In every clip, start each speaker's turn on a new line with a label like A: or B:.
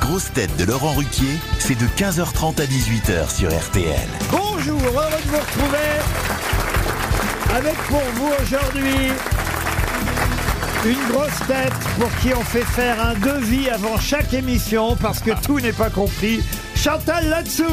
A: grosses têtes de Laurent Ruquier, c'est de 15h30 à 18h sur RTL.
B: Bonjour, heureux de vous retrouver avec pour vous aujourd'hui une grosse tête pour qui on fait faire un devis avant chaque émission parce que tout n'est pas compris. Chantal là-dessous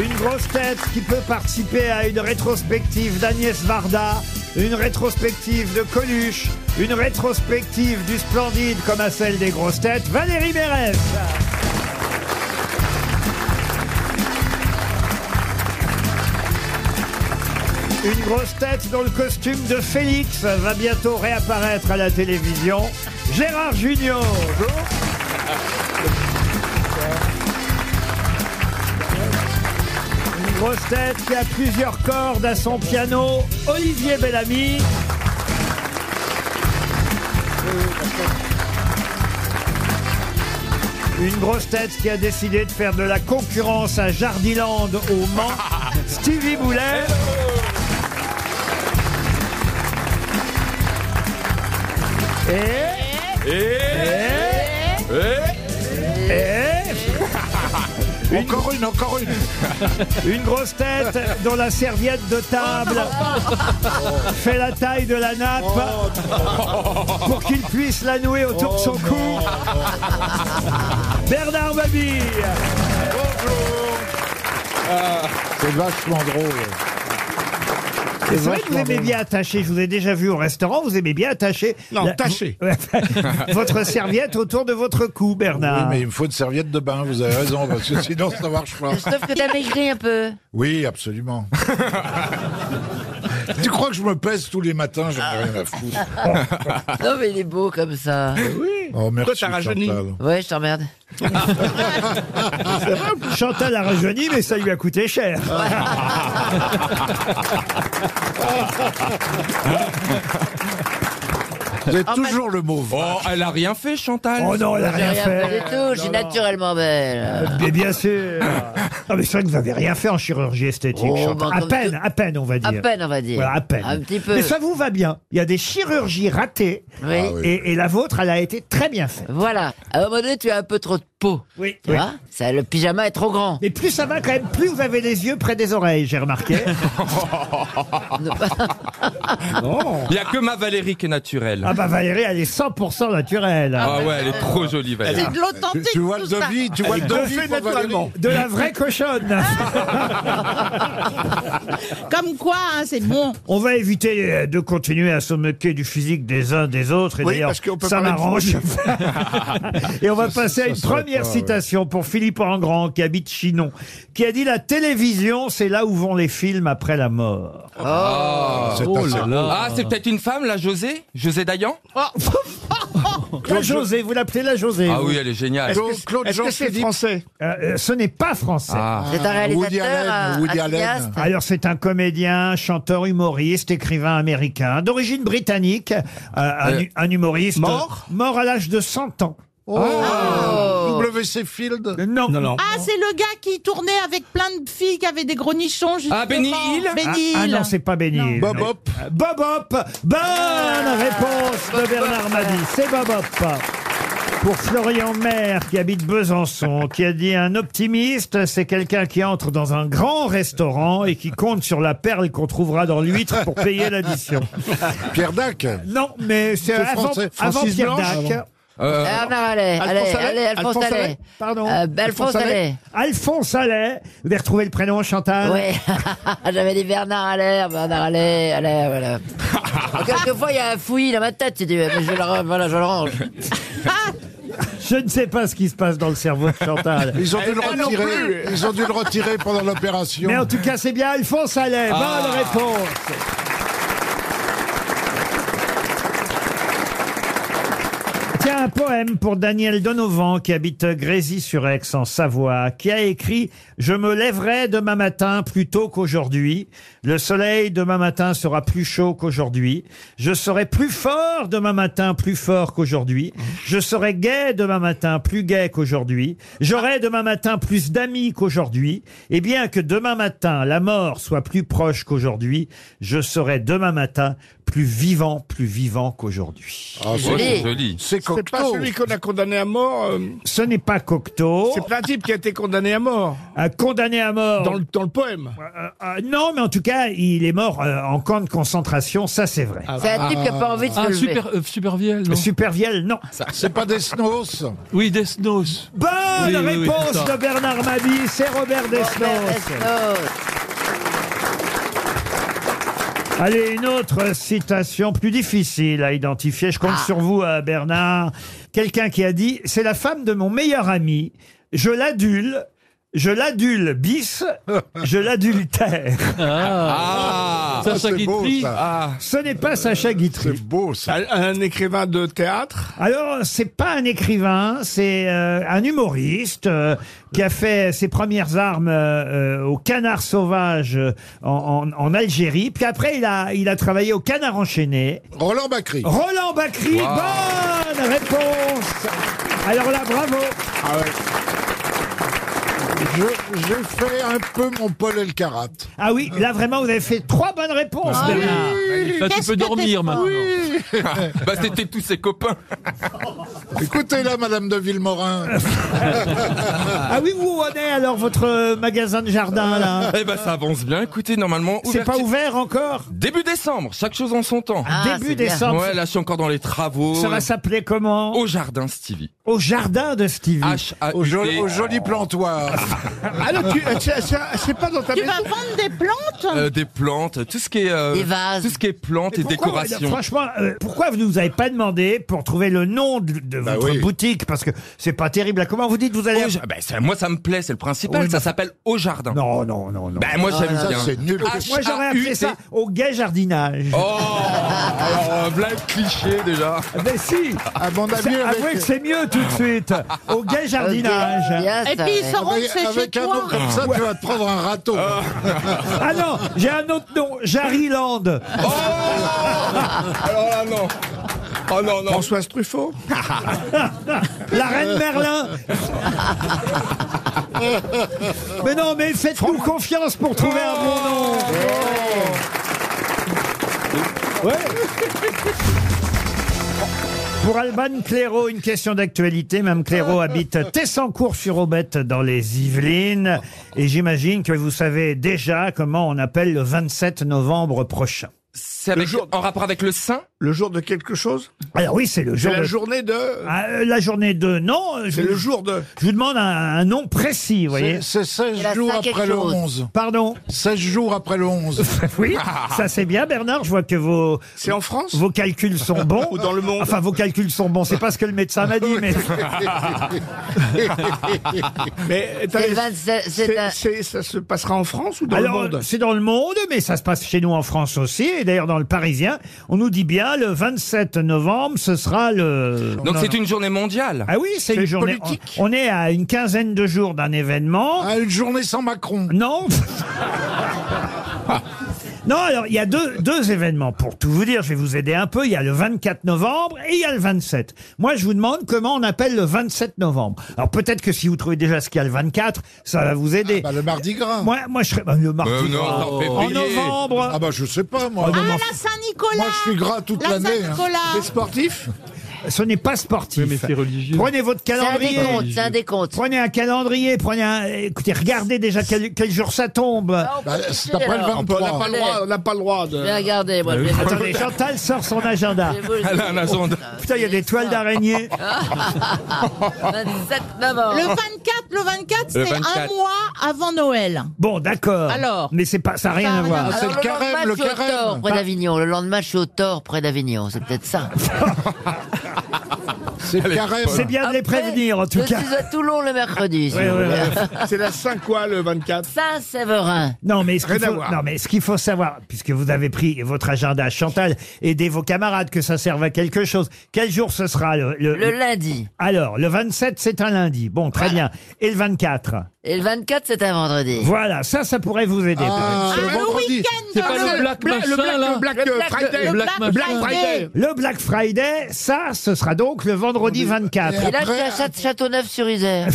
B: Une grosse tête qui peut participer à une rétrospective d'Agnès Varda, une rétrospective de Coluche, une rétrospective du Splendide comme à celle des grosses têtes, Valérie Mérez. Une grosse tête dont le costume de Félix va bientôt réapparaître à la télévision. Gérard Junior. Une grosse tête qui a plusieurs cordes à son piano. Olivier Bellamy. Une grosse tête qui a décidé de faire de la concurrence à Jardiland au Mans. Stevie Boulet. Et... Et... Et... Encore une, encore une. Une grosse tête dont la serviette de table fait la taille de la nappe pour qu'il puisse la nouer autour de son cou. Bernard Mabille.
C: Ah, C'est vachement drôle.
B: C'est vrai que vous aimez bien attacher, je vous ai déjà vu au restaurant, vous aimez bien attacher.
C: Non,
B: la-
C: tacher.
B: votre serviette autour de votre cou,
C: Oui,
B: Bernard.
C: mais il me faut une serviette de bain, vous avez raison, parce que sinon ça marche pas.
D: Sauf que t'as maigri un peu.
C: Oui, absolument. tu crois que je me pèse tous les matins J'en ai rien à foutre.
D: Non, mais il est beau comme ça.
C: Oh, merci,
E: t'as rajeuni
C: Chantal.
D: Ouais, je t'emmerde.
B: Chantal a rajeuni, mais ça lui a coûté cher.
C: Vous avez toujours le mot vrai.
E: Oh, elle a rien fait, Chantal.
B: Oh non, elle a
D: J'ai
B: rien
D: rien fait
B: fait.
D: du tout, je suis naturellement belle.
B: Ah, Mais bien sûr. Non, mais c'est vrai que vous n'avez rien fait en chirurgie esthétique,
D: Oh,
B: Chantal.
D: ben,
B: à
D: comme
B: peine,
D: tout-
B: à peine, on va dire.
D: À peine, on va dire.
B: Voilà, à peine.
D: Un petit peu.
B: Mais ça vous va bien. Il y a des chirurgies ratées.
D: Oui.
C: Ah oui.
B: Et, et la vôtre, elle a été très bien faite.
D: Voilà. À un moment donné, tu as un peu trop de peau.
B: Oui.
D: Tu vois ça, Le pyjama est trop grand.
B: Mais plus ça va quand même, plus vous avez les yeux près des oreilles, j'ai remarqué.
E: Il y a que ma Valérie qui est naturelle.
B: Ah bah Valérie, elle est 100% naturelle.
E: Ah ouais, elle est trop jolie, Valérie.
F: de
C: Tu,
F: l'authentique.
C: tu vois le
F: tout ça.
C: devis, tu vois le devis pour Valérie.
B: De la vraie cochonne.
F: Comme quoi, hein, c'est bon.
B: On va éviter euh, de continuer à se moquer du physique des uns des autres. Et
C: Oui,
B: d'ailleurs,
C: parce qu'on peut
B: ça
C: parler de
B: m'arrange. et on va passer à
C: ça
B: une
C: serait
B: première
C: pas, ouais.
B: citation pour Philippe Engrand, qui habite Chinon, qui a dit La télévision, c'est là où vont les films après la mort.
C: C'est assez-
E: Ah, c'est peut-être une femme, la José José Dayan
B: La José, vous l'appelez la José.
E: Ah
B: vous.
E: oui, elle est géniale.
C: Claude, Claude Jean Philippe,
G: français
B: Euh, euh, ce n'est pas français.
E: Ah.
D: C'est un réalisateur,
C: Woody
D: euh,
C: Allen,
D: un-
C: Woody
D: un
C: Allen.
D: cinéaste.
B: Alors c'est un comédien, chanteur, humoriste, écrivain américain, d'origine britannique, euh, un,
E: Euh,
B: hu- un humoriste
E: mort
B: mort à l'âge de 100 ans.
D: Oh.
C: WC Field.
B: Non, non, non.
F: Ah, c'est le gars qui tournait avec plein de filles qui avaient des gros nichons. justement.
E: Ah, Benny Hill
B: Ah,
F: Benny
B: ah
F: Hill.
B: non, c'est pas Benny. Hill,
C: Bob
B: non.
C: Hop.
B: Euh, Bob Hop. Bonne
D: Ah,
B: réponse de Bernard Mabie. C'est Bob Hop. Pour Florian Maire, qui habite Besançon, qui a dit un optimiste, c'est quelqu'un qui entre dans un grand restaurant et qui compte sur la perle qu'on trouvera dans l'huître pour payer l'addition.
C: Pierre Dac.
B: Non, mais c'est
C: C'est
B: avant,
C: français.
B: avant
C: Francis
B: Pierre
C: Blanche, Ah,
B: Dac.
C: avant.
E: Euh,
D: Bernard Allais. Allais, allais, Alphonse Allais.
B: Pardon.
D: Euh, ben, Alphonse Allais.
B: Alphonse Allais. Vous avez retrouvé le prénom, Chantal
D: Ouais, j'avais dit Bernard Allaire, Bernard Allaire, Allaire, voilà. Alors, quelquefois, il y a un fouillis dans ma tête, tu dis, mais je le, range, voilà, je le range.
B: Je ne sais pas ce qui se passe dans le cerveau de Chantal.
C: Ils ont dû le
G: Elle non
C: retirer. Ils ont dû le retirer pendant l'opération.
B: Ah, Mais en tout cas, c'est bien Alphonse Allais.
D: Ah.
C: Ah.
B: Bonne réponse. Tiens, un poème pour Daniel Donovan, qui habite Grésy-sur-Aix, en Savoie, qui a écrit « Je me lèverai demain matin plus tôt qu'aujourd'hui. Le soleil demain matin sera plus chaud qu'aujourd'hui. Je serai plus fort demain matin, plus fort qu'aujourd'hui. Je serai gai demain matin, plus gai qu'aujourd'hui. J'aurai demain matin plus d'amis qu'aujourd'hui. Et bien que demain matin, la mort soit plus proche qu'aujourd'hui, je serai demain matin plus vivant, plus vivant qu'aujourd'hui.
C: Ah,
E: Oh,
D: Joli.
E: c'est joli.
G: C'est pas celui qu'on a condamné à mort. euh,
B: Ce n'est pas Cocteau,
G: C'est pas un type qui a été condamné à mort
B: un condamné à mort.
G: dans le, dans le poème.
B: Euh, euh, non, mais en tout cas, il est mort euh, en camp de concentration, ça c'est vrai.
D: Ah. C'est un type qui n'a pas envie de se
H: Ah,
D: lever.
H: super, euh, Supervielle, non
B: Supervielle, non.
C: C'est pas des snows
H: Oui, Desnos.
B: Bonne
H: Oui, oui, oui,
B: réponse
H: c'est ça.
B: de Bernard Mabie, c'est Robert
D: Robert
B: Desnos.
D: Desnos.
B: Allez, une autre citation plus difficile à identifier. Je compte sur vous, euh, Bernard. Quelqu'un qui a dit C'est la femme de mon meilleur ami. Je l'adule. Je l'adule bis. Je l'adultère.
H: Ah,
E: Ah,
H: Sacha
C: c'est beau,
H: Guitry.
C: ça. Euh,
E: ah.
B: Ce n'est pas Sacha Guitry.
C: C'est beau ça.
G: Un, un écrivain de théâtre.
B: Alors, c'est pas un écrivain, c'est euh, un humoriste euh, qui a fait ses premières armes euh, euh, au Canard Sauvage euh, en, en- en Algérie. Puis après, il a, il a travaillé au Canard Enchaîné.
C: Roland Bacry.
B: Roland Bacry,
E: Wow.
B: bonne réponse Alors là, bravo
C: Ah Je- J'ai fait un peu mon Paul Elkarat.
B: Ah oui, là vraiment, vous avez fait trois bonnes réponses,
H: Ah
B: Bernard.
H: Là, tu
F: Qu'est-ce
H: peux
F: que t'es
H: dormir
F: fort.
H: maintenant.
E: Bah, c'était tous ses copains.
C: Écoutez là, Madame de Villemorin.
B: Ah oui, vous en est alors votre euh, magasin de jardin,
C: Ah.
B: là
E: Eh ben, ça avance bien. Écoutez, normalement,
B: C'est pas
E: ouverture-
B: ouvert encore
E: Début décembre, chaque chose en son temps.
D: Ah,
B: Début
D: c'est bien.
B: décembre,
E: ouais, là, je suis encore dans les travaux.
B: ça va s'appeler comment
E: Au jardin Stevie.
B: Au jardin de Stevie.
E: H A
C: Au,
E: U
C: jo-
E: T.
C: au joli plantoir.
E: Ah,
G: Alors, tu- euh, c'est- c'est c'est pas dans ta
F: Tu
G: maison.
F: vas vendre des plantes
E: Euh, des plantes, tout ce qui est euh,
D: Des vases.
E: tout ce qui est plantes et
B: Mais pourquoi,
E: décorations.
B: Franchement, euh, pourquoi vous ne nous avez pas demandé pour trouver le nom de, de
C: Bah
B: votre
C: oui.
B: boutique Parce que c'est pas terrible. là. Comment vous dites vous allez...
E: Au ja- bah, ça- moi, ça me plaît, c'est le principal.
B: Oui,
E: ça
B: mais-
E: s'appelle au jardin.
B: Non, non, non, non.
E: Bah, moi, j'aime
C: Ah, Ça,
E: bien.
C: c'est nul.
B: Moi, j'aurais appelé ça au gay jardinage.
E: Oh, alors, voilà le cliché déjà.
B: Mais si
C: À mon avis,
B: C'est-
C: avec,
B: Avouez que c'est mieux tout de suite. Au gay
D: C'est
B: jardinage.
D: bien,
F: Et
D: Ah, ça,
F: puis ils
D: ouais.
F: sauront que
C: avec-
F: c'est chez
C: avec un nom
F: toi.
C: comme ça, tu vas te prendre un râteau.
B: Ah non, j'ai un autre nom, Jarryland.
E: Oh alors là, non. Oh non, non.
G: Ah. Françoise Truffaut.
B: La reine Merlin.
E: Oh.
B: mais non, mais faites-nous confiance pour trouver un bon nom. Pour Alban Cléro, une question d'actualité. Mme Cléro habite Tessancourt-sur-Aubette dans les Yvelines. Et j'imagine que vous savez déjà comment on appelle le 27 novembre prochain.
E: C'est avec-
G: jour-
E: en rapport avec le sein
G: Le jour de quelque chose
B: Alors oui, c'est le
G: C'est
B: jour
G: la
B: de-
G: journée de.
B: Ah, euh, la journée de... Non, euh, je,
G: C'est le jour de.
B: je vous demande un, un nom précis, vous voyez.
C: C'est- C'est 16
D: Il a
C: jours
D: ça, quelque
C: après le
D: chose.
C: 11.
B: Pardon
C: 16 jours après le 11.
B: Oui, ça c'est bien Bernard, je vois que vos,
G: Ah. C'est en France
B: vos calculs sont bons.
G: Ou dans le monde
B: Enfin, vos calculs sont bons, c'est pas ce que le médecin m'a dit, mais...
F: Eh
G: Mais t'as-
F: ben,
D: C'est le 27, c'est
G: c'est-
D: un-
G: c'est- ça se passera en France ou dans
B: Alors,
G: le monde
B: c'est dans le monde, mais ça se passe chez nous en France aussi, et d'ailleurs dans le Parisien. On nous dit bien, le 27 novembre, ce sera le...
E: Donc
B: Non,
E: c'est
B: non.
E: une journée mondiale.
B: Ah oui, c'est une
G: c'est
B: journée...
G: politique.
B: On on est à une quinzaine de jours d'un événement.
C: Ah, une journée sans Macron.
B: Non. Non, alors il y a deux, deux événements pour tout vous dire, je vais vous aider un peu. Il y a le 24 novembre et il y a le 27. Moi, je vous demande comment on appelle le 27 novembre. Alors peut-être que si vous trouvez déjà ce qu'il y a le 24, ça va vous aider.
C: Bah, le mardi gras.
B: Moi, moi je serais bah, le mardi.
E: Euh, non,
B: gras.
E: ça en fait
B: en
E: payer.
B: novembre.
C: Ah bah je sais pas moi.
F: Ah, la Saint-Nicolas
C: Moi je suis gras toute
F: La
C: l'année. hein.
G: C'est
F: Saint-Nicolas
G: sportif
B: Ce n'est pas sportif.
H: Oui, mais c'est religieux.
B: Prenez votre
D: C'est un
B: calendrier.
D: décompte, c'est un décompte.
B: Prenez un calendrier, prenez un... Écoutez, regardez déjà quel, quel jour ça tombe.
D: Ah, on peut
C: Bah,
D: chercher,
C: c'est après le
D: alors.
C: 23.
G: On n'a pas le droit, on n'a pas le droit de.
D: Je vais regarder, moi. je vais-
B: Attendez, Chantal sort son agenda.
D: je vais vous le
E: Elle
D: dire.
E: a un agenda.
B: Putain, il y a des toiles d'araignée.
D: 27 novembre.
F: Le 24, le 24,
E: Le
F: c'est
E: 24.
F: un mois avant Noël.
B: Bon, d'accord.
F: Alors
B: Mais c'est pas, ça n'a rien
F: Ça a
B: à
F: rien
B: voir.
F: à
C: Ah, c'est
D: Alors,
C: le carême,
D: lendemain,
C: le
D: je suis au Thor,
C: carême.
D: près d'Avignon. Le lendemain, je suis au Thor, près d'Avignon. C'est peut-être ça.
C: C'est le carême.
B: C'est bien de les
D: Après,
B: prévenir, en tout cas.
D: Je suis à Toulon le mercredi. si
B: Ouais,
D: vous
B: ouais,
D: voulez.
B: ouais.
G: C'est la Saint quoi le 24
D: Saint-Séverin.
B: Non, mais ce qu'il
G: Rien à
B: faut,
G: voir.
B: non, mais ce qu'il faut savoir, puisque vous avez pris votre agenda, Chantal, aidez vos camarades que ça serve à quelque chose. Quel jour ce sera le, le-
D: Le lundi.
B: Alors, le 27, c'est un lundi. Bon, très bien. Et le 24
D: Et le 24, c'est un vendredi.
B: Voilà, ça, ça pourrait vous aider.
C: Ah,
F: Ah,
C: c'est le
F: le
C: vendredi.
F: week-end
H: C'est
F: de
H: pas
F: Noël.
H: le Black
G: Bla-
H: Machin,
G: le Black,
H: là
G: le Black,
F: Le
G: euh,
F: Black-
G: Friday.
F: le
H: Black
F: Black
H: Machin.
F: Friday.
B: Le Black Friday, ça, ce sera donc le vendredi 24.
D: Et là,
C: Après-
D: tu achètes Châteauneuf-sur-Isère.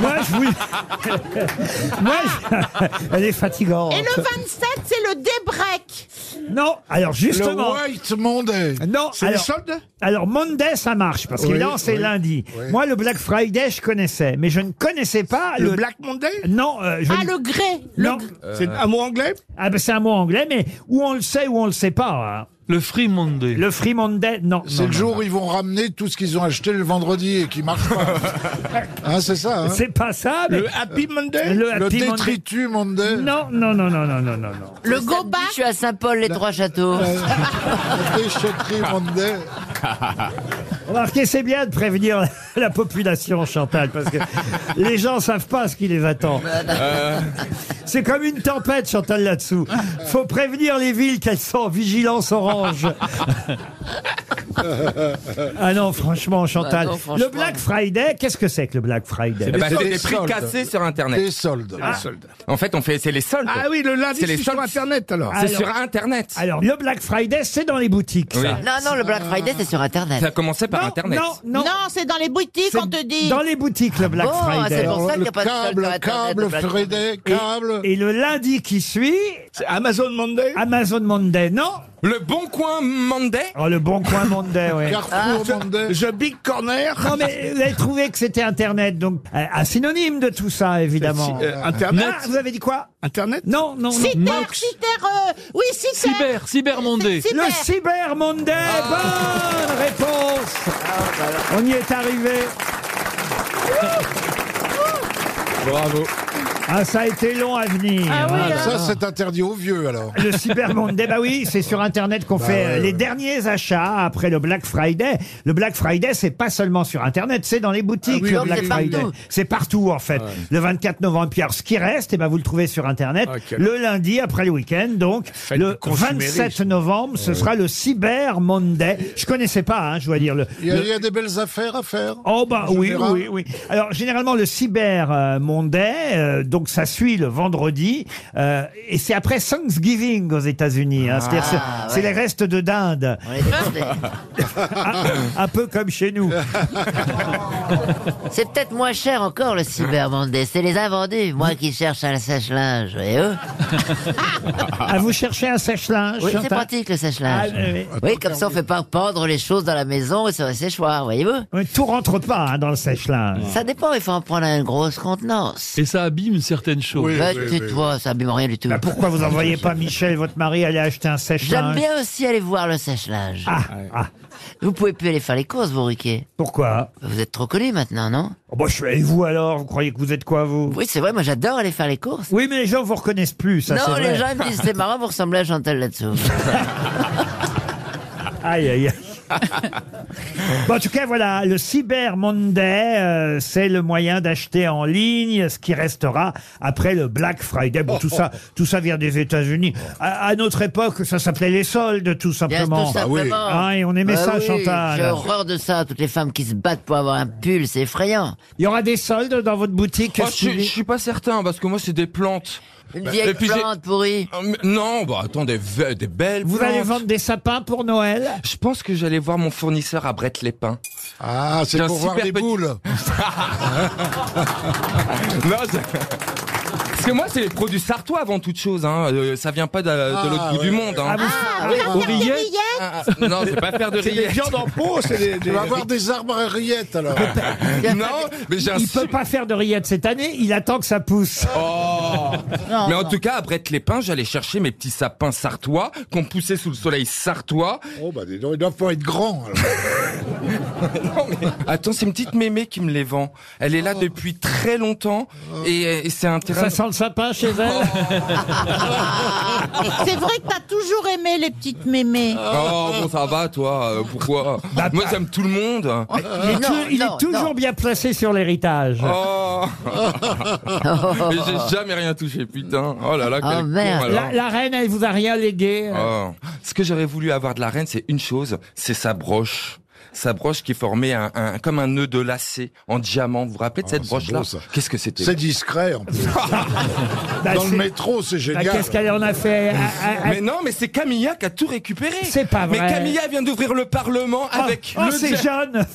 B: Moi, je vous... Moi, je- Elle est fatigante.
C: Oh.
F: Et le 27, c'est le débrec.
B: Non, alors
C: Le
B: justement.
C: White Monday.
B: Non,
G: C'est les
B: alors,
G: soldes
B: alors Monday, ça marche, parce qu'évidemment, c'est lundi. Moi, le Black Friday, je connaissais, mais je ne connaissais pas
G: Le
B: le...
G: Black Monday
B: Non, euh, je
F: Ah,
B: ne-
F: le grès
B: non.
G: C'est un mot anglais
B: Ah, ben, c'est un mot anglais, mais où on le sait, où on le sait pas. hein.
H: Le Free Monday.
B: Le Free Monday, non.
C: C'est
B: non,
C: le
B: non.
C: jour où ils vont ramener tout ce qu'ils ont acheté le vendredi et qui marche pas. Hein, c'est ça. hein
B: C'est pas ça, mais...
G: Le Happy Monday
B: Le
C: le
B: Happy Monday.
C: détritus Monday.
B: Non, non, non, non, non, non, non, non.
F: Le
D: Samedi,
F: goba
D: Je suis à Saint-Paul, les Trois-Châteaux.
C: Le déchetterie Monday.
B: Remarquez, c'est bien de prévenir la population, Chantal, parce que les gens savent pas ce qui les attend.
I: Euh.
B: C'est comme une tempête, Chantal, là-dessous. Faut prévenir les villes qu'elles sont en vigilance orange. ah non, franchement, Chantal.
D: Bah non, franchement.
B: Le Black Friday, qu'est-ce que c'est que le Black Friday Ah.
I: Eh ben,
C: Des
I: c'est des prix
C: soldes.
I: cassés sur Internet. Ah.
C: Des soldes.
G: Les soldes.
I: En fait, on fait, c'est les soldes.
G: Ah oui, le lundi,
I: C'est les
G: c'est sur
I: soldes.
G: Internet alors.
I: C'est
B: Alors-
I: sur Internet.
B: Alors, le Black Friday, c'est dans les boutiques,
I: Oui.
B: ça.
D: Non, non, le Black Friday, c'est sur Internet.
I: Ça a commencé par Internet.
B: Non, non,
F: Non, c'est dans les boutiques,
B: C'est
F: on te dit.
B: Dans les boutiques, le Black
D: bon,
B: Friday.
D: Oh, c'est pour ça qu'il n'y
C: Le
D: a pas de solde sur
C: câble,
D: Internet,
C: câble,
D: le Black Friday.
C: Friday, câble.
B: Et le lundi qui suit,
G: C'est Amazon Monday
B: Amazon Monday. Non
I: Le Bon Coin Monday.
B: Oh, le bon coin Monday, oui.
C: Carrefour Monday.
G: Je Big Corner
B: Non, mais vous avez trouvé que c'était Internet, donc euh, un synonyme de tout ça, évidemment.
G: Si- euh,
B: Non,
G: Internet
B: vous avez dit quoi
G: Internet
B: Non, non, non.
F: Citer,
H: Mox.
F: citer, euh, oui, citer.
H: Cyber, Cyber Monday.
F: Cyber.
B: Le Cyber Monday Bonne réponse
D: Ah,
B: On y est arrivé
E: Bravo.
B: Ah, ça a été long à venir.
F: Ah oui, hein.
C: Ça, c'est interdit aux vieux, alors.
B: Le Cyber Monday, bah oui, c'est sur Internet qu'on
G: Bah
B: fait euh, les derniers achats après le Black Friday. Le Black Friday, c'est pas seulement sur Internet, c'est dans les boutiques.
D: Ah oui,
B: le
D: non,
B: Black
D: c'est
B: Friday,
D: partout.
B: c'est partout en fait. Le 24 novembre, puis alors, ce qui reste, eh ben vous le trouvez sur Internet
G: Ah, quel-
B: le lundi après le week-end. Donc
G: Fête
B: le
G: du consumérisme.
B: 27 novembre, ce sera le Cyber Monday. Je connaissais pas, hein, je dois dire le.
C: Il y, a,
B: le-
C: il y a des belles affaires à faire.
B: Oh bah
C: Je
B: oui,
C: verrai.
B: oui, oui. Alors généralement le cyber euh, monday, euh, donc ça suit le vendredi, euh, et c'est après Thanksgiving aux États-Unis. hein. C'est-à-dire c'est
C: Ah,
B: c'est les restes de dinde,
D: On est désolé.
B: Ah, un peu comme chez nous.
D: C'est peut-être moins cher encore le Cyber Monday. C'est les invendus. Moi qui cherche un sèche-linge, et eux.
B: Ah, vous cherchez un sèche-linge
D: Oui, c'est
B: Chantal
D: pratique le
B: Ah,
D: sèche-linge.
B: oui, oui.
D: Oui, comme ça on fait pas pendre les choses dans la maison et sur les séchoirs, voyez-vous.
B: Oui, tout rentre pas hein, dans le sèche-linge.
D: Ça dépend, il faut en prendre une grosse contenance.
H: Et ça abîme certaines choses.
C: Oui,
D: Bah,
C: oui,
D: tu
C: oui.
D: te vois, ça abîme rien du tout.
B: Bah, pourquoi vous envoyez pas Michel, votre mari, aller acheter un
D: J'aime
B: sèche-linge
D: bien aussi aller voir le sèche-linge.
B: ah, ah,
D: Vous pouvez plus aller faire les courses, vous, Riquet.
B: pourquoi
D: Vous êtes trop connu maintenant, non
B: oh, bah, je suis- Et vous alors Vous croyez que vous êtes quoi, vous
D: Oui, c'est vrai, moi j'adore aller faire les courses.
B: Oui, mais les gens vous reconnaissent plus, ça c'est
D: non,
B: vrai.
D: les gens ils me disent, c'est marrant, vous ressemblez à Chantal là-dessous.
B: Aïe, aïe, aïe. Bon, en tout cas, voilà, le Cyber Monday, euh, c'est le moyen d'acheter en ligne ce qui restera après le Black Friday. Bon, tout ça, tout ça vient des États-Unis. À, à notre époque, ça s'appelait les soldes, tout
D: Bien, tout
B: simplement.
D: simplement.
C: oui.
B: Ah, et on aimait
D: Bah
B: ça,
D: oui,
B: Chantal.
D: J'ai horreur de ça, toutes les femmes qui se battent pour avoir un pull, c'est effrayant.
B: Il y aura des soldes dans votre boutique.
I: Oh, je,
B: Stevie
I: suis- je suis pas certain parce que moi c'est des plantes.
D: Une vieille
I: et puis j'ai-
D: plante pourrie.
I: Euh, mais Non, bah attendez, ve- des belles
B: Vous
I: plantes.
B: allez vendre des sapins pour Noël
I: Je pense que j'allais voir mon fournisseur à Brette-les-Pins.
C: Ah, c'est
I: J'ai un
C: pour voir
I: super
C: des
I: petit-
C: boules.
I: Non, c'est- Parce que moi, c'est les produits sartois avant toute chose. Hein. Euh, ça vient pas de, de
C: Ah,
I: l'autre bout
C: ouais.
I: du monde. Hein.
B: Ah, vous-
F: Ah, on va faire des
H: Oreillette.
F: billets.
I: Ah, ah, non, c'est pas faire de
G: C'est des
I: rillettes.
G: viandes en pot, c'est des.
C: Tu
G: des-
C: vas voir des arbres à rillettes, alors.
I: Non, mais j'ai un
B: Il peut
I: super-
B: pas faire de rillettes cette année, il attend que ça pousse.
I: Oh. Mais en tout cas, à Brette-les-Pins, j'allais chercher mes petits sapins sartois qu'on poussait sous le soleil sartois.
C: Oh, bah, dis donc, ils doivent pas être grands, alors.
I: Non, mais- Attends, c'est une petite mémé qui me les vend. Elle est là depuis très longtemps et, et c'est un terrain.
B: Ça sent le sapin chez elle
F: C'est vrai que t'as toujours aimé les petites mémées.
I: Oh, bon, ça va, toi, euh, pourquoi Moi, j'aime tout le monde.
B: Il est
D: Non,
B: tou- Il
D: non,
B: est toujours
D: non.
B: bien placé sur l'héritage.
I: Oh Mais j'ai jamais rien touché, putain. Oh là là, quel
B: Ah,
D: Oh, merde.
I: con, alors.
B: La, la reine, elle vous a rien légué.
I: Oh. Ce que j'aurais voulu avoir de la reine, c'est une chose, c'est sa broche. Sa broche qui formait un, un- comme un nœud de lacet en diamant. Vous vous rappelez de cette
C: Ah, c'est
I: broche-là
C: beau, ça.
I: Qu'est-ce que c'était
C: C'est discret, en plus.
B: Bah,
C: Dans
B: c'est-
C: le métro, c'est
B: bah,
C: génial.
B: Qu'est-ce qu'elle en a fait Ah, ah, ah,
I: Mais non, mais c'est Camilla qui a tout récupéré.
B: C'est pas vrai.
I: Mais Camilla vient d'ouvrir le Parlement
B: ah,
I: avec
B: oh,
I: le
B: c'est
I: dia-
B: jeune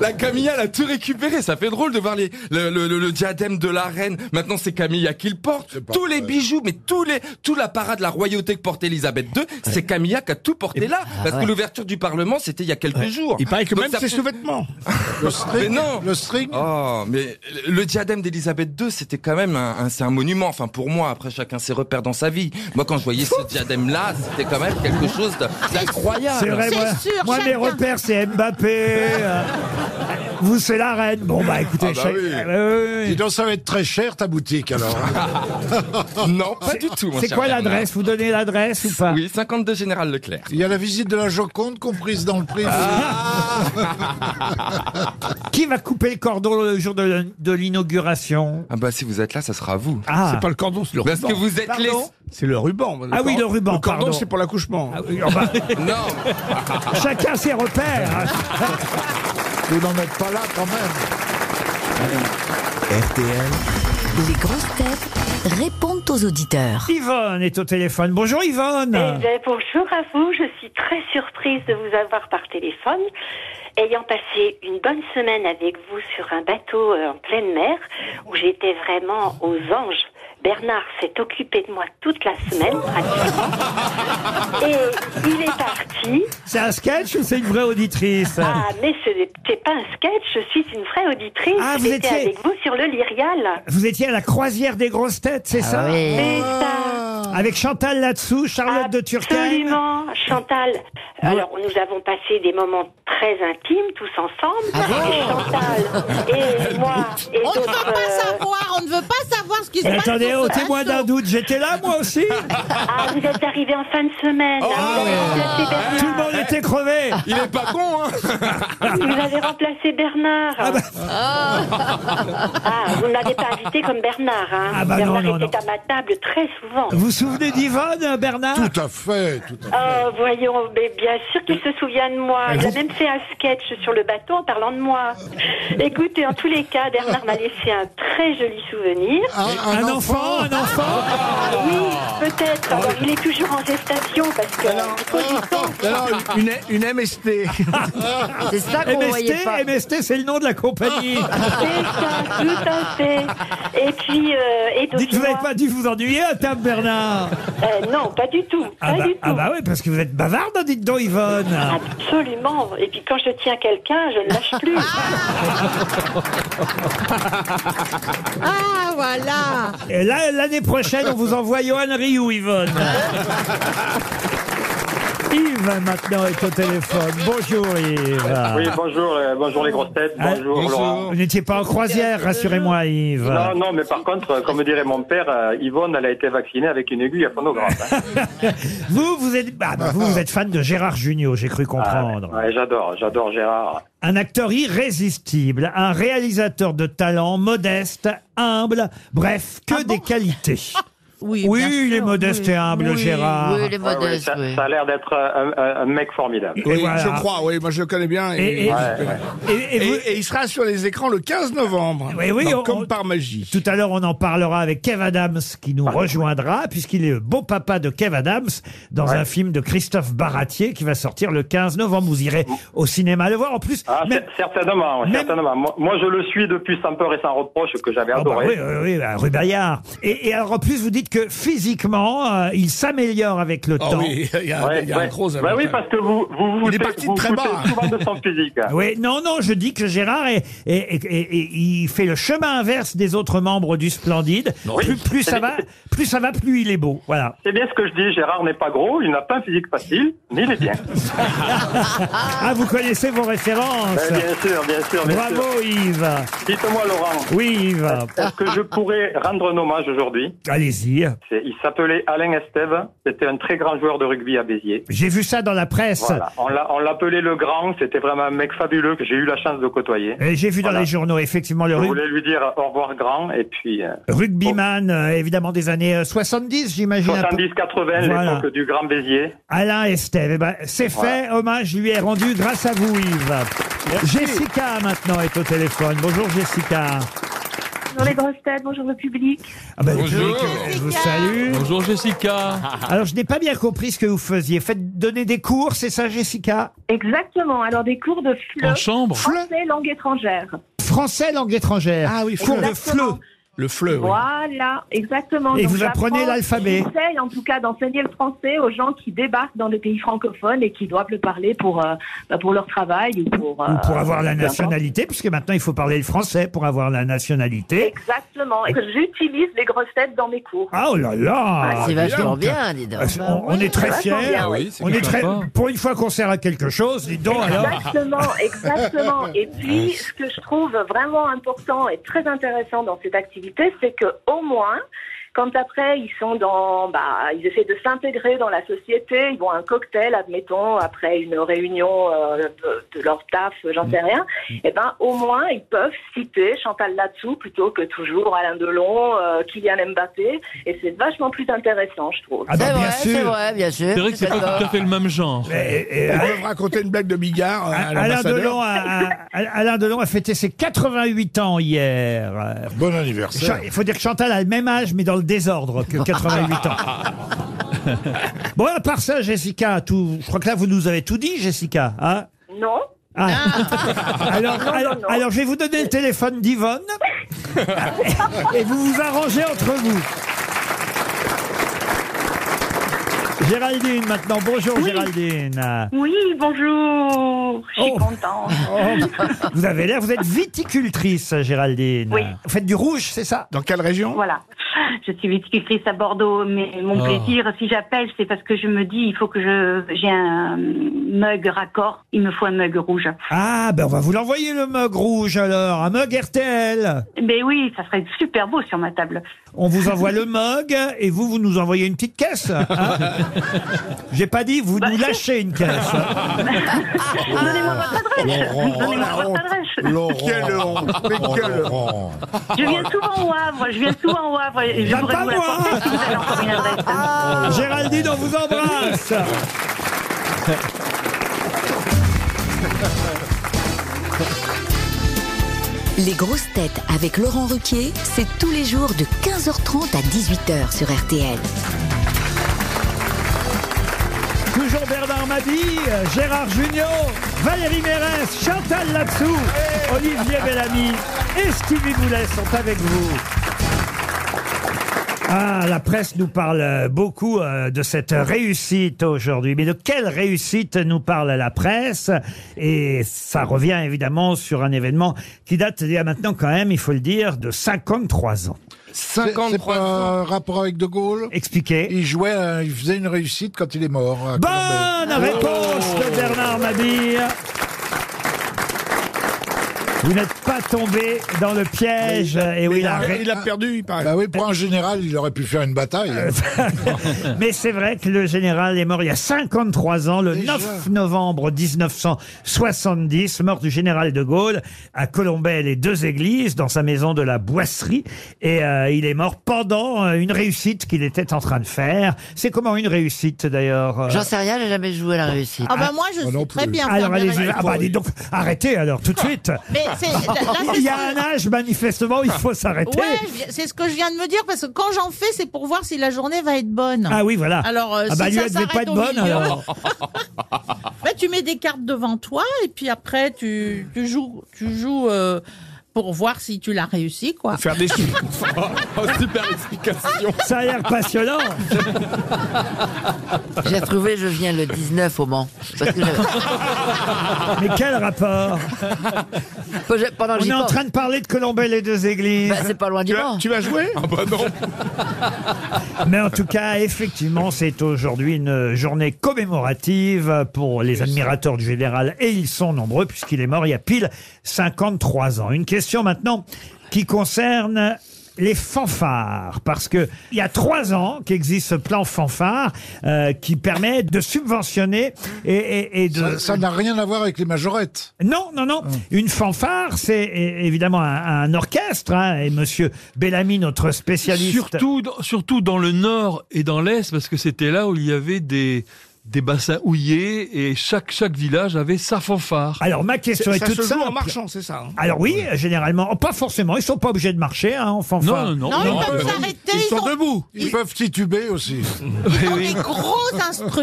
I: La Camilla, elle a tout récupéré. Ça fait drôle de voir les, le, le- le- le diadème de la reine. Maintenant, c'est Camilla qui le porte.
C: pas
I: Tous les
C: vrai.
I: bijoux, mais tous les, tout l'apparat de la royauté que portait Elisabeth II, c'est Camilla qui a tout porté là. Parce que l'ouverture du Parlement, c'était il y a quelques jours.
G: Il paraît que
I: Donc
G: même
I: ça
G: ses
I: peut-
G: sous-vêtements.
C: Le
I: Mais
C: string,
I: non.
C: le string.
I: Oh, mais le diadème d'Elisabeth II, c'était quand même un, un- c'est un monument. Enfin, pour moi, après, chacun ses repères dans sa vie. Moi, quand je voyais ce diadème-là, c'était quand même quelque chose de-
B: C'est
I: d'incroyable.
B: vrai,
F: C'est
B: moi,
F: sûr,
B: moi, mes
F: chacun.
B: repères, c'est Mbappé. euh, vous, c'est la reine. Bon, bah écoutez,
C: Ah bah
B: chaque-
C: oui.
B: euh, oui,
C: Dis
B: oui.
C: donc, ça va être très cher ta boutique alors.
I: Non, pas du tout, mon
B: c'est
I: cher
B: quoi
I: Bernard.
B: l'adresse Vous donnez l'adresse ou pas
I: Oui, 52 Général Leclerc.
C: Il y a la visite de la Joconde comprise dans le prix.
J: Ah.
B: Qui va couper le cordon le jour de, l'in- de l'inauguration
I: Ah bah si vous êtes là, ça sera à vous.
B: Ah,
G: C'est pas le cordon, c'est le
I: Parce
G: ruban.
I: que vous êtes les...
B: Pardon
G: C'est le ruban.
B: Ah oui, le ruban,
G: Oh, Le
B: pardon.
G: cordon, c'est pour l'accouchement.
B: Ah oui, oh bah,
I: Non,
B: chacun ses repères. hein.
C: Vous n'en êtes pas là quand même.
A: RTL,
K: Les grosses têtes répondent aux auditeurs.
B: Yvonne est au téléphone. Bonjour Yvonne.
J: Eh ben, bonjour à vous, je suis très surprise de vous avoir par téléphone. Ayant passé une bonne semaine avec vous sur un bateau euh, en pleine mer, où j'étais vraiment aux anges, Bernard s'est occupé de moi toute la semaine, pratiquement. Et il est parti.
B: C'est un sketch ou c'est une vraie auditrice
J: Ah, mais ce n'était pas un sketch, je suis une vraie auditrice.
B: Ah, vous
J: j'étais
B: étiez-
J: avec vous sur le Lyrial.
B: Vous étiez à la croisière des grosses têtes, c'est ça
D: Ah oui.
J: C'est ça.
B: Avec Chantal là-dessous, Charlotte de Turquie.
J: Absolument, Chantal. Alors, nous avons passé des moments très intimes tous ensemble.
F: Ah
J: et Chantal et moi et
F: On ne veut
J: d'autres.
F: pas
J: euh,
F: savoir, on ne veut pas savoir ce qui se
B: Mais
F: passe.
B: attendez,
F: dans
B: oh,
F: ce
B: témoin
F: bateau.
B: d'un doute, j'étais là moi aussi
J: Ah, vous êtes arrivés en fin de semaine.
F: Ah
J: hein. vous, avez remplacé Bernard.
B: Tout le monde était crevé
I: il est pas con, hein
J: vous avez remplacé Bernard. Ah,
B: bah.
J: vous ne m'avez pas invité comme Bernard. Hein.
B: Ah bah non,
J: Bernard
B: non,
J: était à ma table très souvent.
B: Vous vous souvenez d'Yvonne, Bernard
C: Tout à fait, tout à fait.
J: Oh, voyons, mais bien sûr qu'il se souvient de moi.
B: Ah,
J: Il a même fait un sketch sur le bateau en parlant de moi.
B: Ah.
J: Écoutez, en tous les cas, Bernard m'a laissé un très joli souvenir. Ah,
C: Un,
B: Ah, Un enfant, Ah, un enfant
J: Oui, peut-être. Alors, il est toujours en gestation parce que.
B: ah,
G: Alors, une, une MST.
D: C'est ça qu'on voyait
B: MST,
D: pas.
B: MST c'est le nom de la compagnie
J: C'est ça, tout à fait. Et puis, euh, et donc,
B: Dites, vous
J: moi-
B: n'avez pas dû vous ennuyer à table, Bernard
J: Euh, non, pas du tout.
B: ah
J: pas
B: bah,
J: du tout.
B: ah bah oui, parce que vous êtes bavarde, dites donc, Yvonne
J: Absolument. Et puis quand je tiens quelqu'un, je ne lâche plus.
F: Ah, voilà.
B: Et là, l'année prochaine, on vous envoie Johan Rioux, Yvonne. Yves, maintenant, est au téléphone. Bonjour, Yves.
J: Oui, bonjour, euh, bonjour les grosses têtes.
B: Ah, bonjour, Vous n'étiez pas en croisière, rassurez-moi, Yves.
J: Non, non, mais par contre, comme dirait mon père, euh, Yvonne, elle a été vaccinée avec une aiguille à phonographe. hein.
B: Vous, vous êtes, ah, bah, vous, vous êtes fan de Gérard Jugnot, j'ai cru
J: Ah,
B: comprendre.
J: ouais, j'adore, j'adore Gérard.
B: Un acteur irrésistible, un réalisateur de talent, modeste, humble, bref, que des qualités.
F: Ah Oui,
B: Oui,
F: bien
B: il est
F: sûr,
B: modeste
F: oui.
B: et humble,
F: Oui,
B: Gérard.
D: Oui, les
J: Ouais, ouais,
D: modestes,
J: ça,
D: oui.
J: ça a l'air d'être euh, un, un- un mec formidable.
G: Oui,
B: voilà.
G: je crois, oui, moi je le connais bien.
B: Et-
G: Et,
B: et-
J: Ouais, ouais.
B: Et- et
G: et-
B: vous-
G: et il sera sur les écrans le 15 novembre.
B: Oui, oui,
G: Donc,
B: on-
G: comme
B: on-
G: par magie.
B: Tout à l'heure, on en parlera avec Kev Adams qui nous rejoindra, puisqu'il est le beau-papa de Kev Adams dans un film de Christophe Baratier qui va sortir le 15 novembre. Vous irez au cinéma le voir. En plus,
J: Ah,
B: même-
J: cer- certainement,
B: même-
J: certainement. Moi, moi, je le suis depuis sans peur et sans reproche que j'avais
B: Ah bah
J: adoré.
B: oui, oui, oui, bah, Rubaillard. Et, et alors, en plus, vous dites que physiquement, euh, il s'améliore avec le
G: Oh
B: temps.
G: oui, il y a,
J: Ouais,
G: il y a un
J: ouais.
G: gros
J: Bah oui,
G: avantage.
J: parce que vous vous, vous
G: Il est
J: foutez-
G: parti de
J: vous
G: très
J: foutez
G: bas.
J: souvent de son physique.
B: Oui, non, non, je dis que Gérard est, est- est- est- est- il fait le chemin inverse des autres membres du Splendide. Plus, plus ça va, plus ça va, plus il est beau. Voilà.
J: C'est bien ce que je dis, Gérard n'est pas gros, il n'a pas un physique facile, mais il est bien.
B: Ah, vous connaissez vos références.
J: Ouais, Bah, bien sûr, bien sûr, bien sûr.
B: Bravo, Yves.
J: Dites-moi, Laurent,
B: Oui, Yves.
J: est-ce que je pourrais rendre un hommage aujourd'hui
B: Allez-y.
J: C'est- Il s'appelait Alain Estève, c'était un très grand joueur de rugby à Béziers.
B: J'ai vu ça dans la presse.
J: Voilà. On l'a- on l'appelait le grand, c'était vraiment un mec fabuleux que j'ai eu la chance de côtoyer.
B: Et Eh, j'ai vu dans
J: Voilà.
B: les journaux, effectivement, le
J: Je
B: rug-
J: voulais lui dire au revoir grand, et puis euh,
B: rugbyman, euh, évidemment, des années euh, 70, j'imagine. à peu-
J: 70-80,
B: Voilà.
J: l'époque du grand Béziers.
B: Alain Estève. Eh ben, c'est fait. Hommage lui est rendu grâce à vous, Yves. Jessica, maintenant, est au téléphone. Bonjour, Jessica.
L: Bonjour les grosses têtes, bonjour le public.
B: Ah ben,
H: Bonjour.
B: je- je vous salue.
H: Bonjour Jessica.
B: Alors, je n'ai pas bien compris ce que vous faisiez. Faites donner des cours, c'est ça, Jessica
L: Exactement, alors des cours de FLE.
B: En chambre.
L: Français, langue étrangère.
B: Français, langue étrangère. Ah oui, cours de
L: Exactement.
B: fleu. Le fleu,
L: Voilà, exactement.
B: Et vous
L: j'apprends-
B: apprenez l'alphabet.
L: J'essaye en tout cas d'enseigner le français aux gens qui débarquent dans le pays francophone et qui doivent le parler pour, euh, bah, pour leur travail ou pour...
B: Ou pour
L: euh,
B: avoir la
L: peu importe.
B: nationalité, puisque maintenant, il faut parler le français pour avoir la nationalité.
L: Exactement, et que j'utilise les grosses têtes dans mes cours.
B: Ah oh là là
D: Ah, c'est vachement bien, dis donc. Bah
B: Ah, c'est- On, on est très
D: Vachement
B: fiers.
D: bien, oui. Ah oui, c'est
B: on est très,
D: sympa.
B: pour une fois qu'on sert à quelque chose, dis donc alors.
L: Exactement, exactement. Et
H: Ah.
L: puis, ce que je trouve vraiment important et très intéressant dans cette activité, c'est que au moins, quand après ils sont dans, bah, ils essaient de s'intégrer dans la société, ils vont à un cocktail, admettons, après une réunion euh, de, de leur taf, j'en
H: Mm.
L: sais rien. Et ben, au moins, ils peuvent citer Chantal Latsou plutôt que toujours Alain Delon, euh, Kylian Mbappé. Et c'est vachement plus intéressant, je trouve.
H: Ah bah, C'est bien vrai, sûr. c'est vrai,
L: bien
H: C'est vrai que c'est pas tout à fait le même genre.
G: Ils
B: ah,
G: peuvent raconter une blague de Bigard euh, à,
B: Alain
G: l'ambassadeur.
B: Delon, a, a- Alain Delon a fêté ses 88 ans hier.
C: Bon anniversaire.
B: Il faut dire que Chantal a le même âge, mais dans le désordre que 88 ans. Bon, à part ça, Jessica, tout, je crois que là, vous nous avez tout dit, Jessica. hein
L: Non.
B: Ah. alors,
L: Ah. Non, non,
B: alors,
L: non.
B: alors, je vais vous donner le téléphone d'Yvonne. et vous vous arrangez entre vous. Géraldine, maintenant. Bonjour, Géraldine.
L: Oui, bonjour. Je
B: Oh.
L: suis contente.
B: Vous avez l'air, vous êtes viticultrice, Géraldine.
L: Oui.
B: Vous faites du rouge, c'est ça Dans quelle région
L: Voilà. Je suis viticultrice à Bordeaux, mais mon
B: Oh.
L: plaisir, si j'appelle, c'est parce que je me dis, il faut que je j'ai un mug raccord, il me faut un mug rouge.
B: Ah, ben on va vous l'envoyer le mug rouge alors, un mug RTL.
L: Mais Ben oui, ça serait super beau sur ma table.
B: On vous envoie le mug et vous, vous nous envoyez une petite caisse. hein J'ai pas dit, vous nous lâchez une caisse.
L: Bah. Donnez-moi votre adresse. Donnez-moi Ah, votre adresse.
G: Quelle honte Mais quelle
L: Je viens souvent au Havre. Je viens souvent au Havre. et Je
B: Bah,
L: voudrais
B: pas
L: vous la
B: moi.
L: porter si vous avez encore une adresse.
C: Oh,
B: Géraldine, on vous embrasse.
K: Les grosses têtes avec Laurent Ruquier, c'est tous les jours de 15h30 à 18h sur RTL.
B: Toujours Bernard Madi, euh, Gérard Junior, Valérie Mérès, Chantal Latsou, Olivier Bellamy et Stevie Boulet sont avec vous. Ah, la presse nous parle euh, beaucoup euh, de cette réussite aujourd'hui. Mais de quelle réussite nous parle la presse Et ça revient évidemment sur un événement qui date d'il y a maintenant quand même, il faut le dire, de 53 ans.
C: C'est c'est pas un rapport avec De Gaulle
B: Expliquez.
C: Il jouait, euh, il faisait une réussite quand il est mort. à
B: Bonne
C: Colombey.
B: réponse de Bernard Mabille. Vous n'êtes pas tombé dans le piège. Et oui,
G: il,
B: la
G: a,
B: ré-
G: il a perdu, il paraît.
C: Bah oui, pour un général, il aurait pu faire une bataille.
B: Mais c'est vrai que le général est mort il y a 53 ans, le 9 novembre 1970, mort du général de Gaulle à Colombey, les deux églises, dans sa maison de la Boisserie. Et euh, il est mort pendant euh, une réussite qu'il était en train de faire. C'est comment une réussite d'ailleurs euh
D: J'en sais rien, j'ai jamais joué à la réussite.
F: Ah bah moi, je sais très bien faire
B: Alors
F: des
B: allez-y.
F: réussites.
B: Ah bah dis donc, arrêtez alors tout de suite.
F: Mais c'est- là, là, c'est
B: il y
F: ce
B: a
F: que-
B: un âge manifestement, il faut s'arrêter.
F: Ouais, je- c'est ce que je viens de me dire parce que quand j'en fais, c'est pour voir si la journée va être bonne.
B: Ah oui, voilà.
F: Alors, euh,
B: ah bah
F: si
B: lui,
F: ça
B: elle devait pas
F: s'arrête
B: être
F: au
B: bonne
F: milieu,
B: alors.
F: bah, tu mets des cartes devant toi et puis après tu, tu joues, tu joues euh, pour voir si tu l'as réussi quoi.
E: Faire des choses.
C: Oh,
E: super explication.
B: Ça a l'air passionnant.
D: J'ai trouvé, je viens le 19 au Mans. Parce que je-
B: Ah, Mais quel rapport
D: Faut que je- Pendant que
B: On
D: j'y
B: est en
D: pense.
B: train de parler de Colombey les deux églises.
D: Bah, c'est pas loin du Mans.
E: Ah bah non.
B: Mais en tout cas, effectivement, c'est aujourd'hui une journée commémorative pour les admirateurs du général, et ils sont nombreux, puisqu'il est mort il y a pile 53 ans. Une question maintenant qui concerne les fanfares, parce que il y a trois ans qu'existe ce plan fanfare euh, qui permet de subventionner et, et- et de...
C: Ça- Ça n'a rien à voir avec les majorettes. Ah.
B: Non, non, non. Une fanfare, c'est é- évidemment un, un orchestre. hein, et Monsieur Bellamy, notre spécialiste.
H: Surtout, dans- surtout dans le nord et dans l'est, parce que c'était là où il y avait des, des bassins houillés et chaque, chaque village avait sa fanfare.
B: Alors, ma question est,
G: ça
B: toute
G: se joue
B: simple.
G: en marchant, c'est ça. hein
B: Alors oui, généralement, oh, pas forcément, ils sont pas obligés de marcher hein, en fanfare.
G: Non, non, Non, ils non, peuvent ils- s'arrêter, ils ils sont ont-
B: debout.
C: Ils, peuvent tituber aussi.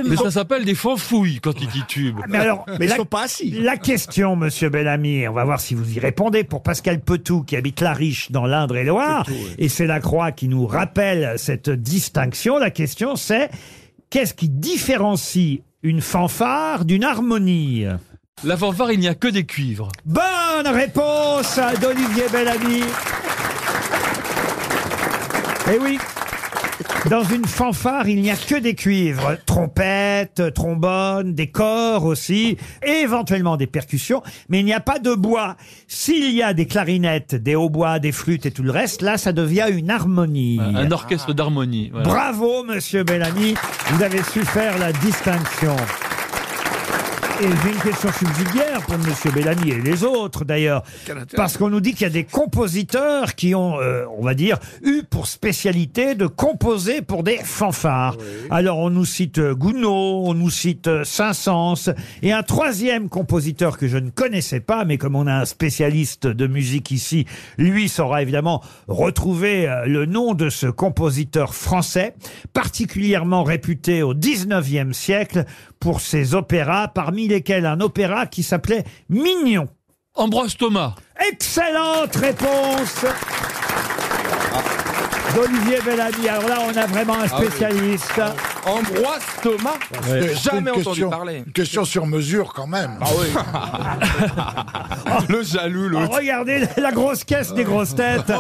H: Mais ça s'appelle des fanfouilles quand ils titubent.
B: Mais alors,
H: ils
B: la-
H: sont pas assis.
B: La question, monsieur Bellamy, on va voir si vous y répondez, pour Pascal Petou, qui habite La Riche dans l'Indre-et-Loire, et c'est la croix qui nous rappelle cette distinction. La question, c'est qu'est-ce qui différencie une fanfare d'une harmonie
H: La fanfare, il n'y a que des cuivres.
B: Bonne réponse d'Olivier Bellamy. Eh oui. Dans une fanfare, il n'y a que des cuivres, trompettes, trombones, des corps aussi, et éventuellement des percussions, mais il n'y a pas de bois. S'il y a des clarinettes, des hautbois, des flûtes et tout le reste, là, ça devient une harmonie.
H: Un orchestre d'harmonie. voilà.
B: Bravo, monsieur Bellamy. Vous avez su faire la distinction. Et j'ai une question subsidiaire pour monsieur Bellamy et les autres, d'ailleurs.
G: Quel intérêt
B: Parce qu'on nous dit qu'il y a des compositeurs qui ont, euh, on va dire, eu pour spécialité de composer pour des fanfares. Alors, on nous cite euh, Gounod, on nous cite euh, Saint-Saëns, et un troisième compositeur que je ne connaissais pas, mais comme on a un spécialiste de musique ici, lui saura évidemment retrouver euh, le nom de ce compositeur français, particulièrement réputé au 19e siècle pour ses opéras, parmi lesquels un opéra qui s'appelait Mignon.
H: Ambroise Thomas.
B: Excellente réponse d'Olivier Bellamy. Alors là, on a vraiment un
I: Ah oui.
B: spécialiste.
I: Ambroise Thomas
C: C'est- c'est
I: Jamais
C: une
I: entendu
C: question-
I: parler.
C: une Question sur mesure quand même. Ah
I: le jaloux,
B: Oh,
I: l'autre.
B: regardez la grosse caisse des grosses têtes.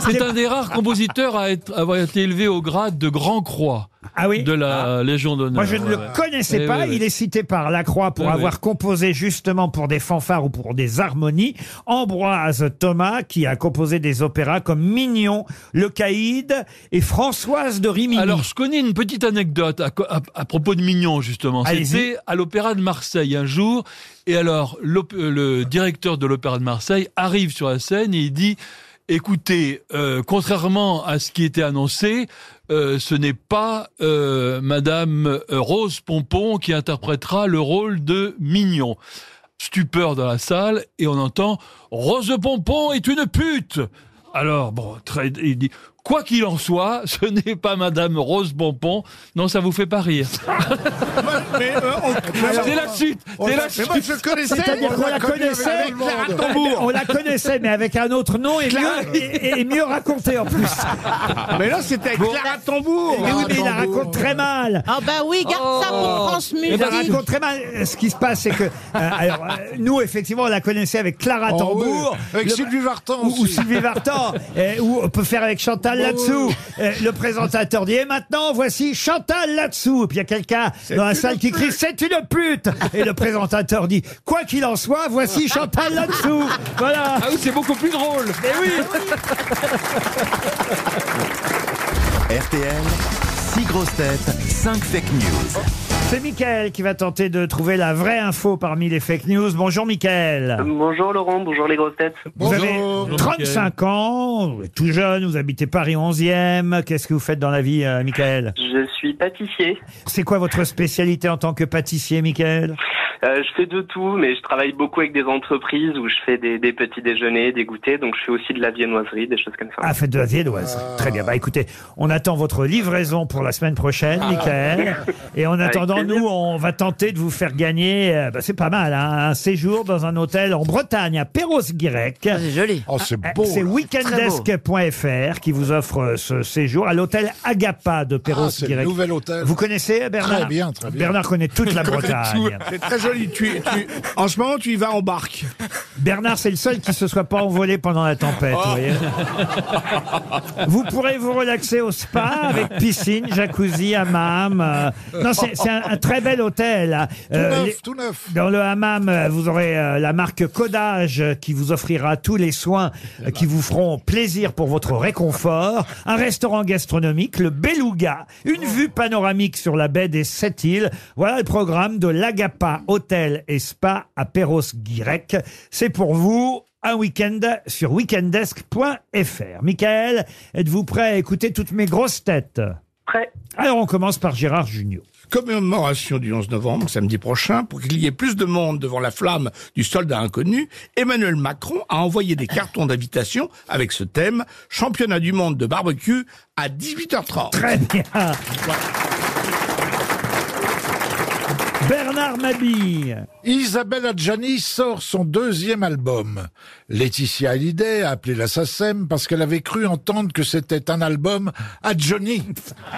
H: C'est un des rares compositeurs à, être, à avoir été élevé au grade de Grand Croix
B: ah oui
H: de la Légion d'honneur.
B: Moi, je ne
H: Ouais,
B: le
H: ouais.
B: connaissais
H: Eh
B: pas.
H: oui, oui.
B: Il est cité par Lacroix pour
H: Oui,
B: avoir
H: oui.
B: composé justement pour des fanfares ou pour des harmonies. Ambroise Thomas, qui a composé des opéras comme Mignon, Le Caïd et Françoise de Rimini.
H: Alors, je connais une petite anecdote à, co- à- à propos de Mignon, justement.
B: Allez-y.
H: C'était à l'Opéra de Marseille un jour. Et alors, l'op- euh, le directeur de l'Opéra de Marseille arrive sur la scène et il dit Écoutez, euh, contrairement à ce qui était annoncé, euh, ce n'est pas euh, Madame euh, Rose Pompon qui interprétera le rôle de Mignon. Stupeur dans la salle et on entend Rose Pompon est une pute. Alors bon, très, il dit quoi qu'il en soit, ce n'est pas Madame Rose Pompon. Non, ça vous fait pas rire.
G: Mais, euh, on-
H: c'est la suite.
G: on-
H: C'est la
G: mais moi,
H: suite.
G: je connaissais.
B: C'est-à-dire
G: on
B: qu'on la
G: connu avec
B: connaissait,
G: Clara Tambour.
B: on la connaissait, mais avec un autre nom et
G: Clara-
B: mieux, et, et mieux raconté en plus.
G: Mais là, c'était avec Clara
B: Mais
G: Tambour.
B: oui, mais il la raconte très mal. Eh ben,
F: Ah bah oui, garde ça pour France
B: Il
F: Musique.
B: la raconte très mal. Ce qui se passe, c'est que euh, alors, euh, nous, effectivement, on la connaissait avec Clara
C: Oh,
B: Tambour.
C: oui. Avec
B: Le-
C: Sylvie Vartan
B: ou, ou
C: aussi.
B: Sylvie Vartan, euh, ou on peut faire avec Chantal
G: Bah
B: là-dessous. Euh, Le présentateur dit, et maintenant, voici Chantal là-dessous. Puis il y a quelqu'un dans la salle qui crie, c'est une pute. Et le présentateur dit, quoi qu'il en soit, voici Chantal là-dessous. Voilà.
H: Ah oui, c'est beaucoup plus drôle.
B: Mais oui.
A: RTL, 6 grosses têtes, 5 fake news.
B: C'est Mickaël qui va tenter de trouver la vraie info parmi les fake news. Bonjour Mickaël.
M: Bonjour Laurent, bonjour les grosses têtes.
B: Vous avez 35 ans, vous êtes tout jeune, vous habitez Paris 11e. Qu'est-ce que vous faites dans la vie, euh, Michael
M: Je suis pâtissier.
B: C'est quoi votre spécialité en tant que pâtissier, Michael
M: Euh, je fais de tout, mais je travaille beaucoup avec des entreprises où je fais des, des petits déjeuners, des goûters, donc je fais aussi de la viennoiserie, des choses comme ça.
B: Ah, faites de la viennoise. Très bien. Bah écoutez, on attend votre livraison pour la semaine prochaine, Michael. Et en
M: Avec
B: attendant,
M: plaisir.
B: nous, on va tenter de vous faire gagner, euh, bah, c'est pas mal, hein, un séjour dans un hôtel en Bretagne, à Perros-Guirec.
D: C'est joli.
C: Oh, c'est
B: Ah,
C: beau.
B: C'est
C: là.
B: weekendesk.fr qui vous offre euh, ce séjour à l'hôtel Agapa de Perros
C: Ah, c'est le
B: Guirec.
C: nouvel hôtel.
B: Vous connaissez euh, Bernard
C: Très bien, très bien.
B: Bernard connaît toute la Bretagne.
G: hein. C'est très joli. Tu, tu- en ce moment, tu y vas en barque.
B: Bernard, c'est le seul qui se soit pas envolé pendant la
H: Oh.
B: tempête. Vous, voyez. vous pourrez vous relaxer au spa avec piscine, jacuzzi, hammam. euh, Non, c'est c'est un, un très bel hôtel. hein.
C: Tout
B: Euh,
C: neuf,
B: les-
C: tout neuf.
B: Dans le hammam, euh, vous aurez euh, la marque Codage euh, qui vous offrira tous les soins euh, qui vous feront plaisir pour votre réconfort. Un restaurant gastronomique, le Beluga. Une
C: Oh.
B: vue panoramique sur la baie des Sept îles. Voilà le programme de l'Agapa Hôtel et Spa à Perros-Guirec. C'est pour vous un week-end sur weekendesk.fr. Michael, êtes-vous prêt à écouter toutes mes grosses têtes
M: Prêt
B: Alors on commence par Gérard Junior.
G: commémoration du 11 novembre, samedi prochain, pour qu'il y ait plus de monde devant la flamme du soldat inconnu, Emmanuel Macron a envoyé des cartons d'invitation avec ce thème Championnat du monde de barbecue à 18h30.
B: Très bien. Bernard Mabille.
C: Isabelle Adjani sort son deuxième album. Laetitia Hallyday a appelé la SACEM parce qu'elle avait cru entendre que c'était un album Adjani.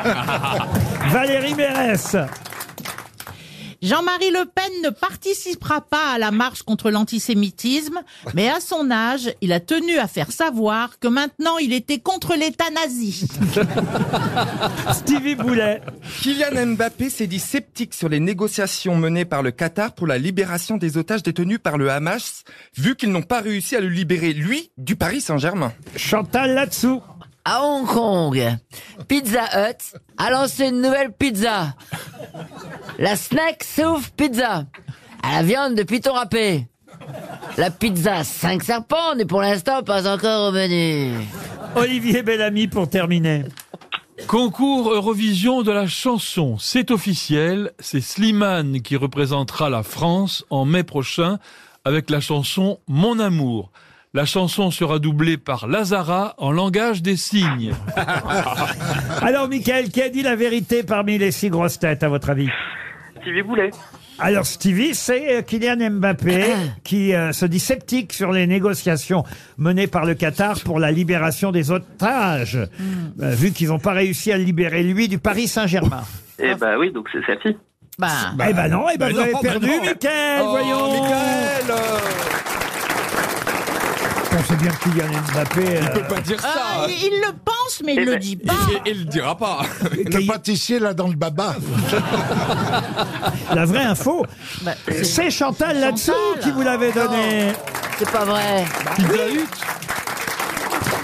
B: Valérie Mérès.
F: Jean-Marie Le Pen ne participera pas à la marche contre l'antisémitisme, mais à son âge, il a tenu à faire savoir que maintenant il était contre l'État nazi.
B: Stevie Boulet.
I: Kylian Mbappé s'est dit sceptique sur les négociations menées par le Qatar pour la libération des otages détenus par le Hamas, vu qu'ils n'ont pas réussi à le libérer, lui, du Paris Saint-Germain.
B: Chantal là-dessous.
D: À Hong Kong, Pizza Hut a lancé une nouvelle pizza. La snack sauf pizza. À la viande de piton râpé. La pizza 5 serpents n'est pour l'instant pas encore au menu.
B: Olivier Bellamy Eh, pour terminer.
H: Concours Eurovision de la chanson, c'est officiel, c'est Slimane qui représentera la France en mai prochain avec la chanson Mon amour. La chanson sera doublée par Lazara en langage des signes. Euh,
B: Alors, Michael, qui a dit la vérité parmi les six grosses têtes, à votre avis
M: Stevie Boulet.
B: Alors Stevie, c'est euh, Kylian Mbappé qui euh, se dit sceptique sur les négociations menées par le Qatar pour la libération des otages, Euh, vu qu'ils n'ont pas réussi à le libérer lui du Paris Saint-Germain.
M: Eh bah oui, donc c'est sa fille.
F: Bah.
B: eh ben non, eh ben
M: bah
B: vous
M: non,
B: avez
M: bah
B: perdu,
M: non.
B: Mickaël,
M: Oh,
B: voyons.
M: Mickaël,
E: euh.
B: On sait bien que Kylian Mbappé. euh,
E: peut pas dire ça.
C: hein.
F: Ah, il, il le pense, mais il le dit pas.
E: Il, il le dira pas.
C: Le pâtissier là dans le baba.
B: La vraie info,
F: Bah,
B: c'est Chantal là-dessous qui vous l'avait donné.
D: C'est pas vrai.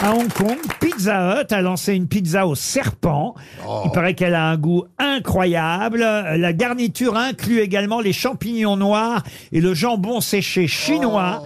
B: À Hong Kong, Pizza Hut a lancé une pizza au serpent. Il paraît qu'elle a un goût incroyable. Euh, La garniture inclut également les champignons noirs et le jambon séché chinois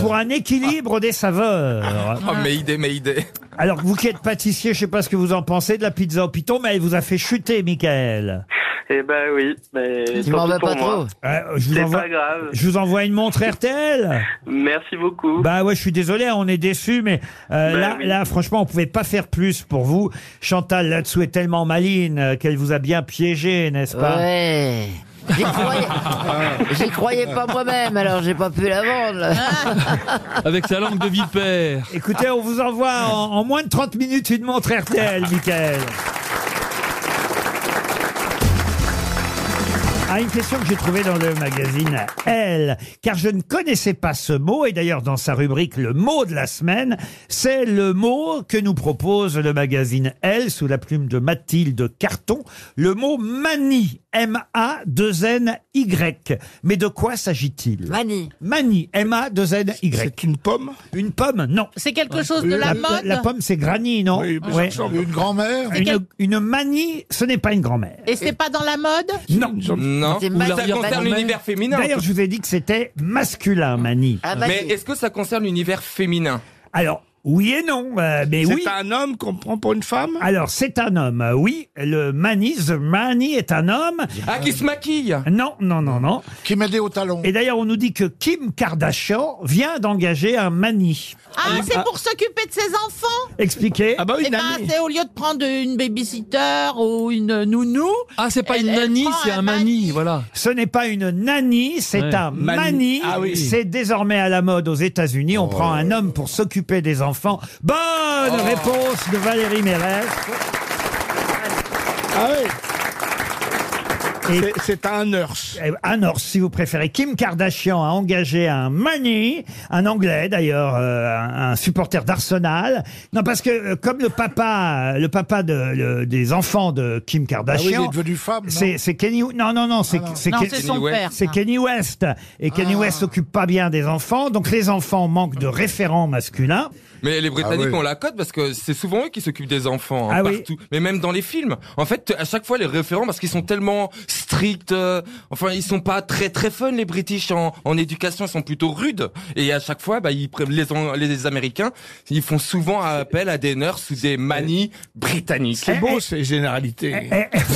B: pour un équilibre des saveurs.
I: Oh, mais idée, mais idée.
B: Alors, vous qui êtes pâtissier, je sais pas ce que vous en pensez de la pizza au piton, mais elle vous a fait chuter, Michael.
M: Eh
N: ben
M: bah oui, mais
B: Tu
M: tant
B: m'en
M: pis
B: veux
M: pour
B: pas
M: moi.
B: trop. Euh, je vous
M: C'est
B: envoie-
M: pas grave.
B: Je vous envoie une montre RTL.
M: Merci beaucoup.
B: Bah ouais, je suis désolé, on est déçus, mais euh,
M: Bah
B: là,
M: oui.
B: là, franchement, on pouvait pas faire plus pour vous. Chantal là-dessous est tellement maligne euh, qu'elle vous a bien piégé, n'est-ce pas
D: Ouais. J'y croyais, j'y croyais pas moi-même, alors j'ai pas pu la vendre. là.
H: Avec sa langue de vipère.
B: Écoutez, on vous envoie en, en moins de 30 minutes une montre RTL, Michael. Ah, une question que j'ai trouvée dans le magazine Elle, car je ne connaissais pas ce mot, et d'ailleurs dans sa rubrique Le mot de la semaine, c'est le mot que nous propose le magazine Elle, sous la plume de Mathilde Carton, le mot manie, M-A-2-N-Y. Mais de quoi s'agit-il
D: Manie.
B: Manie, M-A-2-N-Y. C'est
G: une pomme
B: Une pomme, non.
F: C'est quelque chose de la
B: po-
F: mode
B: La pomme, c'est granny, non
G: Oui, mais ça ressemble.
C: Une grand-mère
F: C'est
B: une,
F: quel-
B: une manie, ce n'est pas une grand-mère.
F: Et c'est pas dans la mode
B: Non.
I: Non,
D: C'est mal-
I: ça
D: c'est
I: concerne
D: mal-
I: l'univers féminin.
B: D'ailleurs, je vous ai dit que c'était masculin, manie.
F: bah,
D: Ah,
I: Mais
D: manie.
I: est-ce que ça concerne l'univers féminin
B: Alors, oui et non, euh, mais
G: C'est
B: oui.
G: un homme qu'on prend pour une femme
B: Alors, c'est un homme, euh, oui. Le manie, the manie est un homme.
I: Ah, qui se maquille
B: Non, non, non, non.
C: qui m'aidait au talon.
B: Et d'ailleurs, on nous dit que Kim Kardashian vient d'engager un manie.
F: Ah, c'est pour s'occuper de ses enfants
B: Expliquez.
G: Ah bah oui,
F: Eh ben,
G: Nani.
F: c'est au lieu de prendre une babysitter ou une nounou.
H: Ah, c'est pas
F: Elle-
H: une
F: elle
H: nanny,
F: prend
H: c'est
F: un
H: un mani, voilà.
B: Ce n'est pas une nanny, c'est
H: Ouais.
B: un mani.
G: Mani. Ah oui. Oh.
B: C'est désormais à la mode aux États-Unis. On prend un homme pour s'occuper des enfants. Bonne réponse de Valérie Mérez.
G: Ah oui.
B: Et-
G: C'est- C'est un nurse.
B: Eh, Un orse, si vous préférez. Kim Kardashian a engagé un mani, un anglais d'ailleurs, euh, un, un supporter d'Arsenal. Non, parce que euh, comme le papa, euh, le papa de- le- des enfants de Kim
C: Ah oui, il
B: Kardashian,
C: est devenu femme. non Ah
B: c'est c'est Kenny. Non, non, non, c'est c'est
F: Non,
B: Ken-
F: c'est son
I: West.
F: père.
B: C'est
F: ça.
B: Kenny West. Et Kenny West s'occupe pas bien des enfants, donc les enfants manquent de référents masculins.
I: Mais les Britanniques
C: Ah oui.
I: ont la cote parce que c'est souvent eux qui s'occupent des enfants hein,
B: Ah oui.
I: partout. Mais même dans les films. En fait, à chaque fois, les référents, parce qu'ils sont tellement stricts. euh, enfin, ils sont pas très très fun les British en, en éducation, ils sont plutôt rudes. Et à chaque fois, bah, ils pré- les, An- les Américains, ils font souvent appel à des nurses ou des manies britanniques.
G: C'est beau ces généralités.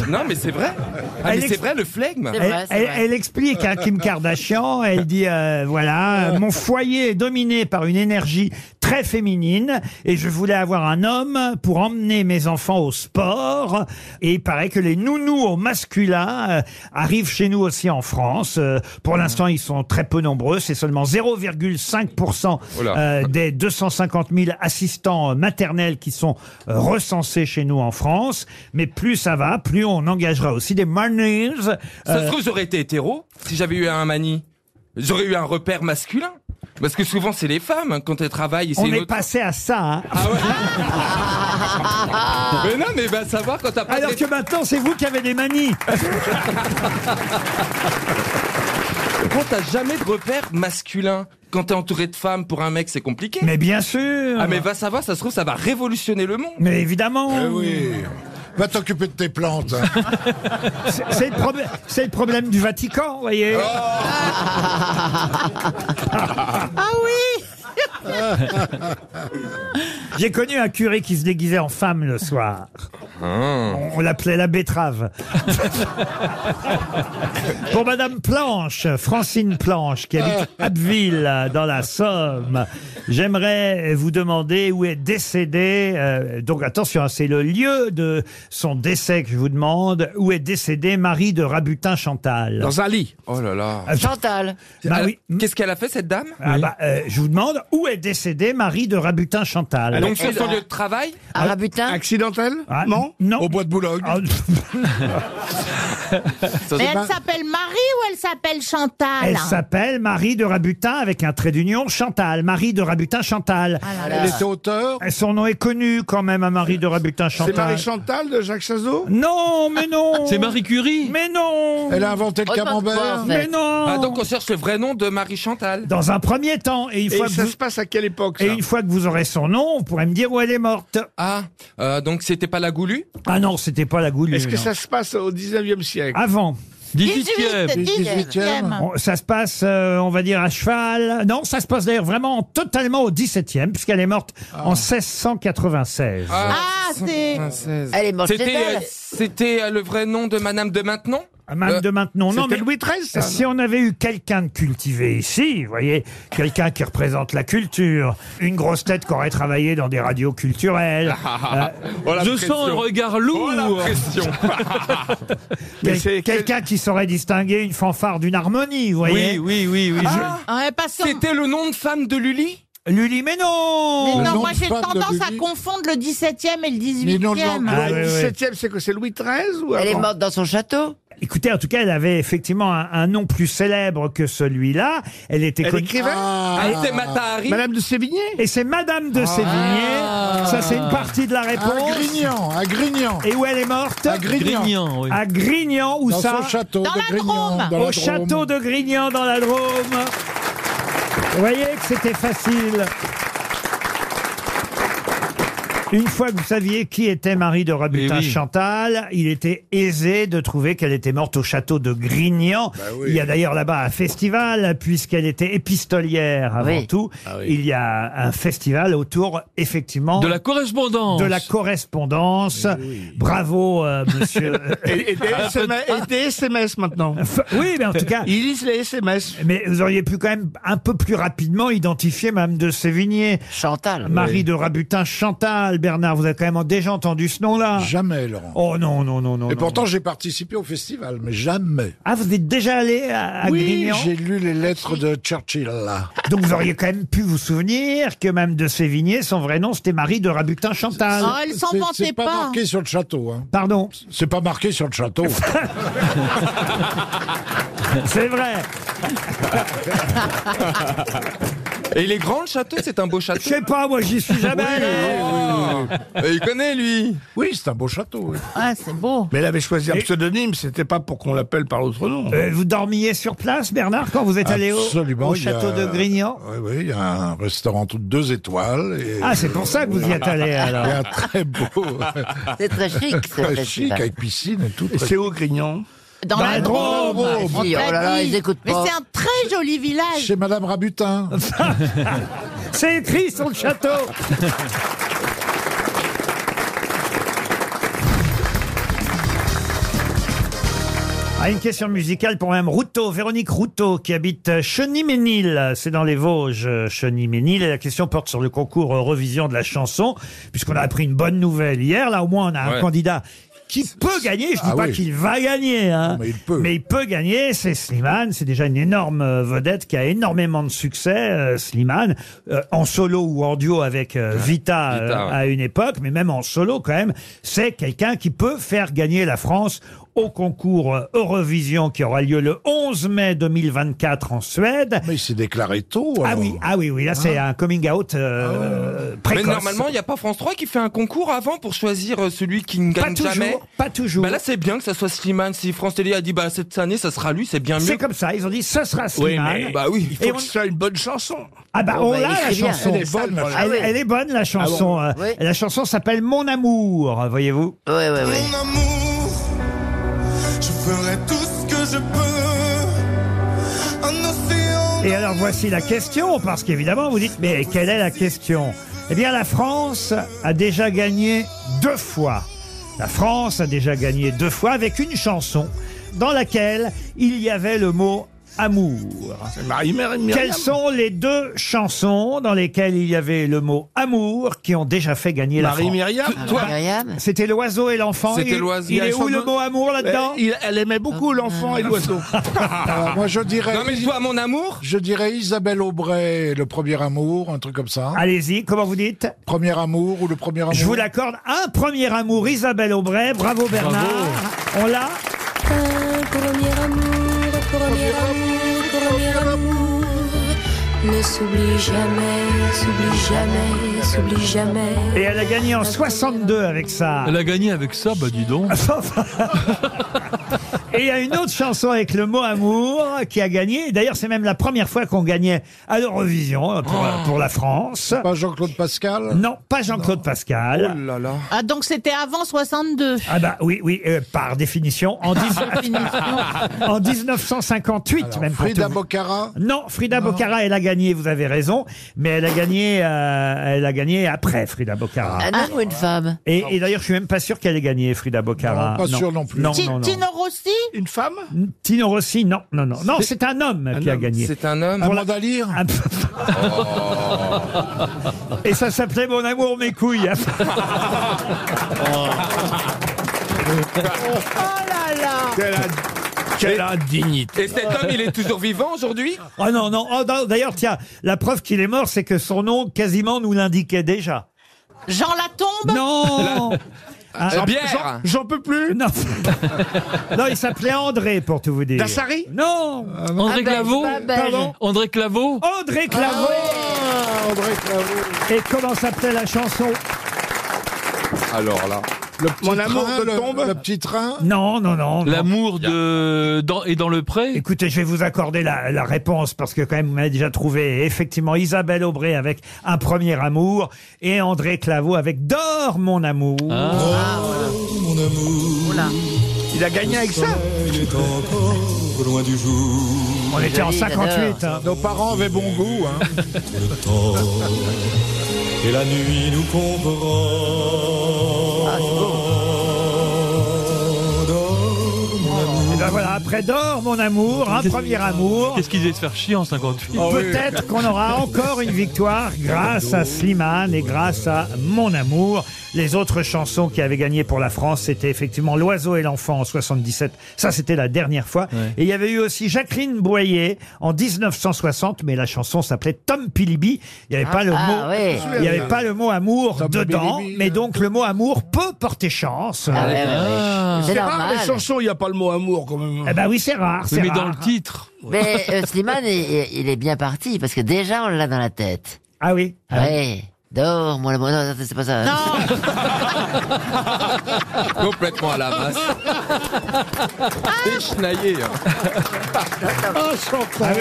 I: non, mais c'est vrai. Ah, mais
B: Elle
I: Eh, c'est
B: ex-
I: vrai le flegme.
B: elle, elle- elle explique à Kim Kardashian, elle dit euh, voilà, euh, mon foyer est dominé par une énergie très féminine et je voulais avoir un homme pour emmener mes enfants au sport. Et il paraît que les nounous au masculin euh, arrivent chez nous aussi en France. Euh,
I: Mmh.
B: pour l'instant, ils sont très peu nombreux, c'est seulement 0,5%
I: Oh là.
B: euh, des 250 000 assistants euh, maternels qui sont euh, recensés chez nous en France. Mais plus ça va, plus on engagera aussi des manners.
I: Ça se
B: euh,
I: trouve, j'aurais été hétéro si j'avais eu un mani. J'aurais eu un repère masculin. Parce que souvent, c'est les femmes, hein, quand elles travaillent. c'est
B: on
I: une
B: est
I: autre- Ah.
B: passé à ça. hein.
I: Mais non, mais va savoir quand t'as pas
B: Alors
I: de-
B: que maintenant, c'est vous qui avez des manies.
I: Quand t'as jamais de repère masculin. Quand t'es entouré de femmes, pour un mec, c'est compliqué.
B: Mais bien sûr.
I: Ah, mais va savoir, ça se trouve, ça va révolutionner le monde.
B: Mais évidemment.
C: Eh Va t'occuper de tes plantes. hein.
B: C'est- C'est le, problème- c'est le problème du Vatican, vous voyez.
C: Oh.
F: Ah oui
B: J'ai connu un curé qui se déguisait en femme le soir.
I: Ah.
B: On, on l'appelait la betterave. Pour Madame Planche, Francine Planche, qui habite Abbeville, euh, dans la Somme, j'aimerais vous demander où est décédé, euh, donc attention, hein, c'est le lieu de son décès que je vous demande, où est décédée Marie de Rabutin-Chantal
G: Dans un lit.
I: Oh là là.
B: Chantal
I: Ah, Qu'est-ce qu'elle a fait, cette dame
B: Ah, bah, euh, Je vous demande, où est décédée Marie de Rabutin-Chantal
F: Eh
I: Donc, sur
F: ben.
I: son lieu de travail
D: À Rabutin
G: Accidentel
B: Ah, Non.
C: Au bois de Boulogne.
F: Mais elle s'appelle Marie ou elle s'appelle Chantal
B: Elle s'appelle Marie de Rabutin avec un trait d'union Chantal. Marie de Rabutin Chantal.
F: Ah là là. Elle était
B: auteur. Son nom est connu quand même à Marie de Rabutin Chantal.
G: C'est Marie Chantal de Jacques Chazot
B: Non, mais non.
G: C'est Marie
B: Curie. Mais non.
G: Elle a inventé le Autant camembert. quoi, en fait.
B: Mais non.
I: Ah, donc on cherche le vrai nom de Marie Chantal.
B: Dans un premier temps et une
I: Et
B: fois
I: ça
B: que
I: se
G: passe à quelle époque
B: Et une fois que vous aurez son nom, vous pourrez me dire où elle est morte.
I: Ah, euh, donc c'était pas la Goulue
B: Ah non, c'était pas la Goulue.
G: Est-ce que
B: non.
G: ça se passe au 19e siècle
B: Avant.
G: 18e. 18e.
B: 18e. On- Ça se passe, euh, on va dire, à cheval. Non, ça se passe d'ailleurs vraiment totalement au 17e, puisqu'elle est morte en 1696.
F: Ah, c'est.
D: Elle est morte chez
I: C'était, euh,
D: elle.
I: C'était euh, le vrai nom de Madame de Maintenon
B: Ah, Madame
I: Euh,
B: de Maintenon. Non,
I: c'était
B: mais
I: Louis XIII, ça,
B: Si on avait eu quelqu'un de cultivé ici, vous voyez, quelqu'un qui représente la culture, une grosse tête qui aurait travaillé dans des radios culturelles. euh,
H: Oh, la Je pression. sens un regard lourd. Oh, la pression.
B: quel- quelqu'un qui saurait distinguer une fanfare d'une harmonie, vous voyez.
H: Oui, oui, oui, oui.
G: Ah,
I: C'était le nom de femme de Lully
B: Lully, mais non
F: Mais
B: Le
F: non,
B: nom
F: moi
B: de
F: j'ai
B: femme de
F: tendance à
B: Lully.
F: confondre le 17e et le
B: Mais non, je
F: 18e.
B: l'entends. Ah,
G: Le
B: oui, oui.
G: 17e, c'est que c'est Louis XIII ou
B: Elle est
G: avant
B: morte
D: dans son château
B: Écoutez, en tout cas, elle avait effectivement un, un nom plus célèbre que celui-là. Elle était
G: Elle
B: connue-
G: écrivait Ah. Elle était Matahari Ah. Madame
B: de Sévigné Et c'est Madame de Sévigné. Ça, c'est une partie de la réponse.
C: À Grignan, à Grignan.
B: Et où elle est morte
C: À Grignan. Grignan, oui.
B: À Grignan, où
C: Dans
B: ça
C: son château Dans de la Grignan, Drôme. dans la
B: Au
C: Drôme.
B: château de Grignan, dans la Drôme. Vous voyez que c'était facile. Une fois que vous saviez qui était Marie de Rabutin
G: Eh
H: Mais oui.
B: Chantal, il était aisé de trouver qu'elle était morte au château de Grignan.
G: Bah
H: oui.
B: Il y a d'ailleurs là-bas un festival, puisqu'elle était épistolière avant
H: Oui.
B: tout.
H: Ah oui.
B: Il y a un festival autour, effectivement,
H: De la correspondance.
B: de la correspondance. Bravo, euh, monsieur.
G: Eh Et, et des SMS, et des SMS maintenant.
B: oui, mais en tout cas.
G: Ils lisent les SMS.
B: Mais vous auriez pu quand même un peu plus rapidement identifier Madame de Sévigné.
D: Chantal.
B: Marie
G: Oui.
B: de Rabutin, Chantal, Bernard. Vous avez quand même déjà entendu ce nom-là.
C: Jamais, Laurent.
B: Oh non, non, non, non.
C: Et
B: non.
C: pourtant, j'ai participé au festival, mais jamais.
B: Ah, vous êtes déjà allé à, à
C: oui,
B: Grignan
C: j'ai lu les lettres de Churchill. là.
B: Donc vous auriez quand même pu vous souvenir que Madame de Sévigné, son vrai nom, c'était Marie de Rabutin, Chantal.
F: Ah, elle s'en
C: C'est-
F: vantait
C: C'est pas
F: pas.
C: marqué sur le château. Hein.
B: Pardon
C: C'est pas marqué sur le château.
B: C'est vrai.
I: Et il est grand le château C'est un beau château Je
B: sais pas, moi j'y suis
I: jamais
B: allé.
I: Euh, Il connaît lui
C: Oui, c'est un beau château. oui.
F: Ah, c'est beau.
G: Mais elle avait choisi un pseudonyme, c'était pas pour qu'on l'appelle par l'autre nom.
B: Euh, vous dormiez sur place, Bernard, quand vous êtes allé au,
C: Absolument,
B: au
C: il y a-
B: château de Grignan
C: Oui, oui, il y a un restaurant toutes deux étoiles. et-
B: Ah, c'est pour ça que vous y êtes allé, alors.
C: Il y a un très beau.
D: C'est très chic, ce
C: Très
D: festival.
C: chic, avec piscine et tout.
G: Et c'est au Grignan
F: Dans,
B: Bah,
F: la Drôme.
D: Ah, si, oh là là, ils écoutent
F: Mais
D: pas.
F: c'est un très joli village.
C: Chez Madame Rabutin.
B: C'est écrit sur le château. Ah, une question musicale pour Mme Routot, Véronique Routot, qui habite Cheny-Ménil. C'est dans les Vosges, euh, Cheny-Ménil. Et la question porte sur le concours Eurovision de la chanson, puisqu'on a appris une bonne nouvelle hier. Là, au moins, on a un
C: Ouais.
B: candidat qui peut gagner. Je ne dis
C: Ah
B: pas
C: oui.
B: qu'il va gagner. hein. mais, il peut. gagner. C'est Slimane. C'est déjà une énorme euh, vedette qui a énormément de succès, euh, Slimane, Euh, en solo ou en duo avec euh, Vita, euh,
I: Vita, ouais.
B: à une époque, mais même en solo quand même, c'est quelqu'un qui peut faire gagner la France au concours euh, Eurovision qui aura lieu le 11 mai 2024 en Suède.
C: Mais il s'est déclaré tôt.
B: Ah oui, ah oui, oui, là c'est un coming out euh,
I: Mais
B: précoce.
I: normalement, il n'y a pas France 3 qui fait un concours avant pour choisir euh, celui qui ne gagne
B: toujours,
I: jamais.
B: Pas toujours.
I: Bah là, c'est bien que ça soit Slimane. Si France Télé a dit, bah cette année, ça sera lui, c'est bien mieux.
B: C'est comme ça, ils ont dit, ce sera Slimane.
I: Oui, mais bah oui.
B: Il faut Et que on-
G: ce soit une bonne chanson.
B: Ah bah
G: Bon,
B: on
G: bah,
B: l'a
G: il
B: la
G: écrit bien.
B: chanson.
G: Elle est bonne, la
B: Elle-
G: chanson.
B: elle est bonne, la chanson.
G: Ah bon
B: Euh,
G: Oui.
B: La chanson s'appelle Mon amour, voyez-vous.
D: Ouais, ouais, ouais.
O: Mon amour, je ferai tout ce que je peux. Un océan.
B: Et alors voici la question, parce qu'évidemment vous dites, mais quelle est la question Eh bien la France a déjà gagné deux fois. La France a déjà gagné deux fois avec une chanson dans laquelle il y avait le mot amour.
G: Marie-Mère et Myriam.
B: Quelles sont les deux chansons dans lesquelles il y avait le mot amour qui ont déjà fait gagner la France
G: Marie-Myriam
B: Toi- C'était l'oiseau et l'enfant.
G: C'était
B: Il-
G: l'oiseau.
B: Il
G: Il y
B: est
G: a
B: où
G: une
B: le
G: chanson-
B: mot amour là-dedans
G: Euh, il- elle aimait
D: Ah.
G: beaucoup l'enfant et l'oiseau.
C: Alors, Ah,
B: Ah.
C: moi, je dirais.
I: Non, mais toi, mon amour
C: Je dirais Isabelle Aubray, le premier amour, un truc comme ça.
B: Allez-y, comment vous dites
C: Premier amour ou le premier amour
B: Je vous l'accorde. Un premier amour, Isabelle Aubray. Bravo Bernard. On l'a
P: Un premier amour, premier amour, premier amour ne s'oublie jamais, s'oublie jamais, s'oublie jamais.
B: Et elle a gagné en 62 avec ça.
H: Elle a gagné avec ça, bah dis donc.
B: Et il y a une autre chanson avec le mot amour qui a gagné. Et D'ailleurs, c'est même la première fois qu'on gagnait à l'Eurovision euh, pour,
H: Oh.
B: pour la France.
C: Pas Jean-Claude Pascal Oh
B: Non, pas Jean-Claude Pascal.
F: Ah, donc c'était avant 62.
B: Ah bah oui, oui, euh, par définition, en, dix- en 1958 même. pour
C: Frida
B: tout-
C: Boccara
B: Non, Frida Boccara, elle a gagné, vous avez raison, mais elle a gagné, euh, elle a gagné après Frida Boccara.
D: Un homme ou une femme
B: Et, et d'ailleurs, je suis même pas sûr qu'elle ait gagné, Frida Boccara.
C: Non, pas sûr non plus.
B: Non,
F: Ti-
B: non, non.
F: Tino Rossi
G: Une femme
B: Tino Rossi, non, non, non. Non, c'est un homme qui a gagné.
I: C'est un homme.
B: Pour la-
C: Amanda Lear
B: Et ça s'appelait Mon amour, mes couilles.
F: Oh là là
G: Quelle, indignité.
I: Et cet homme, il est toujours vivant aujourd'hui
B: oh non, non. Oh, non. D'ailleurs, tiens, la preuve qu'il est mort, c'est que son nom quasiment nous l'indiquait déjà.
F: Jean Latombe
B: Non Ah,
I: Jean- Euh, Bière.
G: J'en- J'en peux plus.
B: Non. non, il s'appelait André, pour tout vous dire.
G: Dassari
B: Non
H: André
D: Ah, belge,
H: Claveau
D: pas belge.
B: Pardon
H: André Claveau
B: André Claveau
C: Ah, André Claveau.
B: Et comment s'appelait la chanson
I: Alors là.
C: Le petit
G: Mon amour
C: train,
G: te
C: le-
G: tombe.
C: Le petit train
B: Non, non, non. non.
H: L'amour de dans, et dans le pré
B: Écoutez, je vais vous accorder la, la réponse parce que quand même, vous m'avez déjà trouvé effectivement Isabelle Aubray avec Un premier amour et André Claveau avec Dors mon amour.
C: Oh,
H: Ah.
O: Mon amour,
F: Oh là.
G: Ah, Il a gagné avec ça.
O: il est encore loin du jour.
B: On était en 58. hein.
C: Nos parents avaient bon goût. hein.
O: Le temps et la nuit nous comprendront.
B: Et ben voilà, après Dors mon amour, Un premier amour. Ah
H: Qu'est-ce qu'ils devaient se faire chier en 58
B: Peut-être qu'on aura encore une victoire grâce à Slimane et grâce à Mon Amour. Les autres chansons qui avaient gagné pour la France, c'était effectivement L'Oiseau et l'Enfant en 77. Ça, c'était la dernière fois. Et il y avait eu aussi Jacqueline Boyer en 1960, mais la chanson s'appelait Tom Pilibi. Il n'y avait pas le
D: ah,
B: mot,
D: ouais.
B: il y avait pas le mot amour
C: Tom
B: dedans,
C: Pilibi,
B: mais
C: hein.
B: donc le mot amour peut porter chance.
D: Ah ouais, ouais, ouais. C'est
G: C'est rare
D: normal.
G: Ah, les chansons, il n'y a pas le mot amour quand même.
B: Eh ben oui, c'est rare,
H: Oui,
B: c'est
H: mais
B: rare.
H: dans le titre.
D: Mais euh, Slimane, il, il est bien parti, parce que déjà, on l'a dans la tête.
B: Ah oui.
D: Ouais. Dors, moi, le bon. Non, c'est pas ça.
F: Non
I: Complètement à la masse. Déchenaillé.
C: Ah, Chantal.
B: Ah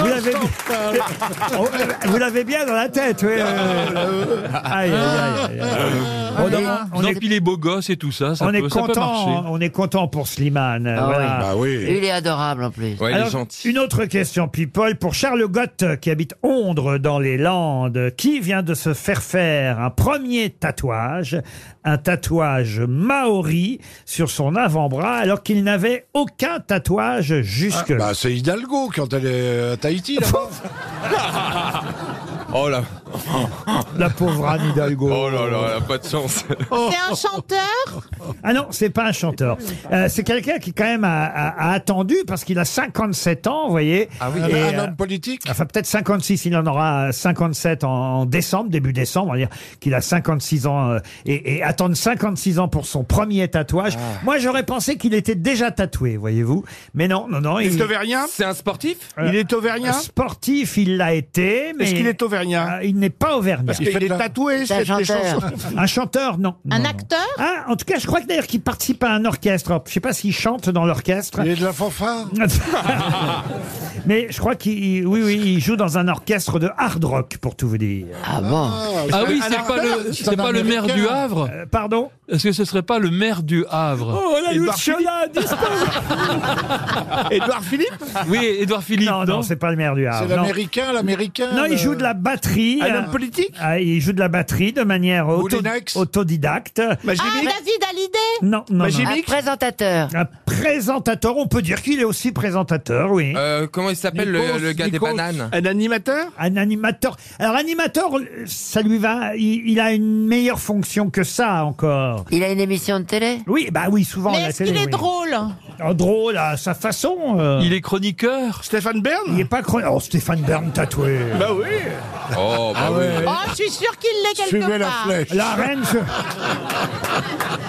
B: oui, oui. Vous l'avez bien- Oh, euh, vous l'avez bien dans la tête, oui. oui, oui. Aïe, aïe, aïe, aïe, aïe. On est- on est-
H: Non, puis les beaux gosses et tout ça, ça,
B: on,
H: peut,
B: est
H: ça peut marcher.
B: content, on est content pour Slimane.
H: Ah
B: voilà.
H: oui. Bah oui.
D: Il est adorable en plus.
B: Alors, Une autre question, People, pour Charles Gott, qui habite Ondre dans les Landes, qui vient de se faire faire un premier tatouage, un tatouage maori sur son avant-bras, alors qu'il n'avait aucun tatouage jusque.
C: Ah, bah, c'est Hidalgo quand elle est à Tahiti, là-bas.
I: Oh là
B: La pauvre Anne Hidalgo.
I: Oh là là, elle a pas de chance.
F: C'est un chanteur
B: Ah non, c'est pas un chanteur. Euh, c'est quelqu'un qui quand même a, a- a attendu parce qu'il a 57 ans, vous voyez.
C: Ah oui. Un- un homme
B: politique. Enfin peut-être 56, il en aura 57 en, en décembre, début décembre, on va dire qu'il a 56 ans euh, et, et attendre 56 ans pour son premier tatouage.
C: Ah.
B: Moi j'aurais pensé qu'il était déjà tatoué, voyez-vous. Mais non, non, non.
I: C'est un sportif
B: Euh, Sportif, il l'a été. mais-
I: Est-ce qu'il est
B: auvergnat Il n'est pas auvergnat.
I: Parce qu'il Il fait est de la- tatoué,
G: C'est un c'est des chanteur. chansons.
B: Un chanteur, non. Un acteur ah, En tout cas, je crois que d'ailleurs qu'il participe à un orchestre. Alors, Je ne sais pas s'il chante dans l'orchestre.
C: Il est de la fanfare
B: Mais je crois qu'il oui, oui, il joue dans un orchestre de hard rock, pour tout vous dire.
D: Ah bon
H: Ah oui, c'est pas le, c'est pas le maire du Havre
B: Euh, Pardon
H: Est-ce que ce serait pas le maire du Havre
B: Oh,
G: Édouard Philippe
H: Oui, Édouard Philippe.
B: Ah Non, non, c'est pas le maire du Havre.
C: C'est
B: non.
C: l'américain, l'américain.
B: Non,
C: le-
B: il joue de la batterie.
C: Un
B: euh,
C: homme politique
B: ah, Il joue de la batterie de manière auto-
C: Moulinex
B: autodidacte.
C: bah,
F: Ah, David Hallyday
B: Non, non, non.
D: Un présentateur.
B: Un présentateur, on peut dire qu'il est aussi présentateur, oui.
I: Euh, comment il s'appelle le, le gars des bananes
B: Un animateur Un animateur. Alors, animateur, ça lui va, il, il a une meilleure fonction que ça encore.
D: Il a une émission de télé
B: Oui, bah oui, souvent. à
F: Mais
B: la
F: est-ce qu'il
B: télé,
F: est
B: oui.
F: drôle
B: Oh, drôle à sa façon. euh.
H: Il est chroniqueur
G: Stéphane Bern
B: Il est pas chronique. Oh, Stéphane Bern tatoué.
G: Bah oui
I: Oh,
B: Ah
I: bah oui.
F: Oh, je suis sûr qu'il l'est quelque
C: Suivez la
F: part.
C: flèche.
B: La reine, sur-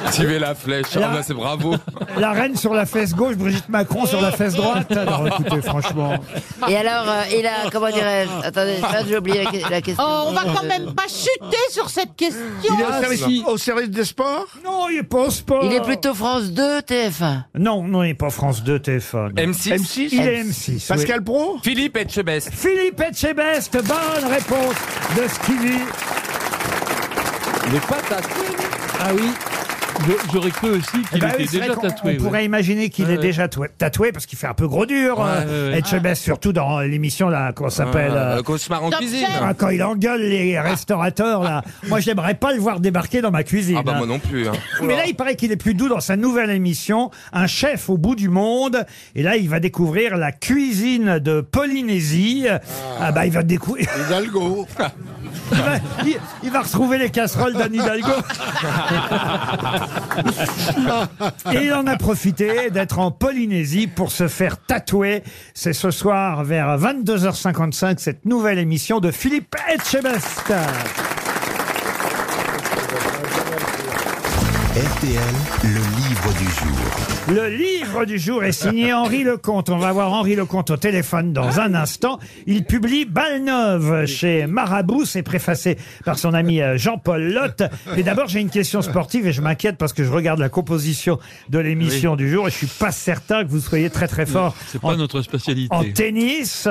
I: Activez la flèche. Ah, bah, c'est bravo.
B: la reine sur la fesse gauche, Brigitte Macron sur la fesse droite. Non, écoutez, franchement.
D: Et alors, euh, il a, comment dirais-je Attendez, là, j'ai oublié la, que- la question.
F: Oh, on va quand même pas chuter sur cette question.
G: Il est au service, au service des sports
B: Non, il est pas au sport.
D: Il est plutôt France 2, TF1.
B: Non, non, il n'est pas France 2 téléphone.
I: M6
G: M6
B: Il est M6. oui.
G: Pascal Pro
I: Philippe Etchebest.
B: Philippe Etchebest, bonne réponse de Stevie.
I: Il est pas tatoué.
B: Ah oui.
H: Je- J'aurais cru aussi qu'il
B: Eh ben oui,
H: était
B: c'est vrai
H: déjà
B: qu'on-
H: tatoué.
B: On pourrait imaginer qu'il
H: Ouais,
B: est
H: ouais.
B: déjà tou- tatoué parce qu'il fait un peu gros dur.
H: Ouais,
B: euh,
H: ouais, Ah. ouais.
B: Etchebest, surtout dans l'émission là, comment ça s'appelle
I: Ah,
B: euh,
I: Cauchemar en
F: Top
I: cuisine.
F: Chef.
B: ah, Quand il engueule les restaurateurs là.
H: Ah.
B: Moi, j'aimerais pas le voir débarquer dans ma cuisine.
I: Ah bah
B: hein.
I: moi non plus. hein.
B: Mais là, il paraît qu'il est plus doux dans sa nouvelle émission, Un chef au bout du monde. Et là, il va découvrir la cuisine de Polynésie. Ah, bah, il va découvrir.
C: Hidalgo.
B: Il va, il- il va retrouver les casseroles d'Anne Hidalgo. Et il en a profité d'être en Polynésie pour se faire tatouer. C'est ce soir vers 22h55 cette nouvelle émission de Philippe Etchebest.
A: RTL, le livre du jour.
B: Le livre du jour est signé Henri Lecomte. On va voir Henri Lecomte au téléphone dans un instant. Il publie Balle Neuve chez Marabout. C'est préfacé par son ami euh, Jean-Paul Lotte. Mais d'abord, j'ai une question sportive et je m'inquiète parce que je regarde la composition de l'émission du jour et je suis pas certain que vous soyez très très fort
H: C'est
B: en
H: pas notre spécialité.
B: en tennis,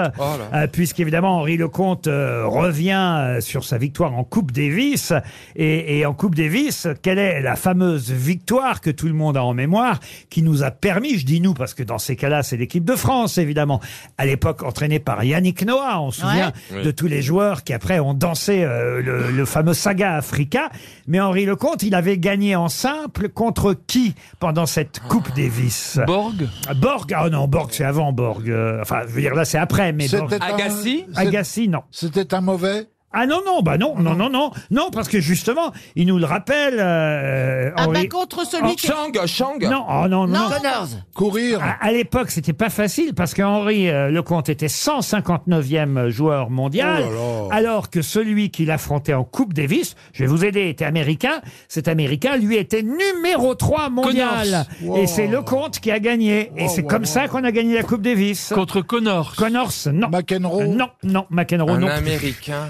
B: euh, puisqu'évidemment Henri Lecomte euh, revient euh, sur sa victoire en Coupe Davis. Et, et en Coupe Davis, quelle est la fameuse victoire que tout le monde a en mémoire, qui nous a permis, je dis nous, parce que dans ces cas-là, c'est l'équipe de France, évidemment, à l'époque entraînée par Yannick Noah, on se souvient
I: Ouais.
B: de tous les joueurs qui après ont dansé euh, le, le fameux Saga Africa. Mais Henri Lecomte, il avait gagné en simple contre qui pendant cette
F: Ah.
B: Coupe Davis
H: Borg
B: Borg, ah non, Borg, c'est avant Borg. Euh, enfin, je veux dire, là, c'est après, mais Borg.
C: C'était un-
I: Agassi
C: c'est-
B: Agassi, non.
C: C'était un mauvais
B: Ah non, non, bah non, non, non, non, non, parce que justement, il nous le rappelle. euh,
F: Ah bah
B: Henri-
F: contre celui qui...
I: Chang, Chang.
B: Non, oh,
F: Non.
B: non, non, non.
D: Connors.
C: Courir
B: À, à l'époque, c'était pas facile parce que Henri euh, Lecomte était 159e joueur mondial,
C: Oh là là.
B: alors que celui qu'il affrontait en Coupe Davis, je vais vous aider, était américain. Cet américain, lui, était numéro 3 mondial.
C: Connors.
B: Et
C: Wow.
B: c'est Lecomte qui a gagné. Et
C: Wow,
B: c'est
C: wow,
B: comme
C: wow.
B: ça qu'on a gagné la Coupe Davis.
H: Contre Connors.
B: Connors, non.
C: McEnroe
B: Non, non, McEnroe,
I: Un
B: non.
I: américain.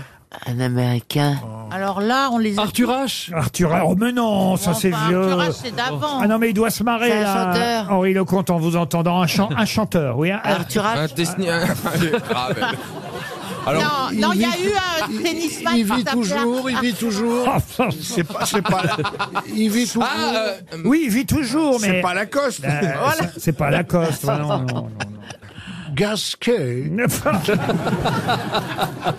D: Un Américain.
F: Alors là, on les a...
H: Arthur H.
B: Arthur, oh mais non, ça
F: Enfin,
B: c'est vieux.
F: Arthur H, c'est d'avant.
B: Ah non, mais il doit se marrer
D: C'est un
B: là.
D: chanteur.
B: Henri hein. Ah, Lecomte en vous entendant. Un, chan- un chanteur, oui. un-
D: Arthur
I: Un
D: H.
I: Disney. Grave.
F: non, non, il y a eu euh, un tennisman
C: Il
F: qui
C: vit
F: s'appelait-
C: toujours, il vit toujours.
B: Oh,
C: c'est pas, c'est pas. Il vit toujours.
B: Ah, oui, il vit toujours,
C: C'est
B: mais-
C: pas Lacoste.
B: Euh, c'est- C'est pas Lacoste. ouais, non, non, non.
C: Gasquet.
B: Ah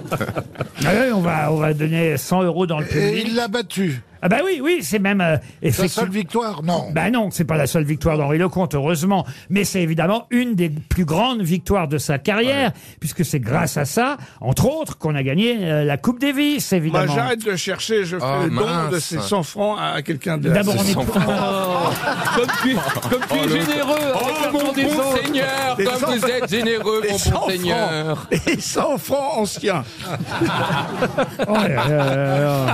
B: oui, on, va, on va donner 100 euros dans le public.
C: Et il l'a battu.
B: Ah bah oui, oui, c'est même... euh, effectivement-
C: seule victoire, non.
B: Bah non, c'est pas la seule victoire d'Henri Lecomte, heureusement. Mais c'est évidemment une des plus grandes victoires de sa carrière, puisque c'est grâce à ça, entre autres, qu'on a gagné euh, la Coupe Davis,
G: Moi,
B: évidemment.
G: Bah, j'arrête de chercher, je fais
B: Oh,
G: le don de
B: mince.
G: ces 100 francs à quelqu'un de.
B: D'abord, on
G: Ces
B: est-
G: 100 francs.
H: Comme tu, comme tu es généreux, avec
G: Oh, mon
H: l'argent des
G: bon
H: autres.
I: Seigneur,
G: Des
I: comme
G: cent-
I: vous êtes généreux,
G: des
I: mon bon
G: cent francs.
I: Seigneur.
G: Des 100 francs anciens.
B: Oh là là là là.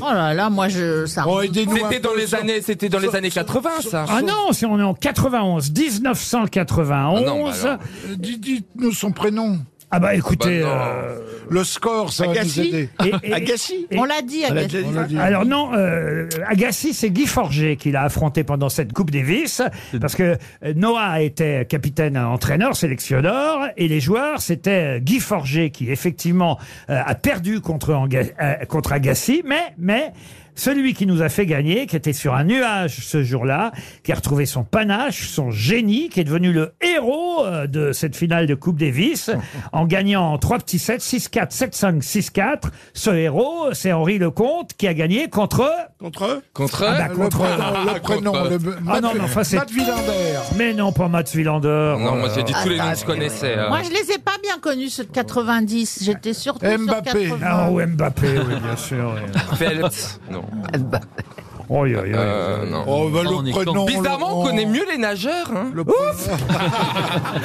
F: Oh
B: Ah,
F: là là, moi, je, ça
B: Oh,
I: C'était dans les années, c'était dans les années 80, ça.
B: Ah non, si on est en 91, 1991.
I: Ah non, bah alors.
C: Euh, dites- Dites-nous son prénom.
B: Ah bah écoutez,
C: Bah non.
B: euh,
C: Le score, ça
B: Agassi
C: va nous aider.
B: Et- et- et-
F: On l'a dit,
B: On l'a
F: Agassi.
B: déjà dit. Alors non, euh, Agassi, c'est Guy Forger qui l'a affronté pendant cette Coupe Davis, parce que euh, Noah était capitaine, euh, entraîneur, sélectionneur, et les joueurs, c'était euh, Guy Forger qui effectivement euh, a perdu contre, Anga- euh, contre Agassi, mais, mais celui qui nous a fait gagner, qui était sur un nuage ce jour-là, qui a retrouvé son panache, son génie, qui est devenu le héros euh, de cette finale de Coupe Davis, en gagnant en 3 petits sets, 6-4, 7-5, 6-4. Ce héros, c'est Henri Lecomte, qui a gagné contre...
G: Contre
I: Contre
B: Ah bah, contre-
C: le, prénom, le
B: Ah non, mais enfin, c'est-
C: Matt Wilander.
B: Mais non, pas Mats Wilander.
I: Non, moi j'ai dit tous les
B: Ah,
I: noms que je connaissais. euh.
F: Moi, je les ai pas bien connus, ceux de 90. J'étais surtout
C: Mbappé.
F: sur 80.
B: Ah oui, Mbappé, oui, bien sûr. oui.
I: Phelps. Non.
B: Oh, oui, oui, oui.
I: Euh, non.
C: Oh, bah, le
H: On est
C: prénom.
I: Bizarrement, on connaît mieux les nageurs. Hein.
C: Ouf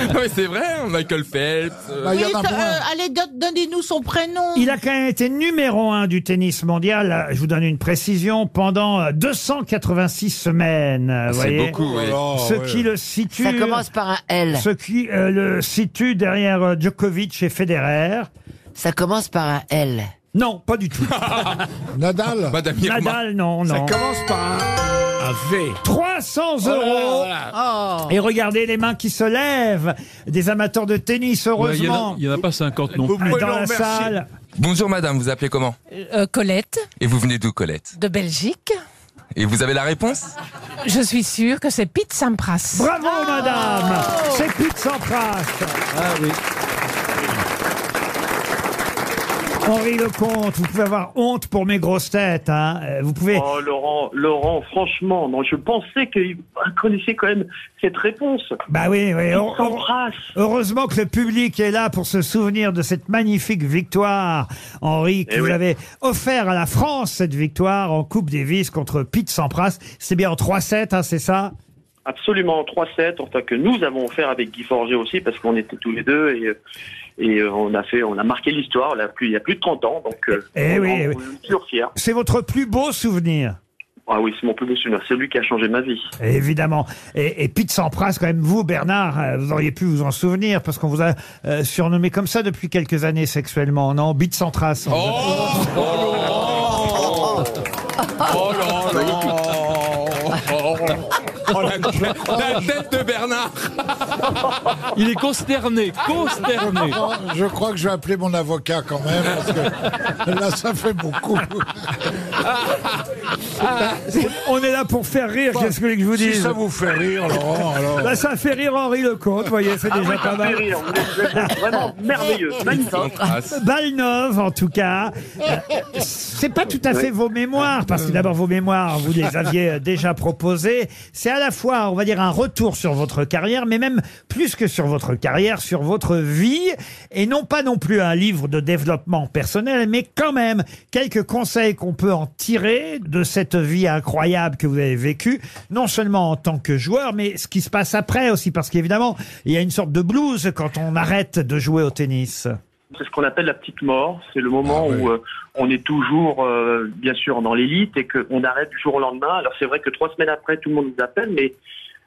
I: Non, mais c'est vrai, hein, Michael Phelps. euh,
C: Bah, il y
F: Oui,
C: en a
F: ça-
C: moins.
F: euh, allez, don- donnez-nous son prénom.
B: Il a quand même été numéro un du tennis mondial, euh, je vous donne une précision, pendant euh, 286 semaines. euh,
I: Ah, C'est
B: voyez.
I: beaucoup, oui.
C: Oh,
B: Ce
C: ouais.
B: qui le situe...
D: Ça commence par un L.
B: Ce qui euh, le situe derrière euh, Djokovic et Federer.
D: Ça commence par un L.
B: Non, pas du tout.
C: Nadal.
I: Madame Irma.
B: Nadal, non,
G: Ça
B: non.
G: commence par un, un V.
B: 300
G: Oh là
B: euros
G: là là là.
F: Oh.
B: Et regardez les mains qui se lèvent des amateurs de tennis,
H: Ouais, Il y en a-
B: heureusement.
H: il y en a pas 50 non
G: Vous
H: plus.
G: pouvez
B: Dans
G: le
B: la
G: remercier.
B: salle.
I: Bonjour madame, vous appelez comment
Q: Euh, Colette,
I: Et vous venez d'où, Colette
Q: de Belgique.
I: Et vous avez la réponse
Q: Je suis sûre que c'est Pete Sampras.
B: Bravo, madame Ah, C'est Pete Sampras Henri Lecomte, vous pouvez avoir honte pour mes grosses têtes. Hein. Euh, Vous pouvez...
N: Oh Laurent, Laurent, franchement, non, je pensais qu'il connaissait quand même cette réponse.
B: Bah oui, oui.
N: Il
B: on- on-
N: s'embrasse.
B: Heureusement que le public est là pour se souvenir de cette magnifique victoire, Henri, que
N: Eh
B: vous
N: oui.
B: avez offert à la France, cette victoire en Coupe Davis contre Pete Sampras. C'est bien en 3-7, hein, c'est ça
N: Absolument, en 3-7, enfin, que nous avons offert avec Guy Forger aussi, parce qu'on était tous les deux et, euh, et euh, on a fait, on a marqué l'histoire là, plus- il y a plus de 30 ans, donc euh,
B: Eh oui, eh oui.
N: on est toujours fiers.
B: C'est votre plus beau souvenir
N: Ah oui, c'est mon plus beau souvenir, c'est lui qui a changé ma vie.
B: Évidemment. Et, et Pete Sampras, quand même, vous, Bernard, euh, vous auriez pu vous en souvenir parce qu'on vous a euh, surnommé comme ça depuis quelques années sexuellement, non Pete Sampras. on vous a-
I: Oh non, la, tête de Bernard
H: Il est consterné, consterné.
C: Je crois que je vais appeler mon avocat quand même, parce que là, ça fait beaucoup.
B: Ah, On est là pour faire rire, qu'est-ce que vous voulez que je vous
C: Si
B: dise
C: ça vous fait rire, Laurent, alors... Ah
B: Là, ça fait rire Henri Lecomte, vous voyez, c'est déjà
N: Ah, oui,
B: pas
N: ça fait
B: mal.
N: rire, vous êtes- vous êtes vraiment merveilleux, magnifique.
B: Balle neuve, en tout cas. Euh, C'est pas tout à fait vos mémoires, parce que d'abord vos mémoires, vous les aviez euh, déjà proposées. C'est à la fois, on va dire, un retour sur votre carrière, mais même plus que sur votre carrière, sur votre vie, et non pas non plus un livre de développement personnel, mais quand même quelques conseils qu'on peut en tirer de cette vie incroyable que vous avez vécue, non seulement en tant que joueur, mais ce qui se passe après aussi, parce qu'évidemment, il y a une sorte de blues quand on arrête de jouer au tennis.
N: C'est ce qu'on appelle la petite mort. C'est le moment
C: Ah oui.
N: où euh, on est toujours, euh, bien sûr, dans l'élite et qu'on arrête du jour au lendemain. Alors c'est vrai que trois semaines après, tout le monde nous appelle, mais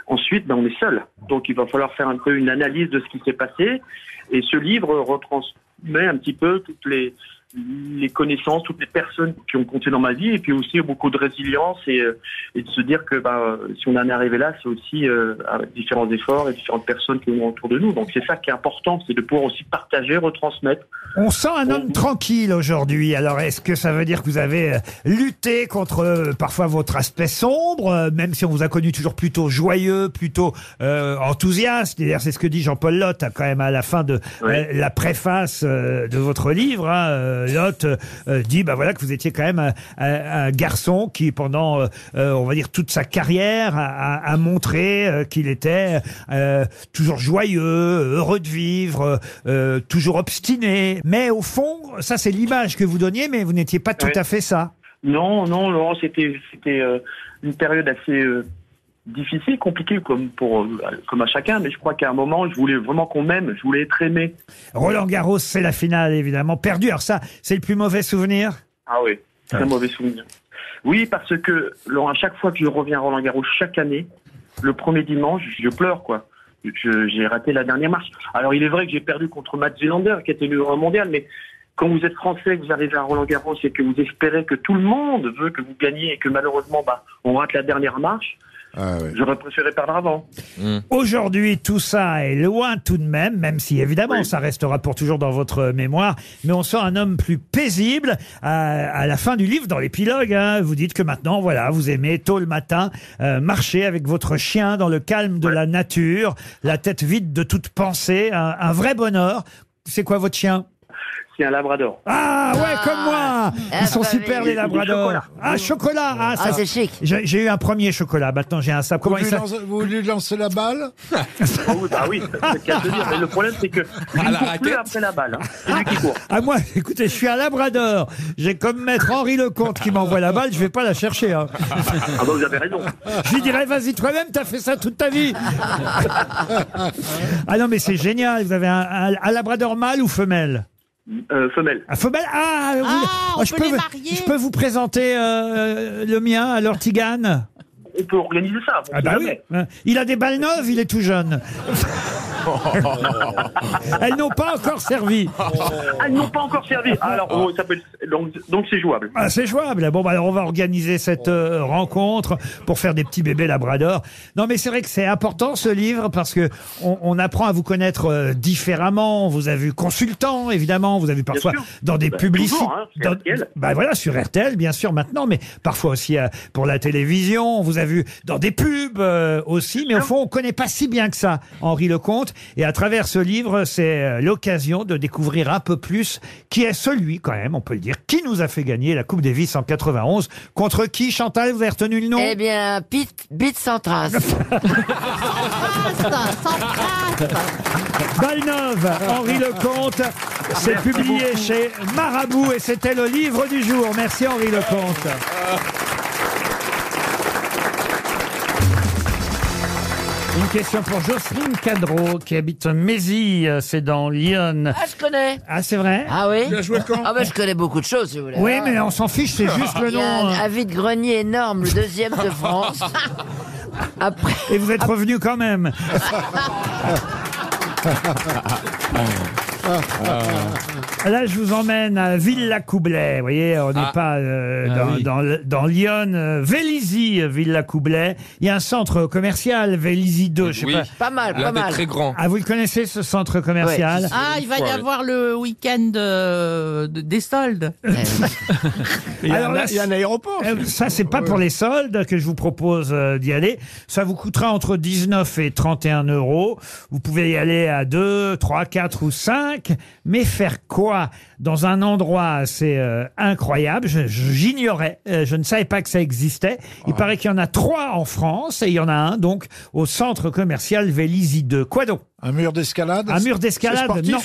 N: ensuite, ben, on est seul. Donc il va falloir faire un peu une analyse de ce qui s'est passé. Et ce livre retransmet un petit peu toutes les les connaissances, toutes les personnes qui ont compté dans ma vie, et puis aussi beaucoup de résilience et, euh, et de se dire que bah, si on en est arrivé là, c'est aussi euh, avec différents efforts et différentes personnes qui ont autour de nous. Donc c'est ça qui est important, c'est de pouvoir aussi partager, retransmettre.
B: On sent un homme tranquille aujourd'hui. Alors, est-ce que ça veut dire que vous avez euh, lutté contre euh, parfois votre aspect sombre, euh, même si on vous a connu toujours plutôt joyeux, plutôt euh, enthousiaste D'ailleurs, c'est ce que dit Jean-Paul Lotte hein, quand même à la fin de euh, la préface euh, de votre livre. hein. Euh, Lotte euh, dit bah voilà que vous étiez quand même un, un- un garçon qui pendant euh, euh, on va dire toute sa carrière a, a- a montré euh, qu'il était euh, toujours joyeux, heureux de vivre, euh, euh, toujours obstiné. Mais au fond, ça c'est l'image que vous donniez, mais vous n'étiez pas tout
N: Ouais.
B: à fait ça.
N: Non, non, Laurent, c'était c'était euh, une période assez euh, difficile, compliquée comme pour euh, comme à chacun, mais je crois qu'à un moment, je voulais vraiment qu'on m'aime, je voulais être aimé.
B: Roland Garros, c'est la finale évidemment perdue. Alors ça, c'est le plus mauvais souvenir.
N: Ah oui, très mauvais souvenir. Oui, parce que Laurent, à chaque fois que je reviens à Roland Garros, chaque année, le premier dimanche, je pleure quoi. Je- J'ai raté la dernière marche. Alors il est vrai que j'ai perdu contre Matt Zelander, qui était numéro un mondial, mais quand vous êtes français, que vous arrivez à Roland Garros et que vous espérez que tout le monde veut que vous gagniez et que malheureusement bah, on rate la dernière marche, j'aurais préféré perdre avant.
B: Hum. Aujourd'hui, tout ça est loin tout de même, même si évidemment ça restera pour toujours dans votre mémoire, mais on sent un homme plus paisible à, à la fin du livre, dans l'épilogue. hein, vous dites que maintenant, voilà, vous aimez tôt le matin euh, marcher avec votre chien dans le calme de la nature, la tête vide de toute pensée, un, un vrai bonheur. C'est quoi votre chien
N: C'est un labrador.
B: ah bah ouais, comme moi Ils sont super les labradors Ah, chocolat Ah, ça- J'ai j'ai eu un premier chocolat, maintenant j'ai un sable. Comment
C: vous,
B: il
C: lui
B: s'appelle
C: lancez, vous lui lancez la balle
N: Oui, bah oui, c'est le cas de le dire. Mais le problème, c'est que lui, il court plus après la balle. hein. C'est lui qui court.
B: Ah moi, écoutez, je suis un labrador. J'ai comme maître Henri Lecomte qui m'envoie la balle, je vais pas la chercher. hein.
N: Ah bah vous avez raison.
B: Je lui dirais, vas-y toi-même, t'as fait ça toute ta vie. ah non, mais c'est génial. Vous avez un, un- un labrador mâle ou femelle
N: Euh, femelle.
B: Un femelle Ah, vous- oh, je, peux, vous- je peux vous présenter euh, le mien, alors Tigane
N: On peut organiser ça. on
B: Ah
N: sait
B: bah oui.
N: jamais.
B: Il a des balles neuves, il est tout jeune. Elles n'ont pas encore servi.
N: Ah, ils n'ont pas encore servi.
L: Ah.
N: Alors, oh, on s'appelle. Donc, donc c'est jouable.
B: Ah, c'est jouable. Bon, bah, alors on va organiser cette euh, rencontre pour faire des petits bébés labrador. Non, mais c'est vrai que c'est important ce livre parce que on, on apprend à vous connaître euh, différemment. On vous a vu consultant, évidemment. On Vous avez parfois
N: sûr.
B: dans des
N: Bah,
B: publicités.
N: toujours, hein, sur
B: dans-
N: RTL.
B: bah voilà, sur RTL, bien sûr, maintenant, mais parfois aussi euh, pour la télévision. On vous a vu dans des pubs euh, aussi, mais au fond, on connaît pas si bien que ça Henri Lecomte. Et à travers ce livre, c'est euh, l'occasion de découvrir un peu plus qui est celui, quand même, on peut le dire, qui nous a fait gagner la Coupe Davis en 91. Contre qui, Chantal, vous avez retenu le nom
D: Eh bien, Pete, Pete sans trace.
F: Ah,
B: Balneuve, Henri Lecomte. C'est
D: Ah, Merci
B: publié
D: beaucoup.
B: chez Marabout et c'était le livre du jour. Merci Henri Lecomte.
G: Ah.
B: Une question pour Jocelyne Cadreau qui habite Mézy, euh, c'est dans Lyon.
D: Ah, je connais.
B: Ah, c'est vrai
D: Ah oui Ah ben, je connais beaucoup de choses, si vous voulez.
B: Oui, mais on s'en fiche, c'est juste le
D: Il y a
B: nom,
D: un
B: hein.
D: avis de grenier énorme, le deuxième de France. Après...
B: Et vous êtes revenu quand même. Là, je vous emmène à Villa-Coublet. Vous voyez, on n'est
R: Ah.
B: pas euh,
R: Ah
B: dans,
R: oui.
B: dans le- dans Lyon. Euh, Vélizy, euh, Villa-Coublet. Il y a un centre commercial, Vélizy 2. je sais
I: Oui. Pas mal, L'un pas des mal. très grands.
B: Ah, vous le connaissez, ce centre commercial
F: Ah, il va y avoir le week-end euh, de- des soldes.
B: Il y a
G: un- il y a un
B: aéroport. Euh, Ça, c'est pas pour les soldes que je vous propose euh, d'y aller. Ça vous coûtera entre 19 et 31 euros. Vous pouvez y aller à 2, 3, 4 ou 5. Mais faire quoi dans un endroit assez euh, incroyable Je- je- J'ignorais. Euh, je ne savais pas que ça existait. Il paraît qu'il y en a trois en France et il y en a un donc au centre commercial Vélizy 2. Quoi donc
C: Un mur d'escalade
B: Un mur
C: C'est
B: d'escalade
C: sportif
B: Non.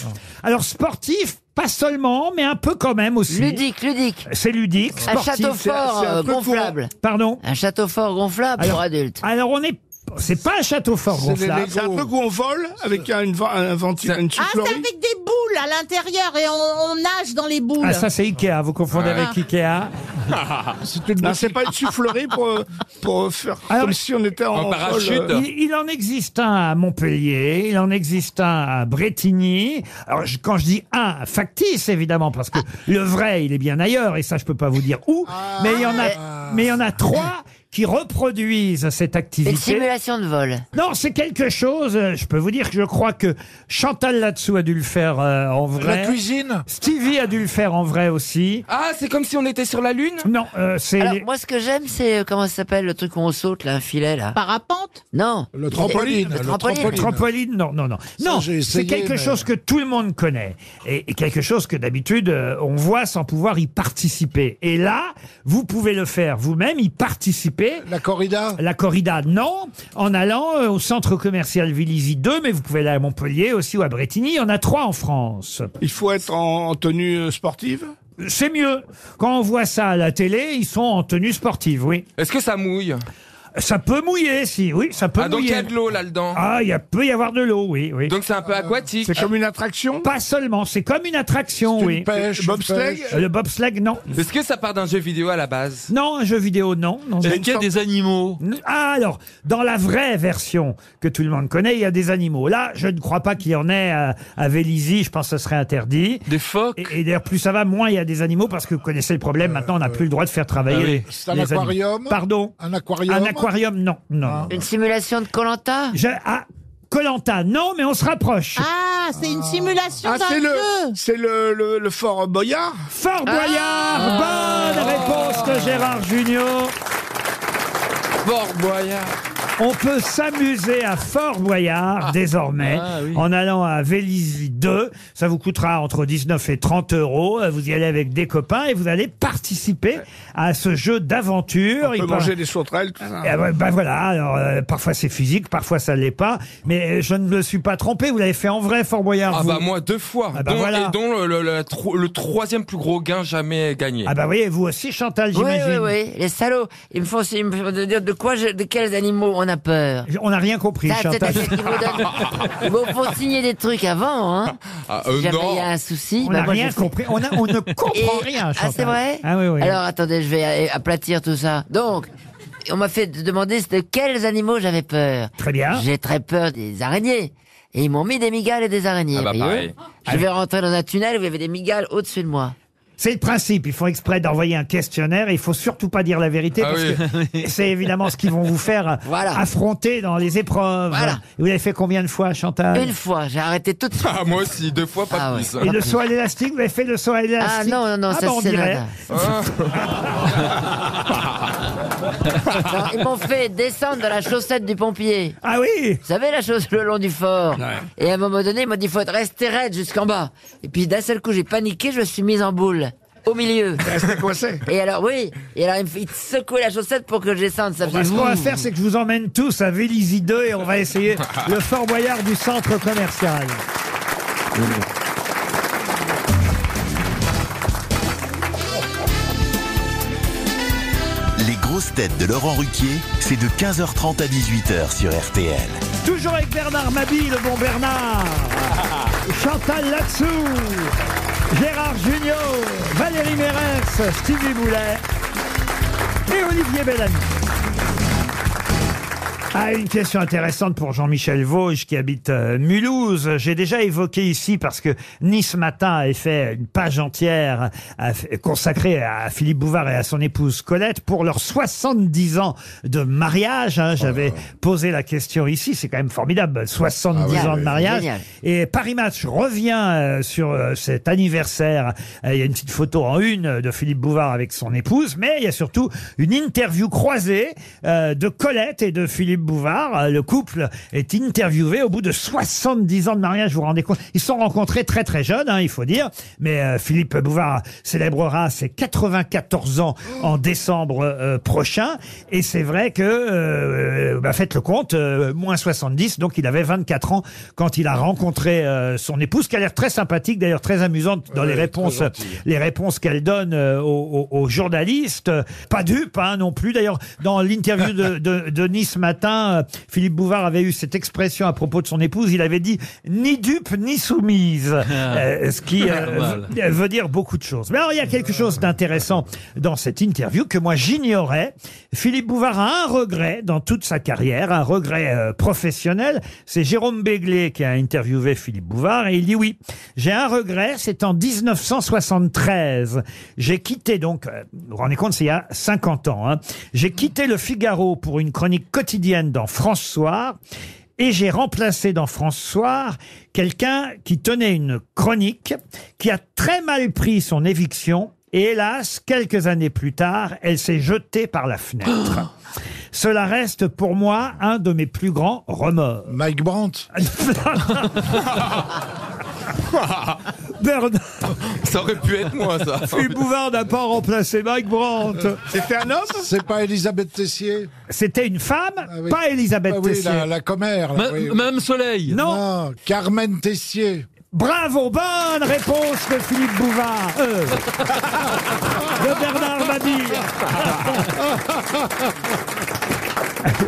B: Alors sportif, pas seulement, mais un peu quand même aussi.
D: Ludique, ludique.
B: C'est ludique.
D: Un
B: sportif.
D: château fort euh, gonflable.
B: Pardon
D: Un château fort gonflable
B: Alors-
D: pour adultes.
B: Alors on est. C'est pas un château fort
G: C'est les-
B: gonflable.
G: les- c'est un truc où on vole avec un, une, va- un venti- une
F: Ah, c'est
G: soufflerie.
F: avec des boules à l'intérieur et on, on nage dans les boules.
B: Ah, ça c'est Ah, Ikea, vous confondez
G: Ouais.
B: avec Ikea.
G: c'est Non, Ah. c'est pas une soufflerie pour, euh, pour faire
B: Ah,
G: comme si on était en, vol, euh,
B: Il, il en existe un à Montpellier, il en existe un à Bretigny. Alors, je- quand je dis un, factice évidemment, parce que
D: Ah.
B: le vrai, il est bien ailleurs, et ça, je peux pas vous dire où. Mais il y en
D: Ah.
B: a, mais il y en a trois qui reproduisent cette activité.
D: Une simulation de vol.
B: Non, c'est quelque chose. euh, Je peux vous dire que je crois que Chantal là-dessous a dû le faire euh, en vrai.
C: cuisine.
B: Stevie a dû le faire en vrai aussi.
D: Ah, c'est comme si on était sur la Lune
B: Non, euh, c'est.
D: Alors, moi, ce que j'aime, c'est. euh, Comment ça s'appelle le truc où on saute, là, un filet, là
F: Parapente
D: Non.
B: Le
D: trampoline, Le le trampoline. trampoline.
B: trampoline, non, non, non. non,
D: j'ai essayé,
B: c'est quelque
D: mais-
B: chose que tout le monde connaît. Et, et quelque chose que d'habitude, euh, on voit sans pouvoir y participer. Et là, vous pouvez le faire vous-même, y participer.
C: La corrida
B: La corrida, non. En allant euh, au centre commercial Villizy 2, mais vous pouvez aller à Montpellier aussi ou à Bretigny. Il y en a trois en France.
G: Il faut être en, en tenue euh, sportive
B: C'est mieux. Quand on voit ça à la télé, ils sont en tenue sportive, oui.
I: Est-ce que ça mouille
B: Ça peut mouiller, si, oui, ça peut
I: Ah, donc il
B: mouiller.
I: y a de l'eau là-dedans.
B: Ah, il y a- peut y avoir de l'eau, oui, oui.
I: Donc c'est un peu aquatique.
B: C'est comme
G: une attraction
B: Pas seulement, c'est comme une attraction,
I: C'est une
B: oui.
I: pêche, Le bobsleigh une pêche.
B: Le bobsleigh, non.
I: Est-ce que ça part d'un jeu vidéo à la base
B: Non, un jeu vidéo, non. non
I: Est-ce qu'il y a
B: des
H: animaux
B: Ah, alors, dans la vraie version que tout le monde connaît, il y a des animaux. Là, je ne crois pas qu'il y en ait à, à Vélizy, je pense que ce serait interdit.
H: Des phoques
B: Et, et d'ailleurs, plus ça va, moins il y a des animaux, parce que vous connaissez le problème, maintenant on n'a plus le droit de faire travailler.
H: Ah oui.
B: les-
C: C'est un
B: les animaux.
C: aquarium
B: Pardon
C: Un aquarium
B: Un aquarium, non. non.
D: Une simulation de Colanta
B: Ah, Colanta, non, mais on se rapproche.
F: Ah, c'est une simulation
G: Ah,
F: d'un
G: c'est le,
F: jeu.
G: c'est le, le, le fort Boyard Ah.
B: Fort Boyard Bonne réponse de Gérard Junior.
I: Fort Boyard.
B: On peut s'amuser à Fort Boyard
I: Ah.
B: désormais en allant à Vélizy 2. Ça vous coûtera entre 19 et 30 euros. Vous y allez avec des copains et vous allez participer à ce jeu d'aventure.
G: On peut
B: Il paraît-
G: manger des sauterelles, tout ça.
B: Eh ben, ben voilà, alors euh, parfois c'est physique, parfois ça l'est pas, mais euh, je ne me suis pas trompé, vous l'avez fait en vrai Fort Boyard.
I: Ah
B: vous.
I: bah moi deux fois,
B: Ah bah
I: dont,
B: voilà.
I: et dont le, le- le tro- le troisième plus gros gain jamais gagné.
B: Ah bah voyez, vous aussi Chantal,
D: Oui,
B: j'imagine.
D: oui, oui. Les salauds, ils me font, ils me font dire de quoi, je- de quels animaux on a peur.
B: On n'a rien compris,
D: Ça, peut-être
B: Chantal.
D: parce qu'ils vous donnent- Ils vous font signer des trucs avant, hein.
I: Ah,
D: si
I: euh,
D: jamais
I: non.
D: il y a un souci.
B: On
D: bah,
B: n'a
D: moi, je
B: rien
D: sais.
B: compris. On, a- on ne comprend
D: Et-
B: rien.
D: Ah, c'est
B: Chantal.
D: vrai
B: Ah oui, oui.
D: Alors, attendez, je vais euh, aplatir tout ça. Donc, on m'a fait demander de quels animaux j'avais peur.
B: Très bien.
D: J'ai très peur des araignées. Et ils m'ont mis des migales et des araignées.
I: Ah bah,
D: voyez.
I: pareil.
D: Je vais rentrer dans un tunnel où il y avait des migales au-dessus de moi.
B: C'est le principe. Ils font exprès d'envoyer un questionnaire. et Il faut surtout pas dire la vérité
D: Ah
B: parce
D: oui.
B: que c'est évidemment ce qu'ils vont vous faire euh, affronter dans les épreuves. Et Vous l'avez fait combien de fois, Chantal
D: Une fois, j'ai arrêté tout de suite.
I: Euh, Ah moi aussi, deux fois pas plus. hein.
B: Et le saut à l'élastique, vous avez fait le saut à l'élastique
D: Ah, non, non, non, ça,
B: bah, on
D: c'est
B: dirait.
D: nada.
R: Ah.
D: Non, ils m'ont fait descendre dans la chaussette du pompier.
B: Ah oui
D: Vous savez, la chose le long du fort. Et à un moment donné, il m'a dit, faut être resté raide jusqu'en bas. Et puis d'un seul coup, j'ai paniqué, je me suis mise en boule. Au milieu. Et alors, oui. Et alors, il me fait- il secouait la chaussette pour que je descende. Ça
B: Bah,
D: faisait
B: ce qu'on va
D: vroom.
B: faire, c'est que je vous emmène tous à Vélizy 2 et on va essayer le Fort Boyard du centre commercial.
A: Les grosses têtes de Laurent Ruquier, c'est de 15h30 à 18h sur RTL.
B: Toujours avec Bernard Mabille, le bon Bernard. Chantal Latsou. Gérard Junior. Valérie Mérès. Stevie Boulet. Et Olivier Bellamy. Ah, une question intéressante pour Jean-Michel Vosges qui habite euh, Mulhouse. J'ai déjà évoqué ici parce que Nice Matin avait fait une page entière à- consacrée à Philippe Bouvard et à son épouse Colette pour leurs 70 ans de mariage. hein. J'avais posé la question ici, c'est quand même formidable, 70
D: Ah oui,
B: ans de
D: oui,
B: mariage.
D: génial.
B: Et Paris Match revient euh, sur euh, cet anniversaire. Euh, Il y a une petite photo en une euh, de Philippe Bouvard avec son épouse, mais il y a surtout une interview croisée euh, de Colette et de Philippe Bouvard. Euh, Le couple est interviewé au bout de 70 ans de mariage, vous vous rendez compte Ils se sont rencontrés très très jeunes, hein, il faut dire, mais euh, Philippe Bouvard célébrera ses 94 ans en décembre euh, prochain. Et c'est vrai que, euh, bah, faites le compte, euh, moins 70, donc il avait 24 ans quand il a rencontré euh, son épouse, qui a l'air très sympathique, d'ailleurs très amusante dans les réponses, les réponses qu'elle donne euh, aux, aux- aux journalistes. Pas dupe hein, non plus. D'ailleurs, dans l'interview de, de, de Nice ce matin, matin, euh, Philippe Bouvard avait eu cette expression à propos de son épouse. Il avait dit ni dupe ni soumise, Euh, ce qui euh,
H: Normal.
B: v- veut dire beaucoup de choses. Mais alors, il y a quelque chose d'intéressant dans cette interview que moi j'ignorais. Philippe Bouvard a un regret dans toute sa carrière, un regret euh, professionnel. C'est Jérôme Béglé qui a interviewé Philippe Bouvard et il dit oui, j'ai un regret, c'est en 1973. J'ai quitté donc, euh, vous vous rendez compte, c'est il y a 50 ans, hein. j'ai quitté le Figaro pour une chronique quotidienne dans France Soir. Et j'ai remplacé dans France Soir quelqu'un qui tenait une chronique, qui a très mal pris son éviction. Et hélas, quelques années plus tard, elle s'est jetée par la fenêtre. Cela reste pour moi un de mes plus grands remords. Mike Brandt Bernard
I: Ça aurait pu être moi, ça.
B: Philippe Bouvard n'a pas remplacé Mike Brandt.
C: C'était un homme C'est pas Elisabeth Tessier
B: C'était une femme,
C: oui.
B: pas Elisabeth
C: Ah oui,
B: Tessier.
C: la- la commère, là, Ma- oui, oui. Madame
H: Soleil.
B: Non.
C: Carmen Tessier.
B: Bravo, bonne réponse de Philippe Bouvard. Euh, de Bernard Mabille.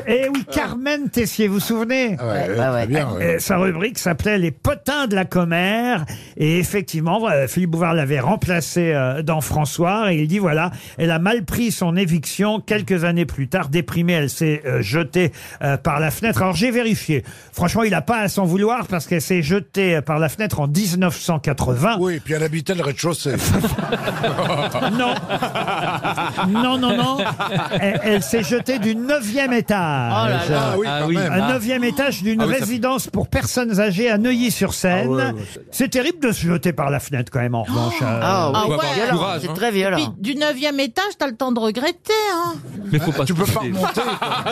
B: Eh oui, Carmen Tessier, vous vous souvenez
C: Ah ouais, Ouais, ouais, très bien, ouais.
B: Euh, Sa rubrique s'appelait Les potins de la commère. Et effectivement, voilà, Philippe Bouvard l'avait remplacée euh, dans François. Et il dit voilà, elle a mal pris son éviction. Quelques années plus tard, déprimée, elle s'est euh, jetée euh, par la fenêtre. Alors j'ai vérifié. Franchement, il n'a pas à s'en vouloir parce qu'elle s'est jetée euh, par la fenêtre en 1980.
C: Oui, puis elle habitait le rez-de-chaussée.
B: non. Non, non, non. Elle, elle s'est jetée du neuvième étage.
C: Oh là là. Ah oui, quand Ah oui. même.
B: Un neuvième étage d'une
C: Ah oui, ça- Ah
B: résidence pour personnes âgées à Neuilly-sur-Seine. C'est terrible de se jeter par la fenêtre quand même, en revanche. euh.
C: Ah
D: Ah
F: Ah
C: bah,
B: hein.
F: Puis, du neuvième étage, t'as le temps de regretter, hein.
B: Mais faut pas
C: tu peux pas
B: sauter.
C: remonter.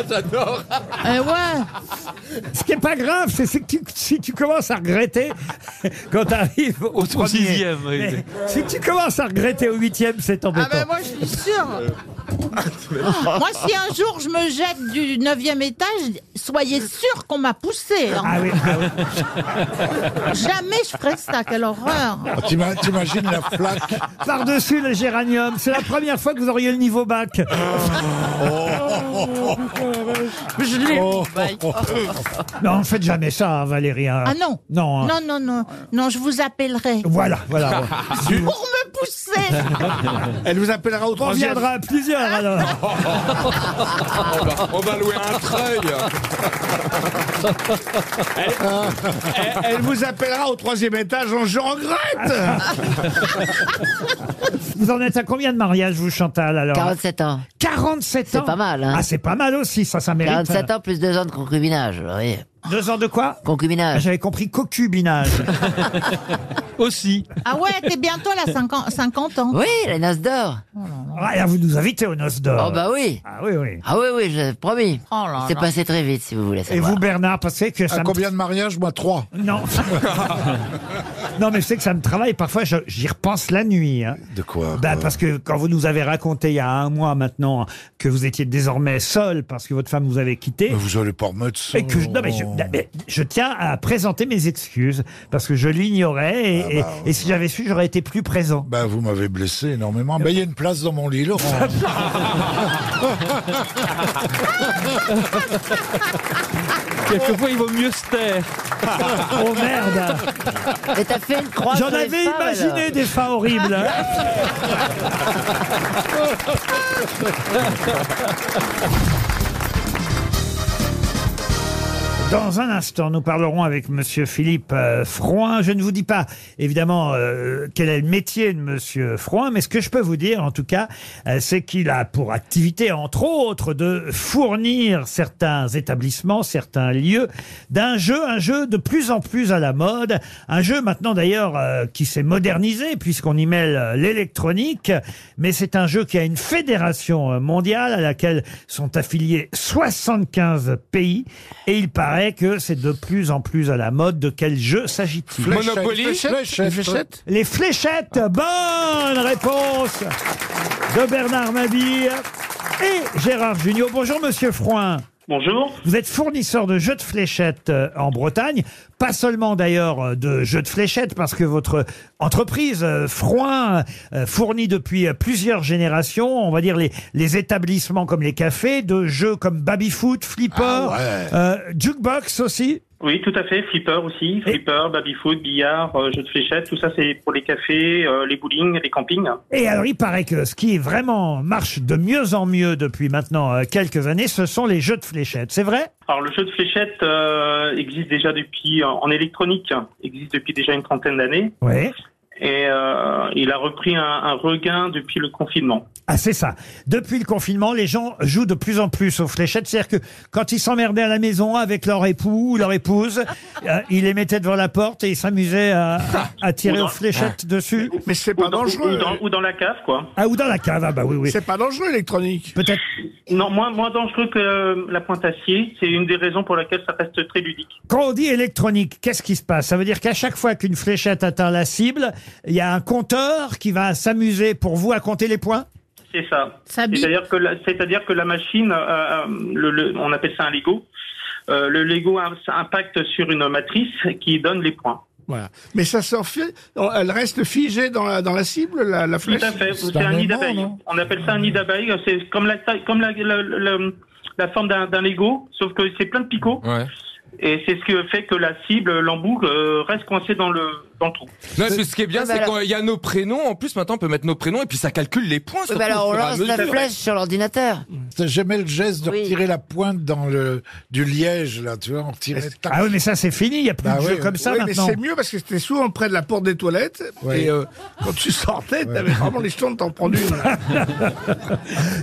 I: J'adore.
F: Eh ouais.
B: Ce qui est pas grave, c'est c'est que tu- si tu commences à regretter quand tu arrives au, premier.
H: sixième, oui.
B: Mais Si tu commences à regretter au huitième, c'est embêtant.
F: Ah ben moi, je suis sûre. Oh, moi, si un jour je me jette du neuvième étage, soyez sûr qu'on m'a poussé. hein.
B: Ah oui, ah oui.
F: Jamais je ferais ça, quelle horreur.
D: Ah,
C: T'imagines la flaque
B: Par-dessus le géranium. C'est la première fois que vous auriez le niveau bac.
C: Euh.
F: Je l'ai.
B: Non, ne faites jamais ça, hein, Valérie. hein.
F: Ah non.
B: Non. hein.
F: Non, non, non. Non, je vous appellerai.
B: Voilà, voilà.
F: Pour me pousser.
C: Elle vous appellera au
B: On
C: troisième.
B: viendra à plusieurs alors.
I: on, va, on va louer un treuil.
G: Elle, elle- elle vous appellera au troisième étage en je regrette
B: Vous en êtes à combien de mariages, vous, Chantal, alors
D: 47 ans.
B: 47 ans
D: C'est pas mal, hein.
B: Ah, c'est pas mal aussi, ça, ça mérite.
D: 47 ans plus 2 ans de concubinage, vous voyez.
B: Deux ans de quoi Ah,
D: Concubinage.
B: J'avais compris cocubinage.
H: Aussi.
F: Ah ouais, t'es bientôt à la 50, 50 ans.
D: Oui, les noces d'or.
B: Ah, là, vous nous invitez aux noces d'or.
D: Oh bah oui.
B: Ah oui, oui.
D: Ah oui, oui, je promis.
F: Oh là
D: C'est
F: là.
D: passé très vite, si vous voulez
B: Et
D: savoir.
B: vous, Bernard, parce que ça
C: À
B: me-
C: combien de mariages Moi, trois.
B: Non. non, mais c'est que ça me travaille. Parfois, je- j'y repense la nuit. hein.
C: De quoi euh
B: Bah, parce que quand vous nous avez raconté il y a un mois maintenant que vous étiez désormais seul parce que votre femme vous avait quitté.
C: Mais vous allez pas remettre ça.
B: Et que je, non, mais je,
C: Ah,
B: non, mais je tiens à présenter mes excuses parce que je l'ignorais et, et- et si j'avais su, j'aurais été plus présent.
C: Bah, vous m'avez blessé énormément. Bah, il y a une place dans mon lit, Laurent.
H: Quelquefois, il vaut mieux se taire.
B: Oh merde
D: Et t'as fait une croix
B: J'en
D: sur les
B: avais
D: femmes,
B: imaginé
D: alors.
B: des fins horribles. hein. Dans un instant, nous parlerons avec Monsieur Philippe euh, Frouin. Je ne vous dis pas, évidemment, euh, quel est le métier de Monsieur Frouin, mais ce que je peux vous dire, en tout cas, euh, c'est qu'il a pour activité, entre autres, de fournir certains établissements, certains lieux, d'un jeu, un jeu de plus en plus à la mode, un jeu maintenant d'ailleurs euh, qui s'est modernisé puisqu'on y mêle euh, l'électronique, mais c'est un jeu qui a une fédération euh, mondiale à laquelle sont affiliés 75 pays et il paraît que c'est de plus en plus à la mode. De quel jeu s'agit-il
C: Fléchette, Monopoly fléchette, fléchette. Les fléchettes
B: Les fléchettes. Bonne réponse de Bernard Mabille et Gérard Junior. Bonjour Monsieur Froin.
R: Bonjour.
B: Vous êtes fournisseur de jeux de fléchettes euh, en Bretagne. Pas seulement d'ailleurs euh, de jeux de fléchettes, parce que votre entreprise, euh, Froin, euh, fournit depuis euh, plusieurs générations, on va dire les, les établissements comme les cafés, de jeux comme Babyfoot, Flipper, euh, Jukebox aussi.
R: Oui, tout à fait. Flipper aussi. Flipper, baby-foot, billard, euh, jeux de fléchettes, tout ça c'est pour les cafés, euh, les bowling, les campings.
B: Et alors, il paraît que ce qui vraiment marche de mieux en mieux depuis maintenant euh, quelques années, ce sont les jeux de fléchettes. C'est vrai
R: Alors le jeu de fléchettes euh, existe déjà depuis, en électronique, hein, existe depuis déjà une trentaine d'années.
B: Oui.
R: Et euh, il a repris un, un regain depuis le confinement.
B: Ah, c'est ça. Depuis le confinement, les gens jouent de plus en plus aux fléchettes. C'est-à-dire que quand ils s'emmerdaient à la maison avec leur époux ou leur épouse, euh, ils les mettaient devant la porte et ils s'amusaient à,
G: Ah,
B: à tirer
R: Ou dans-
B: aux fléchettes dessus.
G: Mais c'est pas dangereux.
R: Ou dans, ou dans la cave, quoi.
B: Ah, ou dans la cave, ah bah oui, oui.
G: C'est pas dangereux l'électronique.
B: Peut-être.
R: Non, moins, moins dangereux que euh, la pointe acier. C'est une des raisons pour laquelle ça reste très ludique.
B: Quand on dit électronique, qu'est-ce qui se passe Ça veut dire qu'à chaque fois qu'une fléchette atteint la cible, il y a un compteur qui va s'amuser pour vous à compter les points
R: C'est ça. C'est-à-dire que, la- c'est-à-dire que la machine, euh, euh, le- le- on appelle ça un Lego. Euh, le Lego a- ça impacte sur une matrice qui donne les points.
G: Voilà. Mais ça sort fi- elle reste figée dans la, dans la cible, la, la
R: Tout
G: flèche
R: à fait. C'est un nid d'abeille. On appelle ça un nid d'abeille. C'est comme la taille, comme la, la- la- la forme d'un, d'un Lego, sauf que c'est plein de picots. Et c'est ce qui fait que la cible, l'embout, euh, reste coincée dans le, dans le trou.
I: Non, parce que ce qui est
D: Eh
I: bien,
D: ben
I: c'est qu'il y a nos prénoms. En plus, maintenant, on peut mettre nos prénoms et puis ça calcule les points.
D: Oui, bah alors on lance la flèche sur l'ordinateur.
C: J'aimais le geste de retirer la pointe dans le du liège là, tu vois, on retirait.
B: Ah oui, mais ça c'est fini, il y a plus
C: Bah
B: de
C: oui,
B: jeux comme ça
G: Oui,
B: maintenant.
G: Mais c'est mieux parce que c'était souvent près de la porte des toilettes.
B: Ouais.
G: Et euh, quand tu sortais, t'avais vraiment les jetons de t'en prendre une.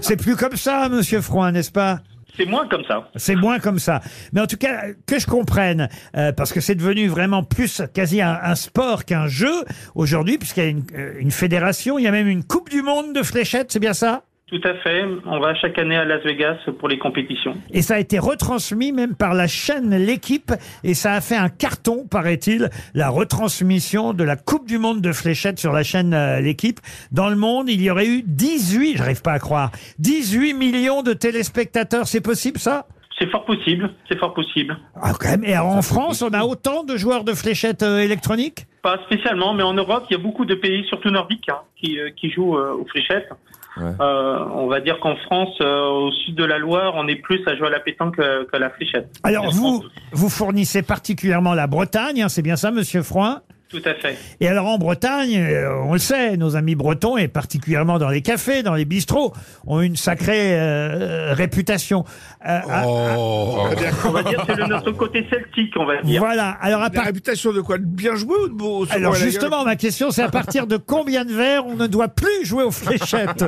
B: C'est plus comme ça, monsieur Froin, n'est-ce pas
R: C'est moins comme ça.
B: C'est moins comme ça. Mais en tout cas, que je comprenne, euh, parce que c'est devenu vraiment plus quasi un, un sport qu'un jeu aujourd'hui, puisqu'il y a une, euh, une fédération, il y a même une Coupe du Monde de fléchettes, c'est bien ça
R: Tout à fait. On va chaque année à Las Vegas pour les compétitions.
B: Et ça a été retransmis même par la chaîne L'équipe, et ça a fait un carton, paraît-il, la retransmission de la Coupe du Monde de fléchettes sur la chaîne euh, L'équipe. Dans le monde, il y aurait eu 18, j'arrive pas à croire, 18 millions de téléspectateurs, c'est possible ça
R: C'est fort possible, c'est fort possible.
B: Ah, quand même. Et alors, en France, on a autant de joueurs de fléchettes euh, électroniques
R: Pas spécialement, mais en Europe, il y a beaucoup de pays, surtout nordiques, hein, qui, euh, qui jouent euh, aux fléchettes. Euh, on va dire qu'en France, euh, au sud de la Loire, on est plus à jouer à la pétanque que, que à la fléchette.
B: Alors, vous, vous fournissez particulièrement la Bretagne, hein, c'est bien ça, monsieur Froin
R: Tout à fait.
B: Et alors en Bretagne, euh, on le sait, nos amis bretons, et particulièrement dans les cafés, dans les bistrots, ont une sacrée euh, réputation. Euh, à- à-
R: On va dire que c'est le- notre côté celtique, on va dire.
B: Voilà. Alors à
R: La
B: part...
G: réputation de quoi De bien jouer ou de beau
B: Alors justement, ma question, c'est à partir de combien de verres on ne doit plus jouer aux fléchettes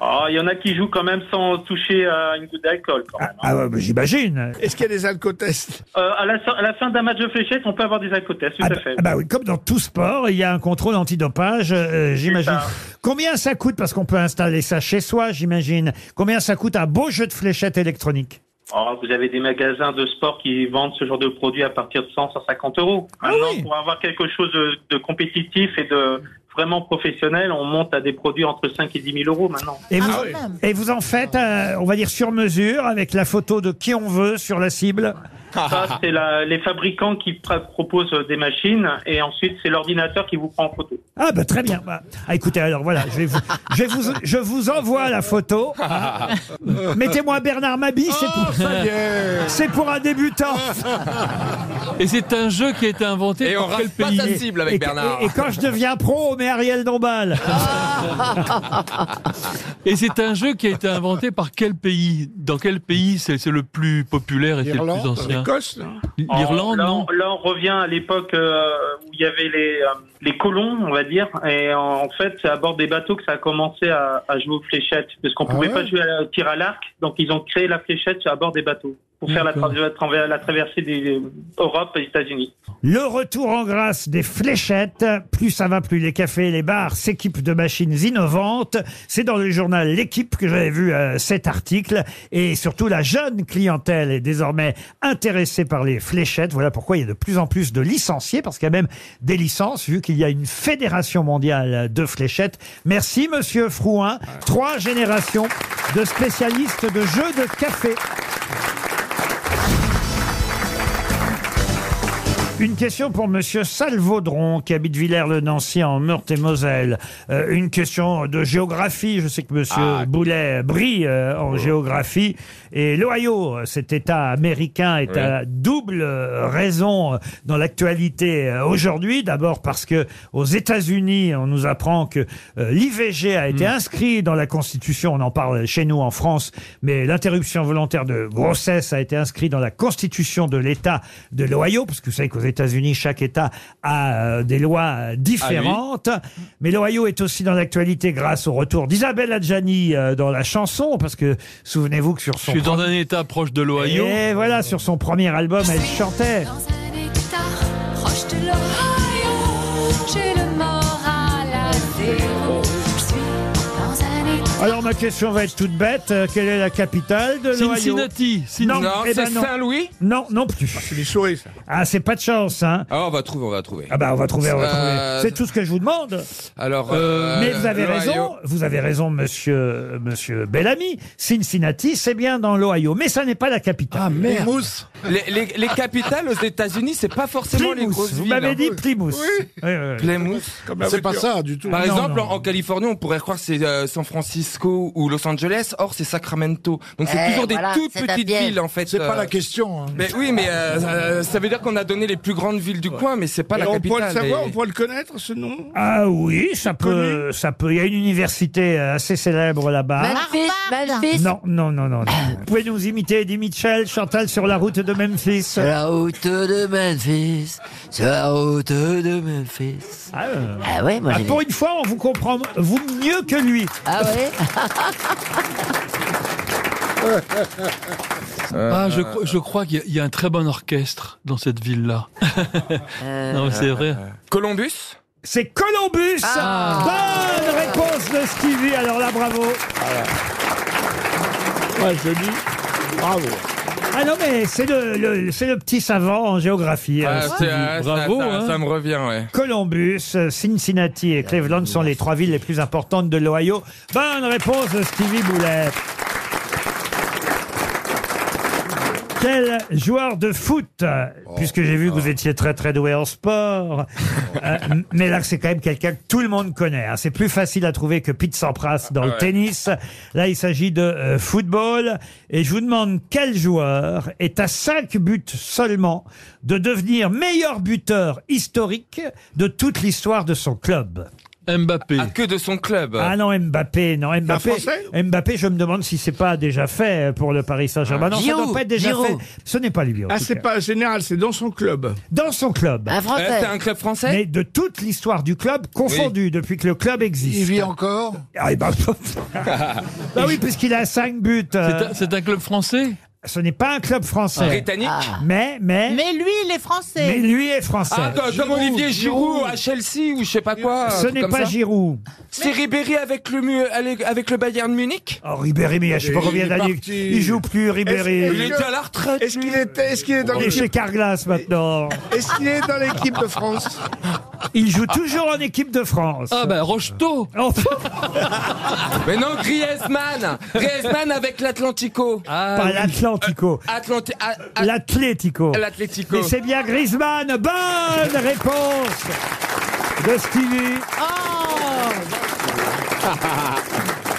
R: Ah, Il y en a qui jouent quand même sans toucher à une goutte d'alcool. quand même. hein.
B: Ah ouais, bah, j'imagine.
G: Est-ce qu'il y a des alcotests
R: Euh, à, la, so- à la fin d'un match de fléchettes, on peut avoir des alcotests, tout à fait.
B: Ah bah oui, comme dans tout sport, il y a un contrôle antidopage, euh, j'imagine. Combien ça coûte Parce qu'on peut installer ça chez soi, j'imagine. Combien ça coûte un beau jeu de fléchettes électronique
R: Oh, vous avez des magasins de sport qui vendent ce genre de produits à partir de 100, 150 euros.
B: Ah
R: Maintenant, pour avoir quelque chose de, de compétitif et de vraiment professionnel, on monte à des produits entre 5 et 10 000 euros maintenant.
B: Et vous, et vous en faites, euh, on va dire, sur mesure, avec la photo de qui on veut sur la cible ah.
R: Ça, c'est la- les fabricants qui pr- proposent des machines et ensuite c'est l'ordinateur qui vous prend en photo.
B: Ah bah très bien. Bah, ah, écoutez, alors voilà, je, vais vous, je, vais vous, je vous envoie la photo. Mettez-moi Bernard Mabi, c'est pour,
H: ça y est.
B: c'est pour un débutant.
H: Et c'est un jeu qui a été inventé
B: Et
H: par
B: on
H: quel
B: rate pas
H: pays
B: ta cible avec Et- Bernard. et- et quand je deviens pro, on met Ariel Dombal.
H: et c'est un jeu qui a été inventé par quel pays Dans quel pays c'est c'est le plus populaire et c'est le plus ancien L'Irlande,
R: là,
H: non
R: on- là, on revient à l'époque euh, où il y avait les, euh, les colons, on va dire. Et en, en fait, c'est à bord des bateaux que ça a commencé à, à jouer aux fléchettes. Parce qu'on
N: Ah
R: pouvait
N: ouais
R: pas jouer à la- au tir à l'arc. Donc, ils ont créé la fléchette à bord des bateaux pour faire la, tra- tra- la traversée des euh, Europe et États-Unis.
B: Le retour en grâce des fléchettes. Plus ça va, plus les cafés et les bars s'équipent de machines innovantes. C'est dans le journal L'équipe que j'avais vu euh, cet article. Et surtout, la jeune clientèle est désormais intéressée par les fléchettes. Voilà pourquoi il y a de plus en plus de licenciés, parce qu'il y a même des licences, vu qu'il y a une fédération mondiale de fléchettes. Merci, monsieur Frouin. Trois générations de spécialistes de jeux de café. Une question pour Monsieur Salvaudron, qui habite Villers-le-Nancy en Meurthe-et-Moselle. Euh, une question de géographie. Je sais que Monsieur Boulet brille euh, en géographie. Et l'Ohio, euh, cet État américain, est
S: Oui.
B: à double euh, raison euh, dans l'actualité euh, aujourd'hui. D'abord parce que aux États-Unis, on nous apprend que euh, l'IVG a été inscrit dans la Constitution. On en parle chez nous en France, mais l'interruption volontaire de grossesse a été inscrite dans la Constitution de l'État de l'Ohio, parce que vous savez qu'aux États-Unis, chaque État a euh, des lois euh, différentes.
H: Ah
B: Mais l'Ohio est aussi dans l'actualité grâce au retour d'Isabelle Adjani euh, dans la chanson, parce que souvenez-vous que sur
H: Je
B: son
H: suis dans un état proche de l'Ohio.
B: et voilà, sur son premier album, elle chantait.
P: Proche de l'Ohio, j'ai le moral à zéro. Je suis dans un état.
B: Alors ma question va être toute bête. Euh, Quelle est la capitale de l'Ohio
H: Cincinnati. Cincinnati.
B: Non,
H: Non,
B: eh ben
H: c'est
B: non.
H: Saint-Louis
B: Non, non plus.
G: c'est les souris, ça.
B: Ah, c'est pas de chance, hein.
I: Ah, on va trouver, on va trouver.
B: Ah bah on va trouver, on va
I: Euh,
B: trouver. C'est tout ce que je vous demande.
I: Alors,
B: Mais
I: euh,
B: vous avez
I: l'Ohio.
B: raison, vous avez raison, monsieur, monsieur Bellamy. Cincinnati, c'est bien dans l'Ohio, mais ça n'est pas la capitale. Ah
I: merde. Les, les- les capitales aux États-Unis, c'est pas forcément les
B: Plymouth,
I: grosses
B: vous
I: villes.
B: m'avez dit
I: hein.
B: Plymouth.
I: Plymouth.
B: Comme la C'est voiture. pas ça du tout.
I: Par
B: Non,
I: exemple,
B: non.
I: en- en Californie, on pourrait croire que c'est euh, San Francisco ou Los Angeles. Or, c'est Sacramento. Donc, c'est
C: Eh,
I: toujours
C: voilà,
I: des toutes
C: c'est un
I: petites
C: piège.
I: villes, en fait.
C: C'est pas la
B: hein.
I: question. Mais oui, mais euh, euh, ça veut dire qu'on a donné les plus grandes villes du coin, mais c'est pas
G: Et
I: la
G: on
I: capitale.
G: pourrait le savoir,
I: mais-
G: on pourrait le connaître, ce nom
B: Ah oui, ça peut, ça peut. Il y a une université assez célèbre là-bas.
D: Memphis, Memphis.
B: Non, non, non, non. non. Vous pouvez nous imiter Eddie Mitchell, Chantal sur la route de Memphis.
D: La route de Memphis, sur la route de Memphis.
B: Ah,
D: ouais, moi
B: Ah,
D: j'ai
B: pour une fois, on vous comprend vous mieux que lui.
D: Ah ouais
H: Ah, je, cro- je crois qu'il y a- il y, a un très bon orchestre dans cette ville-là.
C: Euh,
H: non, mais c'est vrai.
I: Columbus
B: C'est Columbus Bonne réponse de Stevie, alors là, bravo
G: Ouais, joli. Bravo.
B: Ah non, mais c'est le, le- c'est le petit savant en géographie.
I: Ah,
B: euh,
I: c'est-
B: Stevie.
I: ah, ça- ça,
G: hein.
B: hein.
I: ça me revient, ouais.
B: Columbus, euh, Cincinnati et Cleveland sont les trois villes les plus importantes de l'Ohio. Bonne réponse de Stevie Boulet. Quel joueur de foot, euh, puisque j'ai vu que vous étiez très très doué en sport, euh, m- mais là c'est quand même quelqu'un que tout le monde connaît. hein. C'est plus facile à trouver que Pete Sampras dans le
S: Ouais.
B: tennis. Là il s'agit de euh, football et je vous demande quel joueur est à 5 buts seulement de devenir meilleur buteur historique de toute l'histoire de son club.
H: Mbappé.
I: Ah, que de son club.
B: Ah non Mbappé, non Mbappé. Mbappé, je me demande si c'est pas déjà fait pour le Paris Saint-Germain. Non, ça
G: Giroud,
B: doit pas être déjà
G: Giroud.
B: fait. Ce n'est pas lui. en
G: Ah,
B: tout
G: c'est
B: cas.
G: pas général, c'est dans son club.
B: Dans son club.
G: Un Français. Euh, c'est un
I: club français
B: Mais de toute l'histoire du club, confondu, depuis que le club existe.
C: Il vit encore
B: Ah, eh ben, bah oui, puisqu'il a 5 buts. euh,
H: C'est un- C'est un, club français
B: Ce n'est pas un club français. Ah.
I: Britannique
B: Mais, mais...
F: Mais lui, il est français.
B: Mais lui est français.
I: Ah, comme, comme Olivier Giroud, à Chelsea ou je sais pas quoi.
B: Ce
I: un truc
B: n'est
I: comme ça.
B: pas Giroud.
I: C'est Ribéry avec le, mu- avec- avec le Bayern Munich
B: Oh, Ribéry, mais je sais pas
I: Il
B: combien
I: est
B: d'années.
I: parti.
B: Il joue plus, Ribéry.
I: Est-ce- Il est à la retraite.
G: Est-ce qu'il était- est-ce qu'il est dans
B: Il est chez
G: l'équipe
B: Carglass maintenant.
G: est-ce qu'il est dans l'équipe de France
B: Il joue toujours en équipe de France.
H: Ah ben, Rocheteau
B: Oh.
I: Mais non, Griezmann Griezmann avec l'Atlantico
H: Ah
B: Pas l'Atlantico.
I: Atlanti- a- a-
B: L'Atlético.
I: Ah, L'Atlético.
B: Mais c'est bien Griezmann. Bonne réponse de Stevie.
F: Oh.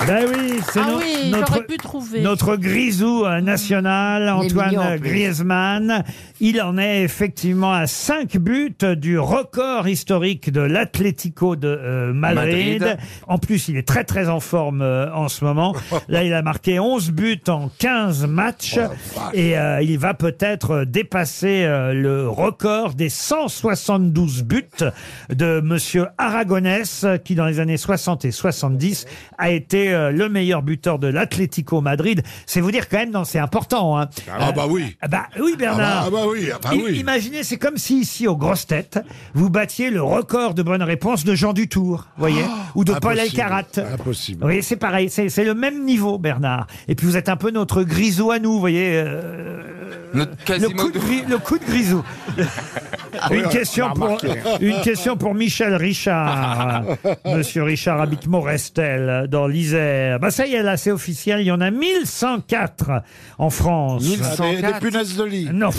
B: Ben oui, c'est
F: Ah
B: no-
F: oui,
B: notre,
F: j'aurais pu trouver.
B: notre grisou euh, national, Antoine
F: mignon, en plus.
B: Griezmann. Il en est effectivement à 5 buts du record historique de l'Atlético de euh, Madrid.
S: Madrid.
B: En plus, il est très très en forme euh, en ce moment. Là, il a marqué 11 buts en 15 matchs
C: Oh
B: et euh, il va peut-être dépasser euh, le record des 172 buts de monsieur Aragonès euh, qui dans les années 60 et 70 a été euh, le meilleur buteur de l'Atlético Madrid. C'est vous dire quand même non, c'est important hein.
C: Ah bah oui.
B: Ah bah oui Bernard.
C: Ah bah- ah bah oui, ah bah
B: I-
C: oui.
B: Imaginez, c'est comme si ici aux grosses têtes, vous battiez le record de bonnes réponses de Jean Dutour, voyez, ou de Paul
C: impossible,
B: Elkarat.
C: impossible.
B: Vous voyez, c'est pareil, c'est c'est le même niveau Bernard. Et puis vous êtes un peu notre grisou à nous, vous voyez. euh, le, coup de, gri- le coup de grisou.
S: Oui,
B: une,
S: on
B: question
S: l'a
B: pour,
S: remarqué.
B: une question pour Michel Richard. Monsieur Richard habite Morestel, dans l'Isère. Bah ça y est, là, c'est officiel. Il y en a 1104 en France.
C: Ah, 1104. Des- des punaises
B: de lit. Non.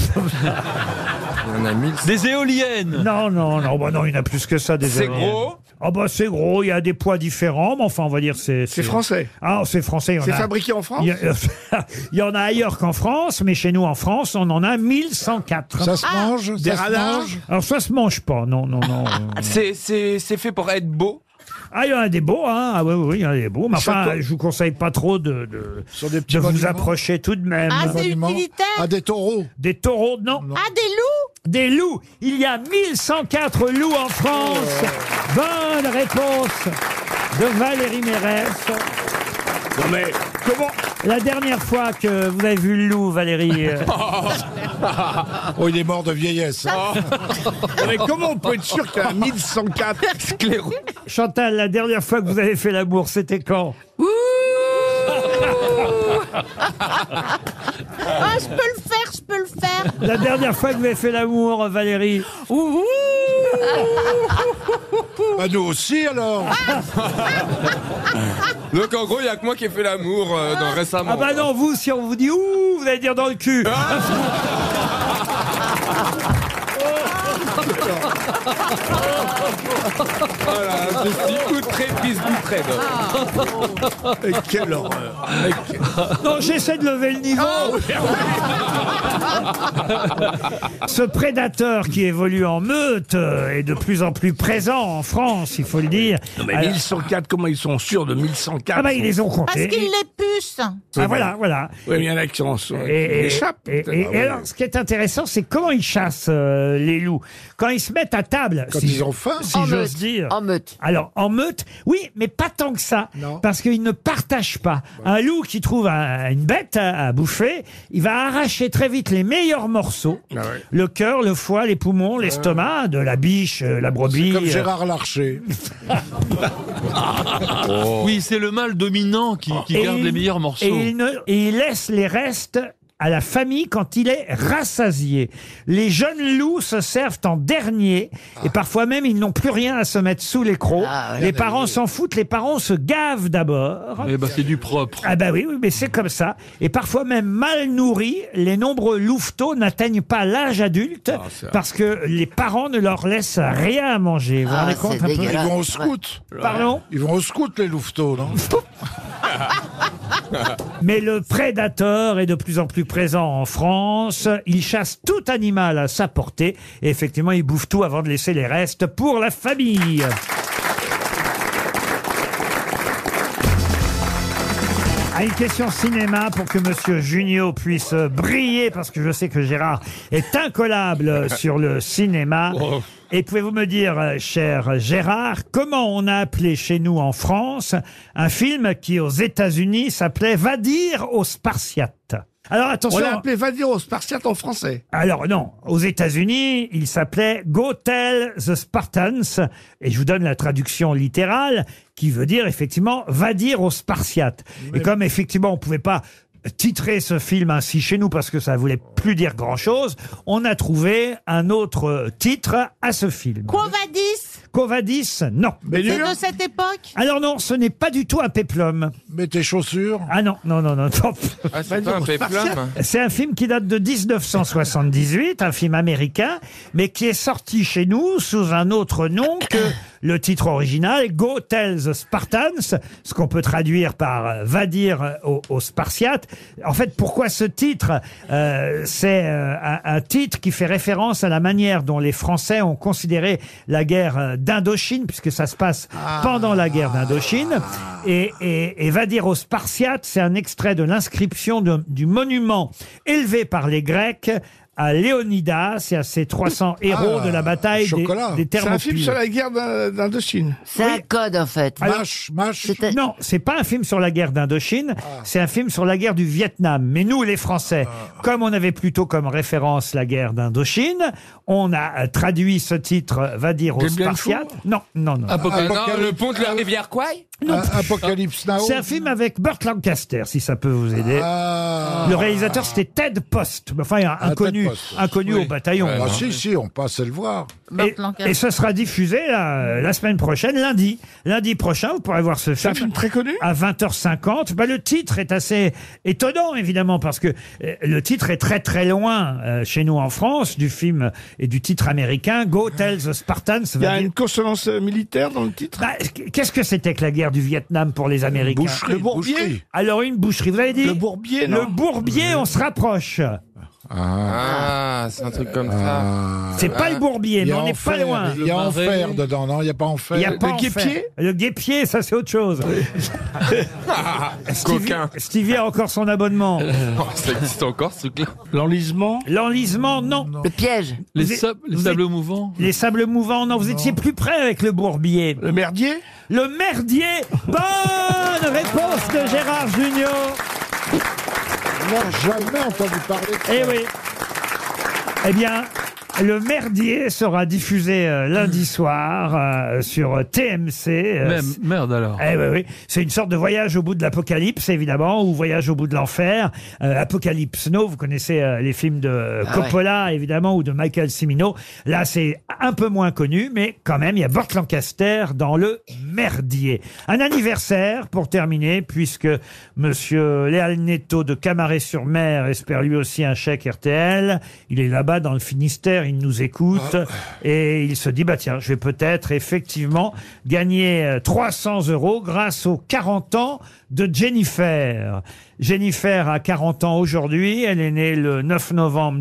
H: Des éoliennes
B: Non, non, non, bah non, il y en a plus que ça, des
H: C'est
B: éoliennes.
H: gros
B: Ah bah c'est gros, il y a des poids différents, mais enfin on va dire c'est...
G: C'est français
B: Ah, c'est français. il y en
G: C'est
B: a-
G: fabriqué en France
B: il y, a- il y en a ailleurs qu'en France, mais chez nous en France, on en a 1104.
I: Ça se Ah mange Des
B: Ça se
I: radars
B: mange Alors ça se mange pas, non, non, non. euh,
I: C'est- C'est c'est fait pour être beau.
B: Ah, il y en a des beaux, hein. Ah, oui, oui, oui, il y en a des beaux. Mais enfin,
I: Château.
B: je vous conseille pas trop de, de,
C: petits
B: de vous
C: monuments
B: approcher tout de même.
F: Ah, c'est utilitaire
B: Ah, des taureaux. Des taureaux, non.
F: Ah, des loups
B: Des loups. Il y a 1104 loups en France.
G: Oh.
B: Bonne réponse de Valérie Mérès.
G: Non mais, comment
B: La dernière fois que vous avez vu le loup, Valérie. euh,
C: Oh, il est mort de vieillesse. hein.
G: Non, mais comment on peut être sûr qu'il y a 1104 sclérons
B: Chantal, la dernière fois que vous avez fait l'amour, c'était quand
F: Ah, je peux le faire, je peux le faire
B: La dernière fois que vous avez fait l'amour, Valérie
C: Bah, nous aussi, alors
I: Donc en gros, il y a que moi qui ai fait l'amour euh, dans récemment.
B: Ah bah non, vous, si on vous dit ouh, vous allez dire dans le cul.
I: Voilà,
B: Ah,
I: je suis outré, pisse outré.
B: oh.
G: Mais Quelle horreur
B: non, j'essaie de lever le niveau.
C: Ah
B: Ce prédateur qui évolue en meute euh, est de plus en plus présent en France, il faut le dire.
G: Non mais
B: Alors-
G: 1104, comment ils sont sûrs de 1104
B: Ah bah, ils les ont
F: Parce
B: comptés.
F: qu'il les puce
B: Ah voilà, voilà.
G: Oui, mais il y en a qui en sont...
B: Et,
G: ils
B: et-
G: échappent.
B: et-
G: peut-être.
B: et-
G: Ah
B: et
G: ouais.
B: alors, ce qui est intéressant, c'est comment ils chassent euh, les loups. Quand ils se mettent à table.
C: Quand ils ont faim.
B: Si
D: En
B: j'ose
D: meute,
B: dire.
D: en meute.
B: Alors, en meute, oui, mais pas tant que ça.
C: Non.
B: Parce qu'ils ne partagent pas. Un loup qui trouve un- une bête à, à bouffer, il va arracher très vite les meilleurs morceaux.
C: Ah
B: Le cœur, le foie, les poumons, l'estomac, de la biche, euh, la brebis.
C: Euh. Comme
B: euh,
C: Gérard Larcher.
B: Oh.
H: Oui, c'est le mâle dominant qui, qui
B: Et
H: garde
B: il-
H: les meilleurs morceaux.
B: Et il, ne- et il laisse les restes à la famille quand il est rassasié. Les jeunes loups se servent en dernier
D: Ah.
B: et parfois même ils n'ont plus rien à se mettre sous les crocs. les parents s'en foutent, les parents se gavent d'abord.
H: Eh ben, c'est du propre.
B: Ah bah oui, oui, mais c'est comme ça. Et parfois même mal nourris, les nombreux louveteaux n'atteignent pas l'âge adulte
H: Ah,
G: c'est vrai.
B: parce que les parents ne leur laissent rien à manger. Vous vous
D: Ah,
B: rendez
D: c'est
B: compte un peu
C: Ils
D: dégueulasse.
C: vont au scout.
B: Pardon
C: Ils vont au scout, les louveteaux, non
B: Mais le prédateur est de plus en plus présent en France. Il chasse tout animal à sa portée. Et effectivement, il bouffe tout avant de laisser les restes pour la famille. À une question cinéma pour que Monsieur Junio puisse briller parce que je sais que Gérard est incollable sur le cinéma. Et pouvez-vous me dire, euh, cher Gérard, comment on a appelé chez nous en France un film qui aux États-Unis s'appelait Va dire aux Spartiates Alors
G: On
B: attention.
G: l'a appelé Vadiro, Spartiate en français.
B: Alors non, aux États-Unis, il s'appelait Go Tell the Spartans, et je vous donne la traduction littérale, qui veut dire effectivement va dire aux Spartiates. Et comme effectivement on pouvait pas titrer ce film ainsi chez nous parce que ça voulait plus dire grand-chose, on a trouvé un autre titre à ce film.
F: Covadis
B: Covadis, non.
G: Mais
F: C'est
G: dur
B: hein.
F: de cette époque
B: Alors non, ce n'est pas du tout un péplum.
C: Mets tes chaussures.
B: Ah non, non, non, non. non.
I: Ah, c'est pas un péplum.
B: C'est un film qui date de 1978, un film américain, mais qui est sorti chez nous sous un autre nom que le titre original, Go Tell the Spartans, ce qu'on peut traduire par euh, Va dire euh, aux, aux Spartiates. En fait, pourquoi ce titre Euh, C'est euh, un, un titre qui fait référence à la manière dont les Français ont considéré la guerre euh, d'Indochine, puisque ça se passe
G: Ah.
B: pendant la guerre d'Indochine. Et, et, et va dire aux Spartiates, c'est un extrait de l'inscription de- du monument élevé par les Grecs à Léonidas et à ses 300 héros de la bataille des,
C: chocolat.
B: des
G: Ah, C'est un film
B: Thermopyles.
G: sur la guerre d'In- d'Indochine.
D: C'est un code, en fait.
B: Alors-
C: Mâche, mâche.
D: C'était-
B: Non, c'est pas un film sur la guerre d'Indochine, c'est un film sur la guerre du Vietnam. Mais nous, les Français, comme on avait plutôt comme référence la guerre d'Indochine, on a euh, traduit ce titre, euh, va dire aux
G: Dave Blanchard
B: Spartiates. Non, non, non.
I: Ah non,
C: Apocalypse-
I: le pont de la rivière Kouai
C: Ah, Apocalypse Now.
B: C'est un film avec Burt Lancaster, si ça peut vous aider.
C: Ah.
B: Le réalisateur, c'était Ted Post, enfin un-
C: Ah,
B: inconnu,
C: Ted Post.
B: inconnu
I: Oui.
B: au bataillon.
C: Ah, si, si, on passe le voir.
B: Et,
F: Burt Lancaster.
B: et ce sera diffusé la, la semaine prochaine, lundi. Lundi prochain, vous pourrez voir ce
G: C'est
B: film.
G: un film très connu
B: à 20h50. Bah, le titre est assez étonnant, évidemment, parce que euh, le titre est très très loin euh, chez nous en France du film et du titre américain Go Tell the Spartans.
G: Il y a une consonance militaire dans le titre
B: Bah, Qu'est-ce que c'était que la guerre du Vietnam pour les Américains
G: boucherie, Le bourbier. boucherie.
B: Alors une boucherie, vous avez dit
G: Le bourbier, non
B: Le bourbier, on se rapproche.
I: Ah, c'est un truc comme ça.
B: C'est pas le bourbier,
C: Ah. Il y
B: mais
C: a
B: on n'est pas
C: enfer,
B: loin.
C: Il y a enfer dedans, non Il n'y a pas enfer.
B: Il y a pas en fait. Le guépier, ça c'est autre chose. Stevie, Stevie a encore son abonnement.
I: Oh, ça existe encore ce truc-là.
B: L'enlisement L'enlisement, non. Le
D: piège.
H: Les sab- les sables mouvants
B: Les sables mouvants, non. Vous étiez plus près avec le bourbier.
G: Le merdier
B: Le merdier Bonne réponse de Gérard Junior
C: Non, jamais entendu parler de ça.
B: Eh oui. Eh bien, le merdier sera diffusé euh, lundi soir euh, sur euh, TMC. euh,
H: Même,
B: c-
H: merde alors.
B: Eh oui, oui. C'est une sorte de voyage au bout de l'apocalypse, évidemment, ou voyage au bout de l'enfer. Euh, apocalypse Now, vous connaissez euh, les films de euh,
D: Ah
B: Coppola, évidemment, ou de Michael Cimino. Là, c'est un peu moins connu, mais quand même, il y a Burt Lancaster dans le merdier. Un anniversaire pour terminer, puisque Monsieur Léal Netto de Camaret-sur-Mer espère lui aussi un chèque RTL. Il est là-bas dans le Finistère, il nous écoute et il se dit bah tiens, je vais peut-être effectivement gagner euh, 300 euros grâce aux 40 ans de Jennifer. Jennifer a 40 ans aujourd'hui, elle est née le 9 novembre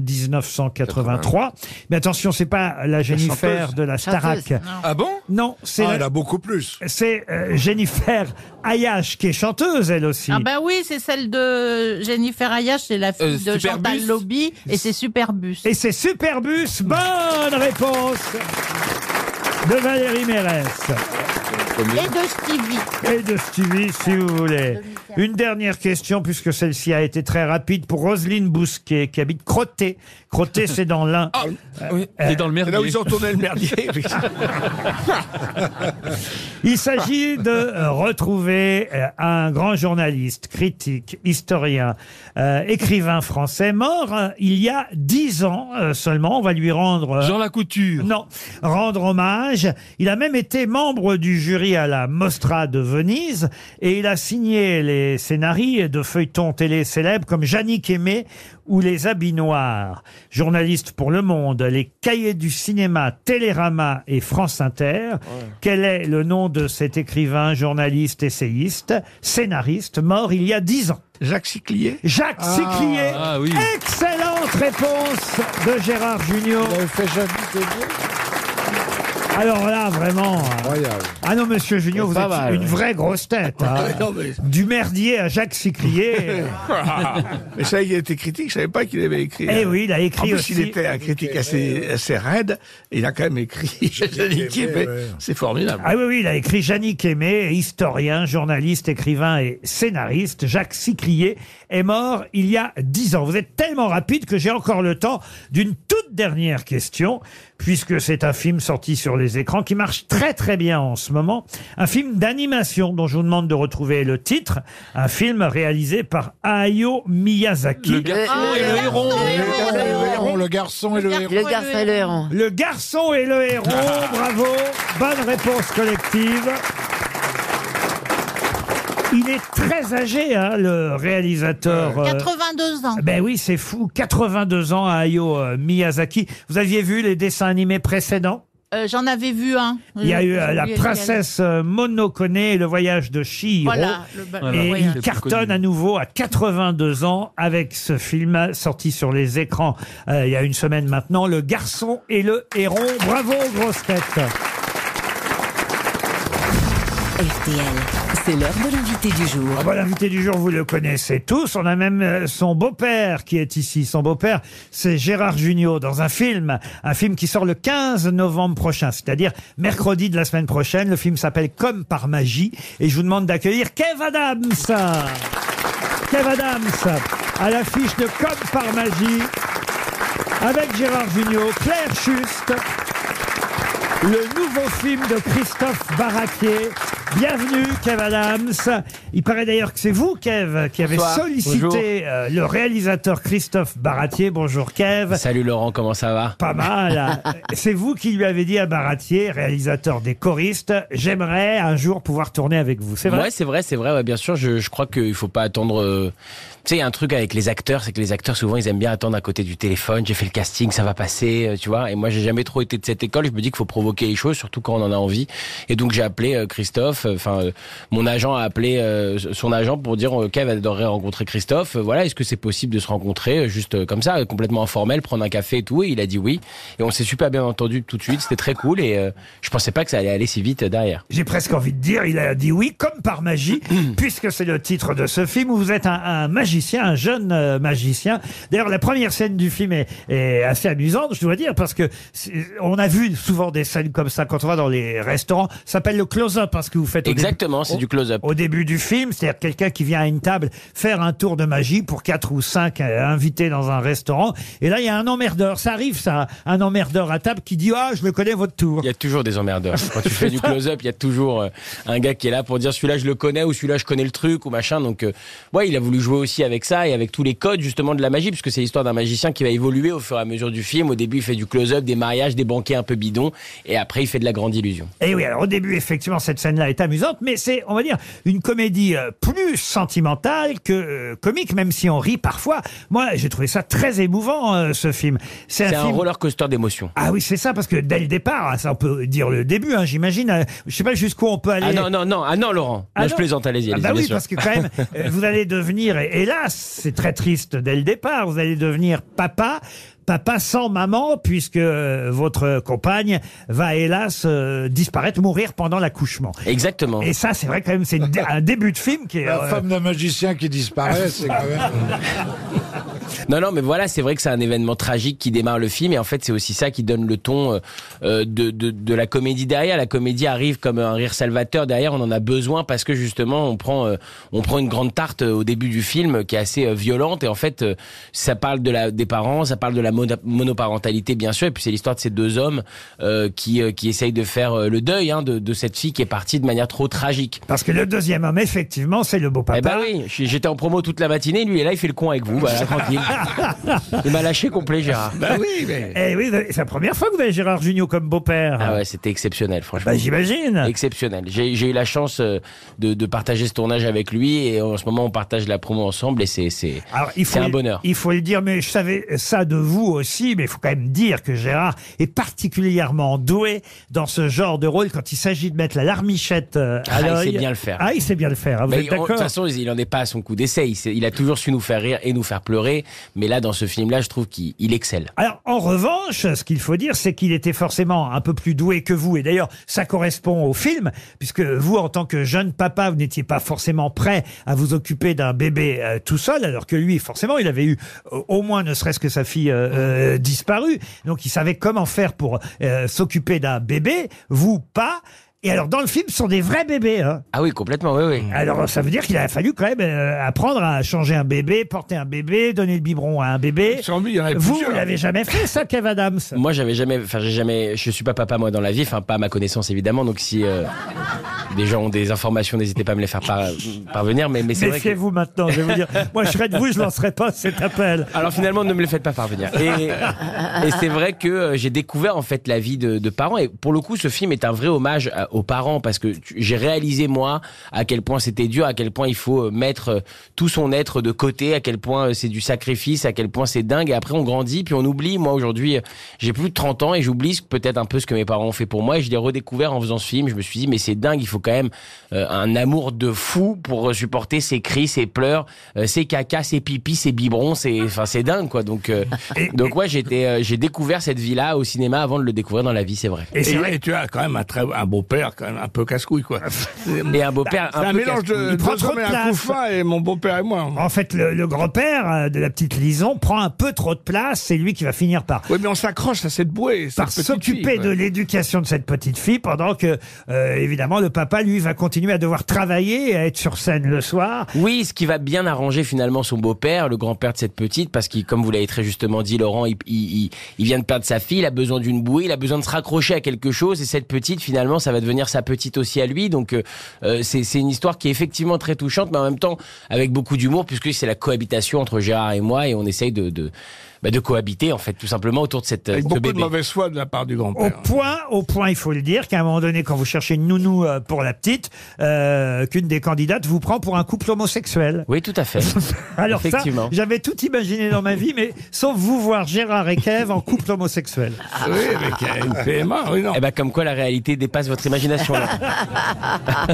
B: 1983. Mais attention, c'est pas la Jennifer
C: chanteuse.
B: de la Starac.
C: Chanteuse,
I: Ah bon
B: Non, c'est
C: Ah,
B: la-
C: elle a beaucoup plus.
B: c'est euh, Jennifer Ayash qui est chanteuse elle aussi.
F: Ah bah oui, c'est celle de Jennifer Ayash, c'est la fille
B: Euh,
F: de
B: Superbus.
F: Chantal Lobby, et c'est Superbus.
B: Et c'est Superbus. Bonne réponse de Valérie Mérès.
F: Et de Stevie.
B: Et de Stevie, si vous voulez. Une dernière question, puisque celle-ci a été très rapide, pour Roselyne Bousquet, qui habite Crotté. Crotté, c'est dans l'Ain. Euh,
H: C'est Ah, dans le merdier.
G: Là où ils ont tourné le merdier. oui.
B: Il s'agit de euh, retrouver euh, un grand journaliste, critique, historien, euh, écrivain français, mort euh, il y a dix ans euh, seulement. On va lui rendre... euh,
H: Jean Lacouture.
B: Non, rendre hommage. Il a même été membre du jury à la Mostra de Venise et il a signé les scénarii de feuilletons télé célèbres comme Jannick Aimé ou Les Habits Noirs. Journaliste pour Le Monde, Les Cahiers du Cinéma, Télérama et France Inter. Quel est le nom de cet écrivain, journaliste, essayiste, scénariste, mort il y a dix ans
G: Jacques Siclier
B: Jacques
G: Ah.
B: Siclier.
H: Ah oui.
B: Excellente réponse de Gérard Junior. Alors là, vraiment. euh, Ah non, monsieur Junior, vous
G: Pas
B: êtes
G: mal,
B: une
G: ouais.
B: vraie grosse tête. hein.
G: Non, mais-
B: Du merdier à Jacques Siclier. euh,
G: mais ça, il était critique, je savais pas qu'il avait écrit.
B: Eh oui, il a écrit
G: En plus,
B: aussi.
G: il était un critique assez, assez raide, et il a quand même écrit Jannick Aimé. C'est formidable.
B: Ah oui, oui, il a écrit Jannick Aimé, historien, journaliste, écrivain et scénariste. Jacques Siclier est mort il y a dix ans. Vous êtes tellement rapide que j'ai encore le temps d'une toute dernière question, puisque c'est un film sorti sur les écrans qui marche très très bien en ce moment. Un film d'animation dont je vous demande de retrouver le titre. Un film réalisé par Hayao Miyazaki.
H: Le garçon Ah, et le le héron. garçon et le
C: Le héron, le héron, le garçon et le héron.
D: Le garçon et le héron.
B: Le garçon et le héros, bravo. Bonne réponse collective. Il est très âgé, hein, le réalisateur. euh,
F: 82 ans.
B: Ben oui, c'est fou. 82 ans à Hayao euh, Miyazaki. Vous aviez vu les dessins animés précédents
F: Euh, J'en avais vu un.
B: Il y a eu euh,
F: J'ai
B: la
F: oublié lequel.
B: princesse euh, Monokone et le voyage de Chihiro.
F: Voilà, le ba- le
B: et
F: voyage.
B: il
F: C'est
B: cartonne à nouveau à 82 ans avec ce film sorti sur les écrans euh, il y a une semaine maintenant, Le garçon et le héron. Bravo, grosse tête.
K: RTL, c'est l'heure de l'invité du jour.
B: Ah bah, L'invité du jour, vous le connaissez tous. On a même euh, son beau-père qui est ici. Son beau-père, c'est Gérard Junior dans un film. Un film qui sort le 15 novembre prochain, c'est-à-dire mercredi de la semaine prochaine. Le film s'appelle Comme par magie. Et je vous demande d'accueillir Kev Adams. Kev Adams à l'affiche de Comme par magie. Avec Gérard Junior, Claire Schuste. Le nouveau film de Christophe Barraquier. Bienvenue, Kev Adams. Il paraît d'ailleurs que c'est vous, Kev, qui avez
S: Bonsoir. Bonjour.
B: sollicité euh, le réalisateur Christophe Baratier. Bonjour, Kev.
S: Salut Laurent, comment ça va
B: Pas mal. hein. c'est vous qui lui avez dit à Baratier, réalisateur des choristes, j'aimerais un jour pouvoir tourner avec vous. C'est vrai
S: Ouais, c'est vrai, c'est vrai. Ouais, bien sûr, je, je crois qu'il faut pas attendre. euh, Tu sais, il y a un truc avec les acteurs, c'est que les acteurs souvent ils aiment bien attendre à côté du téléphone. J'ai fait le casting, ça va passer, euh, tu vois. Et moi, j'ai jamais trop été de cette école. Je me dis qu'il faut provoquer les choses, surtout quand on en a envie. Et donc j'ai appelé euh, Christophe. euh, Enfin, euh, mon agent a appelé euh, son agent pour dire euh, Kev adorerait rencontrer Christophe. Euh, Voilà, est-ce que c'est possible de se rencontrer euh, juste euh, comme ça, euh, complètement informel, prendre un café et tout Et il a dit oui. Et on s'est super bien entendu tout de suite. C'était très cool. Et euh, je pensais pas que ça allait aller si vite euh, derrière.
B: J'ai presque envie de dire, il a dit oui, comme par magie, puisque c'est le titre de ce film où vous êtes un, un magicien, un jeune euh, magicien. D'ailleurs, la première scène du film est, est assez amusante, je dois dire, parce que c'est- on a vu souvent des scènes comme ça quand on va dans les restaurants. Ça s'appelle le close-up, parce que vous faites au début-
S: Exactement, c'est
B: au-
S: du close-up.
B: Au début du film, c'est-à-dire quelqu'un qui vient à une table faire un tour de magie pour quatre ou cinq euh, invités dans un restaurant. Et là, il y a un emmerdeur. Ça arrive, ça, un emmerdeur à table qui dit ah, je le connais votre tour.
S: Il y a toujours des emmerdeurs. Quand tu fais du close-up, il y a toujours euh, un gars qui est là pour dire celui-là je le connais ou celui-là je connais le truc ou machin. Donc, euh, ouais, il a voulu jouer aussi avec ça et avec tous les codes justement de la magie, puisque c'est l'histoire d'un magicien qui va évoluer au fur et à mesure du film. Au début, il fait du close-up, des mariages, des banquets un peu bidons, et après, il fait de la grande illusion.
B: Et Eh oui, alors au début, effectivement, cette scène-là est amusante, mais c'est, on va dire, une comédie euh, plus sentimentale que euh, comique, même si on rit parfois. Moi, j'ai trouvé ça très émouvant, euh, ce film.
S: C'est un
B: film-
S: roller coaster d'émotions.
B: Ah oui, c'est ça, parce que dès le départ, ça on peut dire le début, hein, j'imagine. euh, je sais pas jusqu'où on peut aller.
S: Ah non, non, non, ah non, Laurent.
B: Ah
S: non, je
B: non.
S: plaisante, allez-y.
B: Ah
S: allez-y,
B: bah
S: bien
B: oui,
S: sûr.
B: parce que quand même, euh, vous allez devenir, et hélas, c'est très triste dès le départ, vous allez devenir papa, papa sans maman, puisque euh, votre compagne va hélas euh, disparaître, mourir pendant l'accouchement.
S: Exactement.
B: Et ça, c'est vrai quand même, c'est une dé- un début de film qui est...
C: La
B: euh,
C: femme d'un magicien qui
B: Ah,
C: disparaît, c'est quand même...
S: Non, non, mais voilà, c'est vrai que c'est un événement tragique qui démarre le film, et en fait, c'est aussi ça qui donne le ton euh, euh, de, de, de la comédie derrière. La comédie arrive comme un rire salvateur derrière. On en a besoin parce que justement, on prend, euh, on prend une grande tarte euh, au début du film euh, qui est assez euh, violente, et en fait, euh, ça parle de la des parents, ça parle de la mono- monoparentalité bien sûr, et puis c'est l'histoire de ces deux hommes euh, qui euh, qui essayent de faire euh, le deuil hein, de, de cette fille qui est partie de manière trop tragique.
B: Parce que le deuxième homme, effectivement, c'est le beau papa.
S: Eh ben oui, j'ai- j'étais en promo toute la matinée, lui et là il fait le con avec vous, voilà, tranquille. Il m'a lâché complet Gérard.
B: Eh oui, c'est la première fois que vous avez Gérard Jugnot comme beau-père.
S: Ah ouais, c'était exceptionnel, franchement.
B: Bah, j'imagine.
S: Exceptionnel. J'ai j'ai eu la chance euh, de, de partager ce tournage avec lui et en ce moment on partage la promo ensemble et c'est c'est
B: Alors, il faut
S: c'est un
B: le-
S: bonheur.
B: Il faut le dire, mais je savais ça de vous aussi, mais il faut quand même dire que Gérard est particulièrement doué dans ce genre de rôle quand il s'agit de mettre la larmichette euh, à
S: Ah, il
B: l'œil.
S: sait bien le faire.
B: Ah, il sait bien le faire, hein, vous
S: Mais
B: êtes
S: on- de toute
B: d'accord
S: façon, il n'en est pas à son coup d'essai. Il, s'est- il a toujours su nous faire rire et nous faire pleurer. Mais là, dans ce film-là, je trouve qu'il il excelle.
B: Alors, en revanche, ce qu'il faut dire, c'est qu'il était forcément un peu plus doué que vous. Et d'ailleurs, ça correspond au film, puisque vous, en tant que jeune papa, vous n'étiez pas forcément prêt à vous occuper d'un bébé euh, tout seul, alors que lui, forcément, il avait eu euh, au moins, ne serait-ce que sa fille euh, euh, disparue. Donc, il savait comment faire pour euh, s'occuper d'un bébé, vous pas. Et alors, dans le film, ce sont des vrais bébés. hein.
S: Ah oui, complètement, oui, oui.
B: Alors, ça veut dire qu'il a fallu quand même euh, apprendre à changer un bébé, porter un bébé, donner le biberon à un bébé. vous, vous
S: plusieurs.
B: l'avez jamais fait, ça, Kev Adams
S: Moi, j'avais jamais, enfin, j'ai jamais, je suis pas papa moi dans la vie, enfin pas à ma connaissance évidemment. Donc si euh, des gens ont des informations, n'hésitez pas à me les faire par- parvenir. Mais, mais c'est vrai que-
B: Méfiez-vous maintenant, je vais vous dire. Moi, je serais de vous, je lancerais pas cet appel.
S: Alors finalement, ne me les faites pas parvenir. Et, et c'est vrai que euh, j'ai découvert en fait la vie de, de parents. Et pour le coup, ce film est un vrai hommage à- aux parents parce que tu- j'ai réalisé moi à quel point c'était dur, à quel point il faut euh, mettre euh, tout son être de côté, à quel point euh, c'est du sacrifice, à quel point c'est dingue. Et après, on grandit, puis on oublie. Moi aujourd'hui, euh, j'ai plus de 30 ans et j'oublie ce- peut-être un peu ce que mes parents ont fait pour moi. Et je l'ai redécouvert en faisant ce film. Je me suis dit, mais c'est dingue. Il faut quand même euh, un amour de fou pour euh, supporter ses cris, ses pleurs, euh, ses cacas, ses pipis, ses biberons. C'est enfin c'est dingue quoi. Donc euh, donc ouais, j'étais euh, j'ai découvert cette vie là au cinéma avant de le découvrir dans la vie, c'est vrai.
G: Et, et tu as quand même un, très, un beau-père, quand même un peu casse-couille, quoi. Bah,
S: Et un beau-père
G: C'est
S: un
G: un,
S: peu
G: mélange
S: casse-couille.
G: de
S: Il prend
G: deux
S: trop
G: hommes
S: de
G: et un
S: place.
G: couffin et mon beau-père et moi.
B: En fait, le, le grand-père euh, de la petite Lison prend un peu trop de place. C'est lui qui va finir par.
G: Oui, mais on s'accroche à cette bouée. cette
B: Par
G: petite
B: s'occuper
G: fille,
B: de
G: ouais.
B: l'éducation de cette petite fille pendant que, euh, évidemment, le papa, lui, va continuer à devoir travailler et à être sur scène le soir.
S: Oui, ce qui va bien arranger finalement son beau-père, le grand-père de cette petite, parce qu'il, comme vous l'avez très justement dit, Laurent, il, il- il- il vient de perdre sa fille, il a besoin d'une bouée, il a besoin de se raccrocher à quelque chose, et cette petite, finalement, ça va devenir sa petite aussi à lui. Donc, euh, euh, c'est c'est une histoire qui est effectivement très touchante, mais en même temps avec beaucoup d'humour, puisque c'est la cohabitation entre Gérard et moi, et on essaye de, de, bah, de cohabiter, en fait, tout simplement autour de cette euh,
G: Avec
S: ce
G: beaucoup de
S: bébé.
G: mauvaise foi de la part du grand-père.
B: Au
S: hein.
B: point, au point, il faut le dire, qu'à un moment donné, quand vous cherchez une nounou euh, pour la petite, euh, qu'une des candidates vous prend pour un couple homosexuel.
S: Oui, tout à fait.
B: Alors ça,
S: Effectivement.
B: j'avais tout imaginé dans ma vie, mais sauf vous voir Gérard et Kev en couple homosexuel.
S: Eh ben, comme quoi la réalité dépasse votre imagination. Laurent.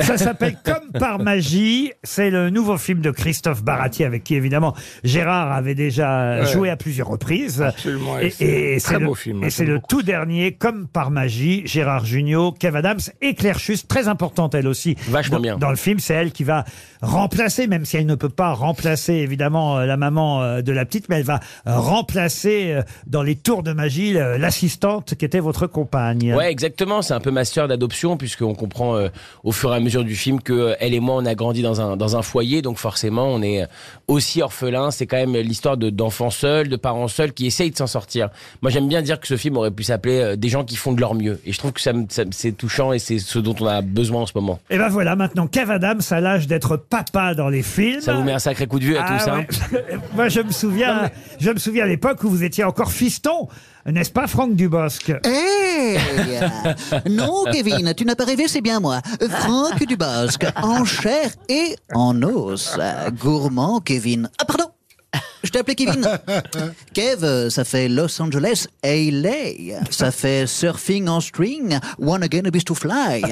B: Ça s'appelle Comme par magie. C'est le nouveau film de Christophe Baratier, avec qui évidemment Gérard avait déjà
G: Ouais.
B: joué à plusieurs reprises.
G: Absolument, et
B: Et-
G: c'est
B: et
G: un
B: c'est
G: très
B: le-
G: beau film,
B: Et
G: hein,
B: c'est
G: j'aime
B: le
G: beaucoup.
B: tout dernier, Comme par magie, Gérard Junior, Kev Adams et Claire Schuss, très importante elle aussi.
S: Vachement
B: dans,
S: bien.
B: Dans le film, c'est elle qui va remplacer, même si elle ne peut pas remplacer évidemment euh, la maman euh, de la petite, mais elle va euh, remplacer euh, dans les tours de magie euh, l'assistante qui était votre compagne.
S: Ouais, exactement. C'est un peu ma sœur d'adoption, puisqu'on comprend euh, au fur et à mesure du film que euh, elle et moi, on a grandi dans un, dans un foyer, donc forcément, on est euh, aussi orphelins. C'est quand même l'histoire de- d'enfants seuls, de parents seuls qui essayent de s'en sortir. Moi, j'aime bien dire que ce film aurait pu s'appeler euh, Des gens qui font de leur mieux. Et je trouve que ça, me- ça me- c'est touchant et c'est ce dont on a besoin en ce moment.
B: Et ben voilà, maintenant, Kev Adams a l'âge d'être papa dans les films.
S: Ça vous met un sacré coup de vieux à
B: Bah, Ah
S: tous, hein.
B: ouais. Moi, je me souviens, je me souviens à l'époque où vous étiez encore fiston, n'est-ce pas, Franck Dubosc
T: Eh
U: Hey Non, Kevin, tu n'as pas rêvé, c'est bien moi. Franck Dubosc, en chair et en os. Gourmand, Kevin. Ah, pardon Je t'ai appelé Kevin. Kev, euh, ça fait Los Angeles, LA. Ça fait surfing en string, one again a beast to fly.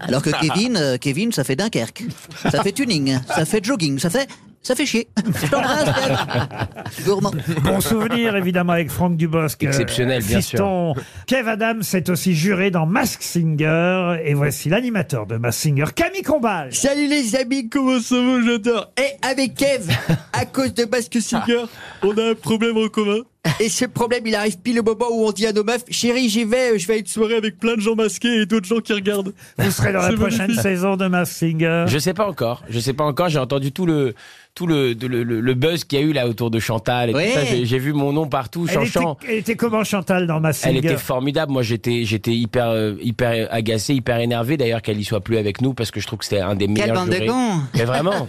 U: Alors que Kevin, euh, Kevin, ça fait Dunkerque. Ça fait tuning, ça fait jogging, ça fait... Ça fait chier. Je t'embrasse, Kev. Gourmand.
B: Bon souvenir, évidemment, avec Franck Dubosc. euh,
S: Exceptionnel, bien sûr.
B: fiston. Kev Adams est aussi juré dans Mask Singer. Et voici l'animateur de Mask Singer, Camille Combal.
T: Salut les amis, comment ça va J'adore. Et avec Kev, à cause de Basque Singer, on a un problème en commun. Et ce problème, il arrive pile au moment où on dit à nos meufs, chérie, j'y vais, je vais à une soirée avec plein de gens masqués et d'autres gens qui regardent.
B: Vous serez dans la
T: C'est
B: prochaine
T: magnifique.
B: saison de Mask Singer.
S: Je sais pas encore. Je sais pas encore. J'ai entendu tout le tout le, de- le, le- le buzz qu'il y a eu là autour de Chantal et tout
B: Ouais.
S: ça. J'ai- J'ai vu mon nom partout,
B: Elle était,
S: Chanchan.
B: elle était comment Chantal dans Mask
S: Elle
B: Singer
S: était formidable. Moi, j'étais, j'étais hyper, euh, hyper agacé, hyper énervé d'ailleurs qu'elle y soit plus avec nous parce que je trouve que c'était un des meilleurs
V: bande de
S: jurés.
V: cons
S: Mais vraiment.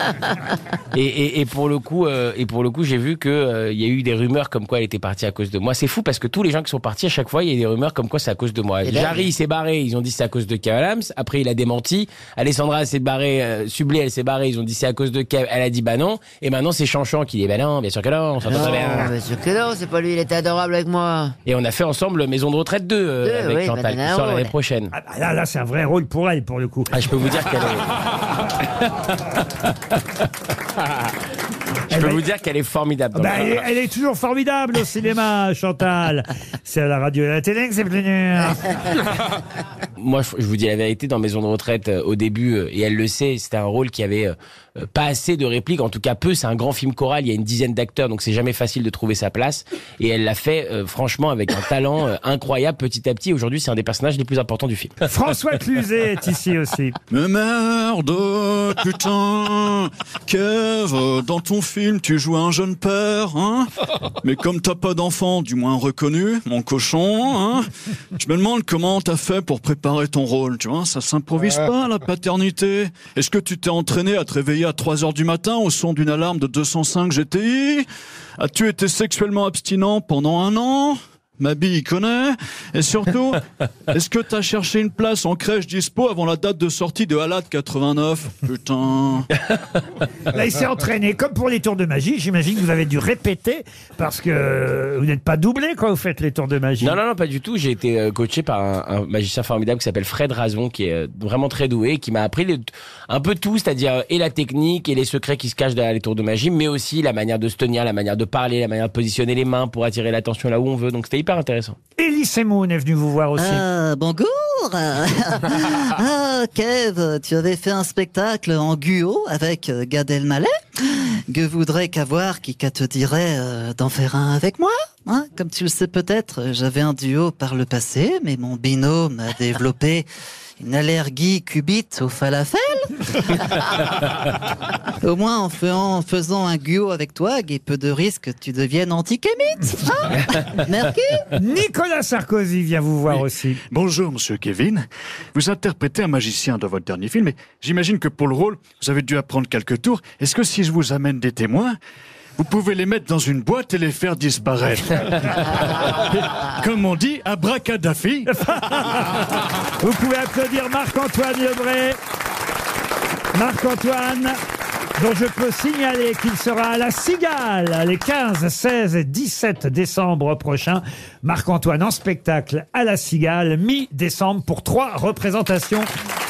S: et, et, et pour le coup, euh, et pour le coup, j'ai vu que euh, il y a eu des rumeurs comme quoi elle était partie à cause de moi. C'est fou parce que tous les gens qui sont partis à chaque fois, il y a eu des rumeurs comme quoi c'est à cause de moi.
V: Et là,
S: Jarry
V: oui.
S: il s'est barré, ils ont dit c'est à cause de Kev Adams. Après, il a démenti. Alessandra elle s'est barrée, euh, Sublé, elle s'est barrée, ils ont dit c'est à cause de Kev. Elle a dit bah non. Et maintenant, c'est Chanchan qui dit bah non, bien sûr que non. on s'entend très bien.
D: Non, bien sûr que non, Ah, c'est pas lui, il était adorable avec moi.
S: Et on a fait ensemble Maison de retraite 2 euh,
D: Deux,
S: avec
D: oui,
S: Chantal qui
D: Banana
S: sort l'année
D: Roll.
S: prochaine.
B: Ah, Là, là c'est un vrai rôle pour elle, pour le coup.
S: Ah, je peux vous dire qu'elle Je peux vous dire qu'elle est formidable. dans
B: Bah,
S: le-
B: elle, est, elle est toujours formidable au cinéma, Chantal. C'est à la radio et à la télé que c'est plus dur.
S: Moi, je je vous dis la vérité, dans Maison de retraite, euh, au début, euh, et elle le sait, c'était un rôle qui avait euh, euh, pas assez de répliques, en tout cas peu. C'est un grand film choral, il y a une dizaine d'acteurs, donc c'est jamais facile de trouver sa place. Et elle l'a fait, euh, franchement, avec un talent euh, incroyable petit à petit. Aujourd'hui, c'est un des personnages les plus importants du film.
B: François Cluzet est ici aussi.
W: Mais merde, putain Kev, dans ton film, tu joues un jeune père, hein Mais comme t'as pas d'enfant, du moins reconnu, mon cochon, hein Je me demande comment t'as fait pour préparer ton rôle, tu vois Ça s'improvise pas, la paternité Est-ce que tu t'es entraîné à te réveiller à 3h du matin au son d'une alarme de 205 GTI As-tu été sexuellement abstinent pendant un an Ma bille y
J: hein.
W: connaît. Et surtout, est-ce que t'as cherché une place en crèche dispo avant la date de sortie de Halad 89 Putain.
B: Là, il s'est entraîné. Comme pour les tours de magie, j'imagine que vous avez dû répéter parce que vous n'êtes pas doublé quand vous faites les tours de magie.
S: Non, non, non, pas du tout. J'ai été euh, coaché par un, un magicien formidable qui s'appelle Fred Razon, qui est euh, vraiment très doué, et qui m'a appris le- un peu tout, c'est-à-dire euh, et la technique et les secrets qui se cachent derrière les tours de magie, mais aussi la manière de se tenir, la manière de parler, la manière de positionner les mains pour attirer l'attention là où on veut. Donc c'était hyper intéressant.
B: Elie Semoun est venu vous voir aussi.
U: Ah, bonjour Ah, Kev, tu avais fait un spectacle en guo avec Gad euh, Elmaleh que voudrait qu'avoir qui qu'à te dirait euh, d'en faire un avec moi hein Comme tu le sais peut-être, euh, j'avais un duo par le passé, mais mon binôme a développé une allergie cubite au falafel. Au moins, en faisant, en faisant un duo avec toi, il y a peu de risque que tu deviennes antikémite. hein Merci.
B: Nicolas Sarkozy vient vous voir aussi.
J: Bonjour, monsieur Kevin. Vous interprétez un magicien dans votre dernier film, et j'imagine que pour le rôle, vous avez dû apprendre quelques tours. Est-ce que si je vous amène des témoins, vous pouvez les mettre dans une boîte et les faire disparaître Comme on dit, abracadafi.
B: Vous pouvez applaudir Marc-Antoine Lebré. Marc-Antoine, dont je peux signaler qu'il sera à la Cigale les 15, 16 et 17 décembre prochains. Marc-Antoine en spectacle à la Cigale, mi-décembre, pour trois représentations.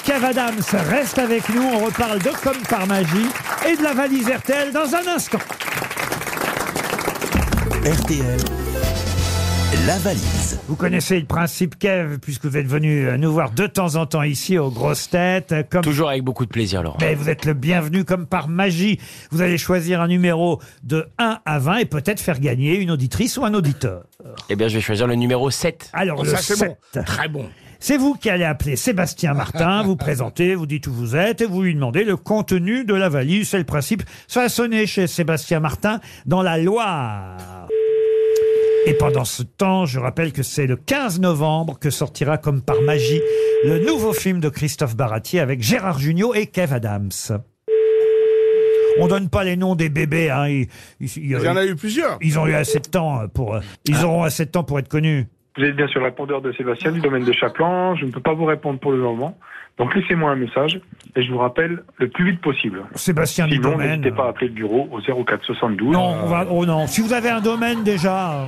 B: Kev Adams reste avec nous. On reparle de Comme par magie et de la valise RTL dans un instant.
A: RTL, la valise.
B: Vous connaissez le principe Kev, puisque vous êtes venu euh, nous voir de temps en temps ici aux grosses têtes. euh, Comme...
S: Toujours avec beaucoup de plaisir, Laurent.
B: Mais vous êtes le bienvenu comme par magie. Vous allez choisir un numéro de 1 à 20 et peut-être faire gagner une auditrice ou un auditeur.
S: Eh bien, je vais choisir le numéro 7.
G: Oh,
B: Alors, le 7. C'est vous qui allez appeler Sébastien Martin, vous présentez, vous dites où vous êtes et vous lui demandez le contenu de la valise. C'est le principe. Ça a sonné chez Sébastien Martin dans la Loire. Et pendant ce temps, je rappelle que c'est le 15 novembre que sortira comme par magie le nouveau film de Christophe Baratier avec Gérard Jugnot et Kev Adams. On donne pas les noms des bébés. Hein. Ils, ils- ils-
G: Il y en a eu plusieurs. Ah.
B: Ils ont eu assez de temps pour. euh, Ils auront assez de temps pour être connus.
L: Vous êtes bien sûr répondeur de Sébastien du domaine de Chaplan. Je ne peux pas vous répondre pour le moment. Donc laissez-moi un message et je vous rappelle le plus vite possible.
B: Sébastien du
L: Sinon,
B: domaine.
L: n'hésitez pas à appeler le bureau au 04 72.
B: Non, on va. Oh non. Si vous avez un domaine déjà, euh,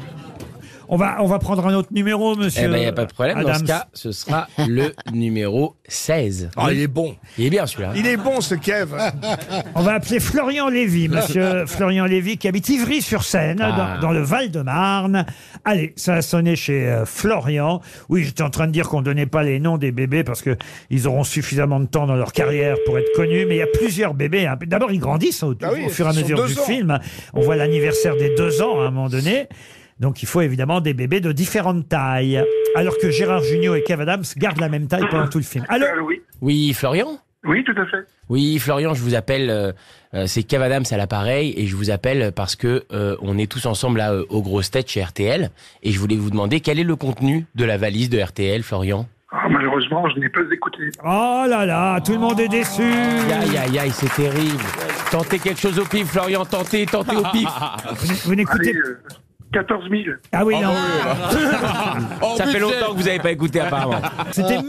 B: on va on va prendre un autre numéro, monsieur.
S: Eh ben, il n'y a pas de problème. Dans
B: Adams.
S: ce cas, ce sera le numéro 16.
B: Ah, il
G: Oh, est bon.
S: Il est bien, celui-là.
G: Il est bon, ce Kev.
B: On va appeler Florian Lévy, monsieur Florian Lévy, qui habite Ivry-sur-Seine,
G: Ah.
B: dans, dans le Val-de-Marne. Allez, ça a sonné chez euh, Florian. Oui, j'étais en train de dire qu'on donnait pas les noms des bébés parce que ils auront suffisamment de temps dans leur carrière pour être connus. Mais il y a plusieurs bébés. hein. D'abord, ils grandissent au,
G: Ah oui,
B: au fur et à
G: ils ont
B: mesure
G: deux
B: du
G: ans.
B: film. On voit l'anniversaire des deux ans hein, à un moment donné. Donc, il faut évidemment des bébés de différentes tailles. Alors que Gérard Junior et Kev Adams gardent la même taille pendant tout le film. Alors,
S: Oui, Florian
L: Euh, Oui, tout à fait.
S: Oui, Florian, je vous appelle. euh, euh, c'est Kev Adams à l'appareil et je vous appelle parce que euh, on est tous ensemble là euh, aux grosses têtes chez RTL et je voulais vous demander quel est le contenu de la valise de RTL, Florian.
L: Ah, malheureusement, je n'ai pas écouté.
B: Oh là là, tout le monde est déçu.
S: Aïe aïe aïe, c'est terrible. Tentez quelque chose au pif, Florian. Tentez, tentez au pif.
B: Vous n'écoutez
L: euh, 14 000.
B: Ah oui, non.
S: Ça fait longtemps que vous n'avez pas écouté apparemment. Ah,
B: C'était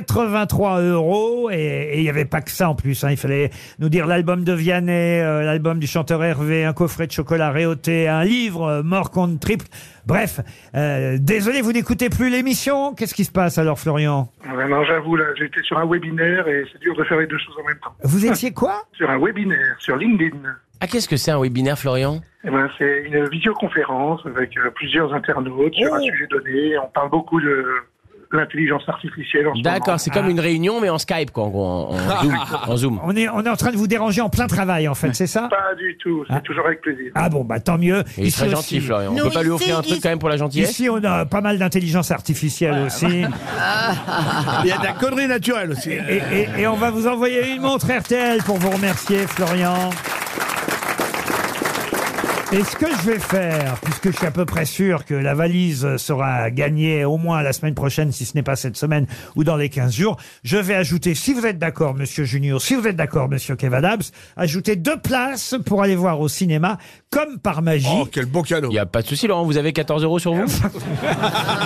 B: 1083 euros et et il n'y avait pas que ça en plus. hein. Il fallait nous dire l'album de Vianney, euh, l'album du chanteur Hervé, un coffret de chocolat réauté, un livre, euh, Mort contre triple. Bref, euh, désolé, vous n'écoutez plus l'émission. Qu'est-ce qui se passe alors, Florian
L: Ouais, non, j'avoue, là, j'étais sur un webinaire et c'est dur de faire les deux choses en même temps.
B: Vous étiez quoi
L: Sur un webinaire, sur LinkedIn.
S: Ah, qu'est-ce que c'est un webinaire, Florian
L: Eh ben, c'est une visioconférence avec euh, plusieurs internautes sur un
B: Oh.
L: sujet donné. On parle beaucoup de l'intelligence artificielle en ce moment.
S: D'accord, c'est comme une réunion mais en Skype quoi, en gros, en, en Zoom. en Zoom.
B: on est, on est en train de vous déranger en plein travail, en fait, c'est ça
L: Pas du tout, c'est toujours avec plaisir.
B: Ah bon, bah tant mieux.
S: Il est
B: Ici
S: très
B: aussi.
S: gentil, Florian. On peut pas lui offrir un truc quand même pour la gentillesse
B: Ici, on a pas mal d'intelligence artificielle aussi.
G: Il y a de la connerie naturelle aussi.
B: Et, et- et on va vous envoyer une montre RTL pour vous remercier, Florian. Et ce que je vais faire, puisque je suis à peu près sûr que la valise sera gagnée au moins la semaine prochaine, si ce n'est pas cette semaine ou dans les 15 jours, je vais ajouter, si vous êtes d'accord, monsieur Junior, si vous êtes d'accord, monsieur Kev Adams, ajouter deux places pour aller voir au cinéma, comme par magie.
S: Oh,
G: quel beau cadeau.
S: Il n'y a pas de souci, Laurent. Vous avez 14 euros sur vous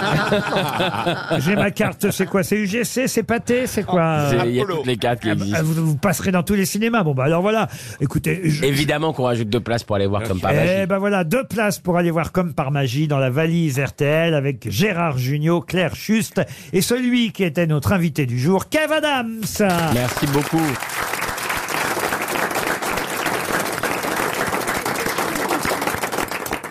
B: J'ai ma carte, c'est quoi C'est UGC, c'est Pâté, c'est quoi
S: Ah, C'est- Il y a toutes les cartes qui
B: Ah,
S: existent.
B: Vous, vous passerez dans tous les cinémas. Bon, bah alors voilà. Écoutez, je-
S: Évidemment qu'on rajoute deux places pour aller voir comme par magie.
B: Eh ben voilà, deux places pour aller voir Comme par magie dans la valise RTL avec Gérard Jugnot, Claire Schuste et celui qui était notre invité du jour, Kev Adams.
S: Merci beaucoup.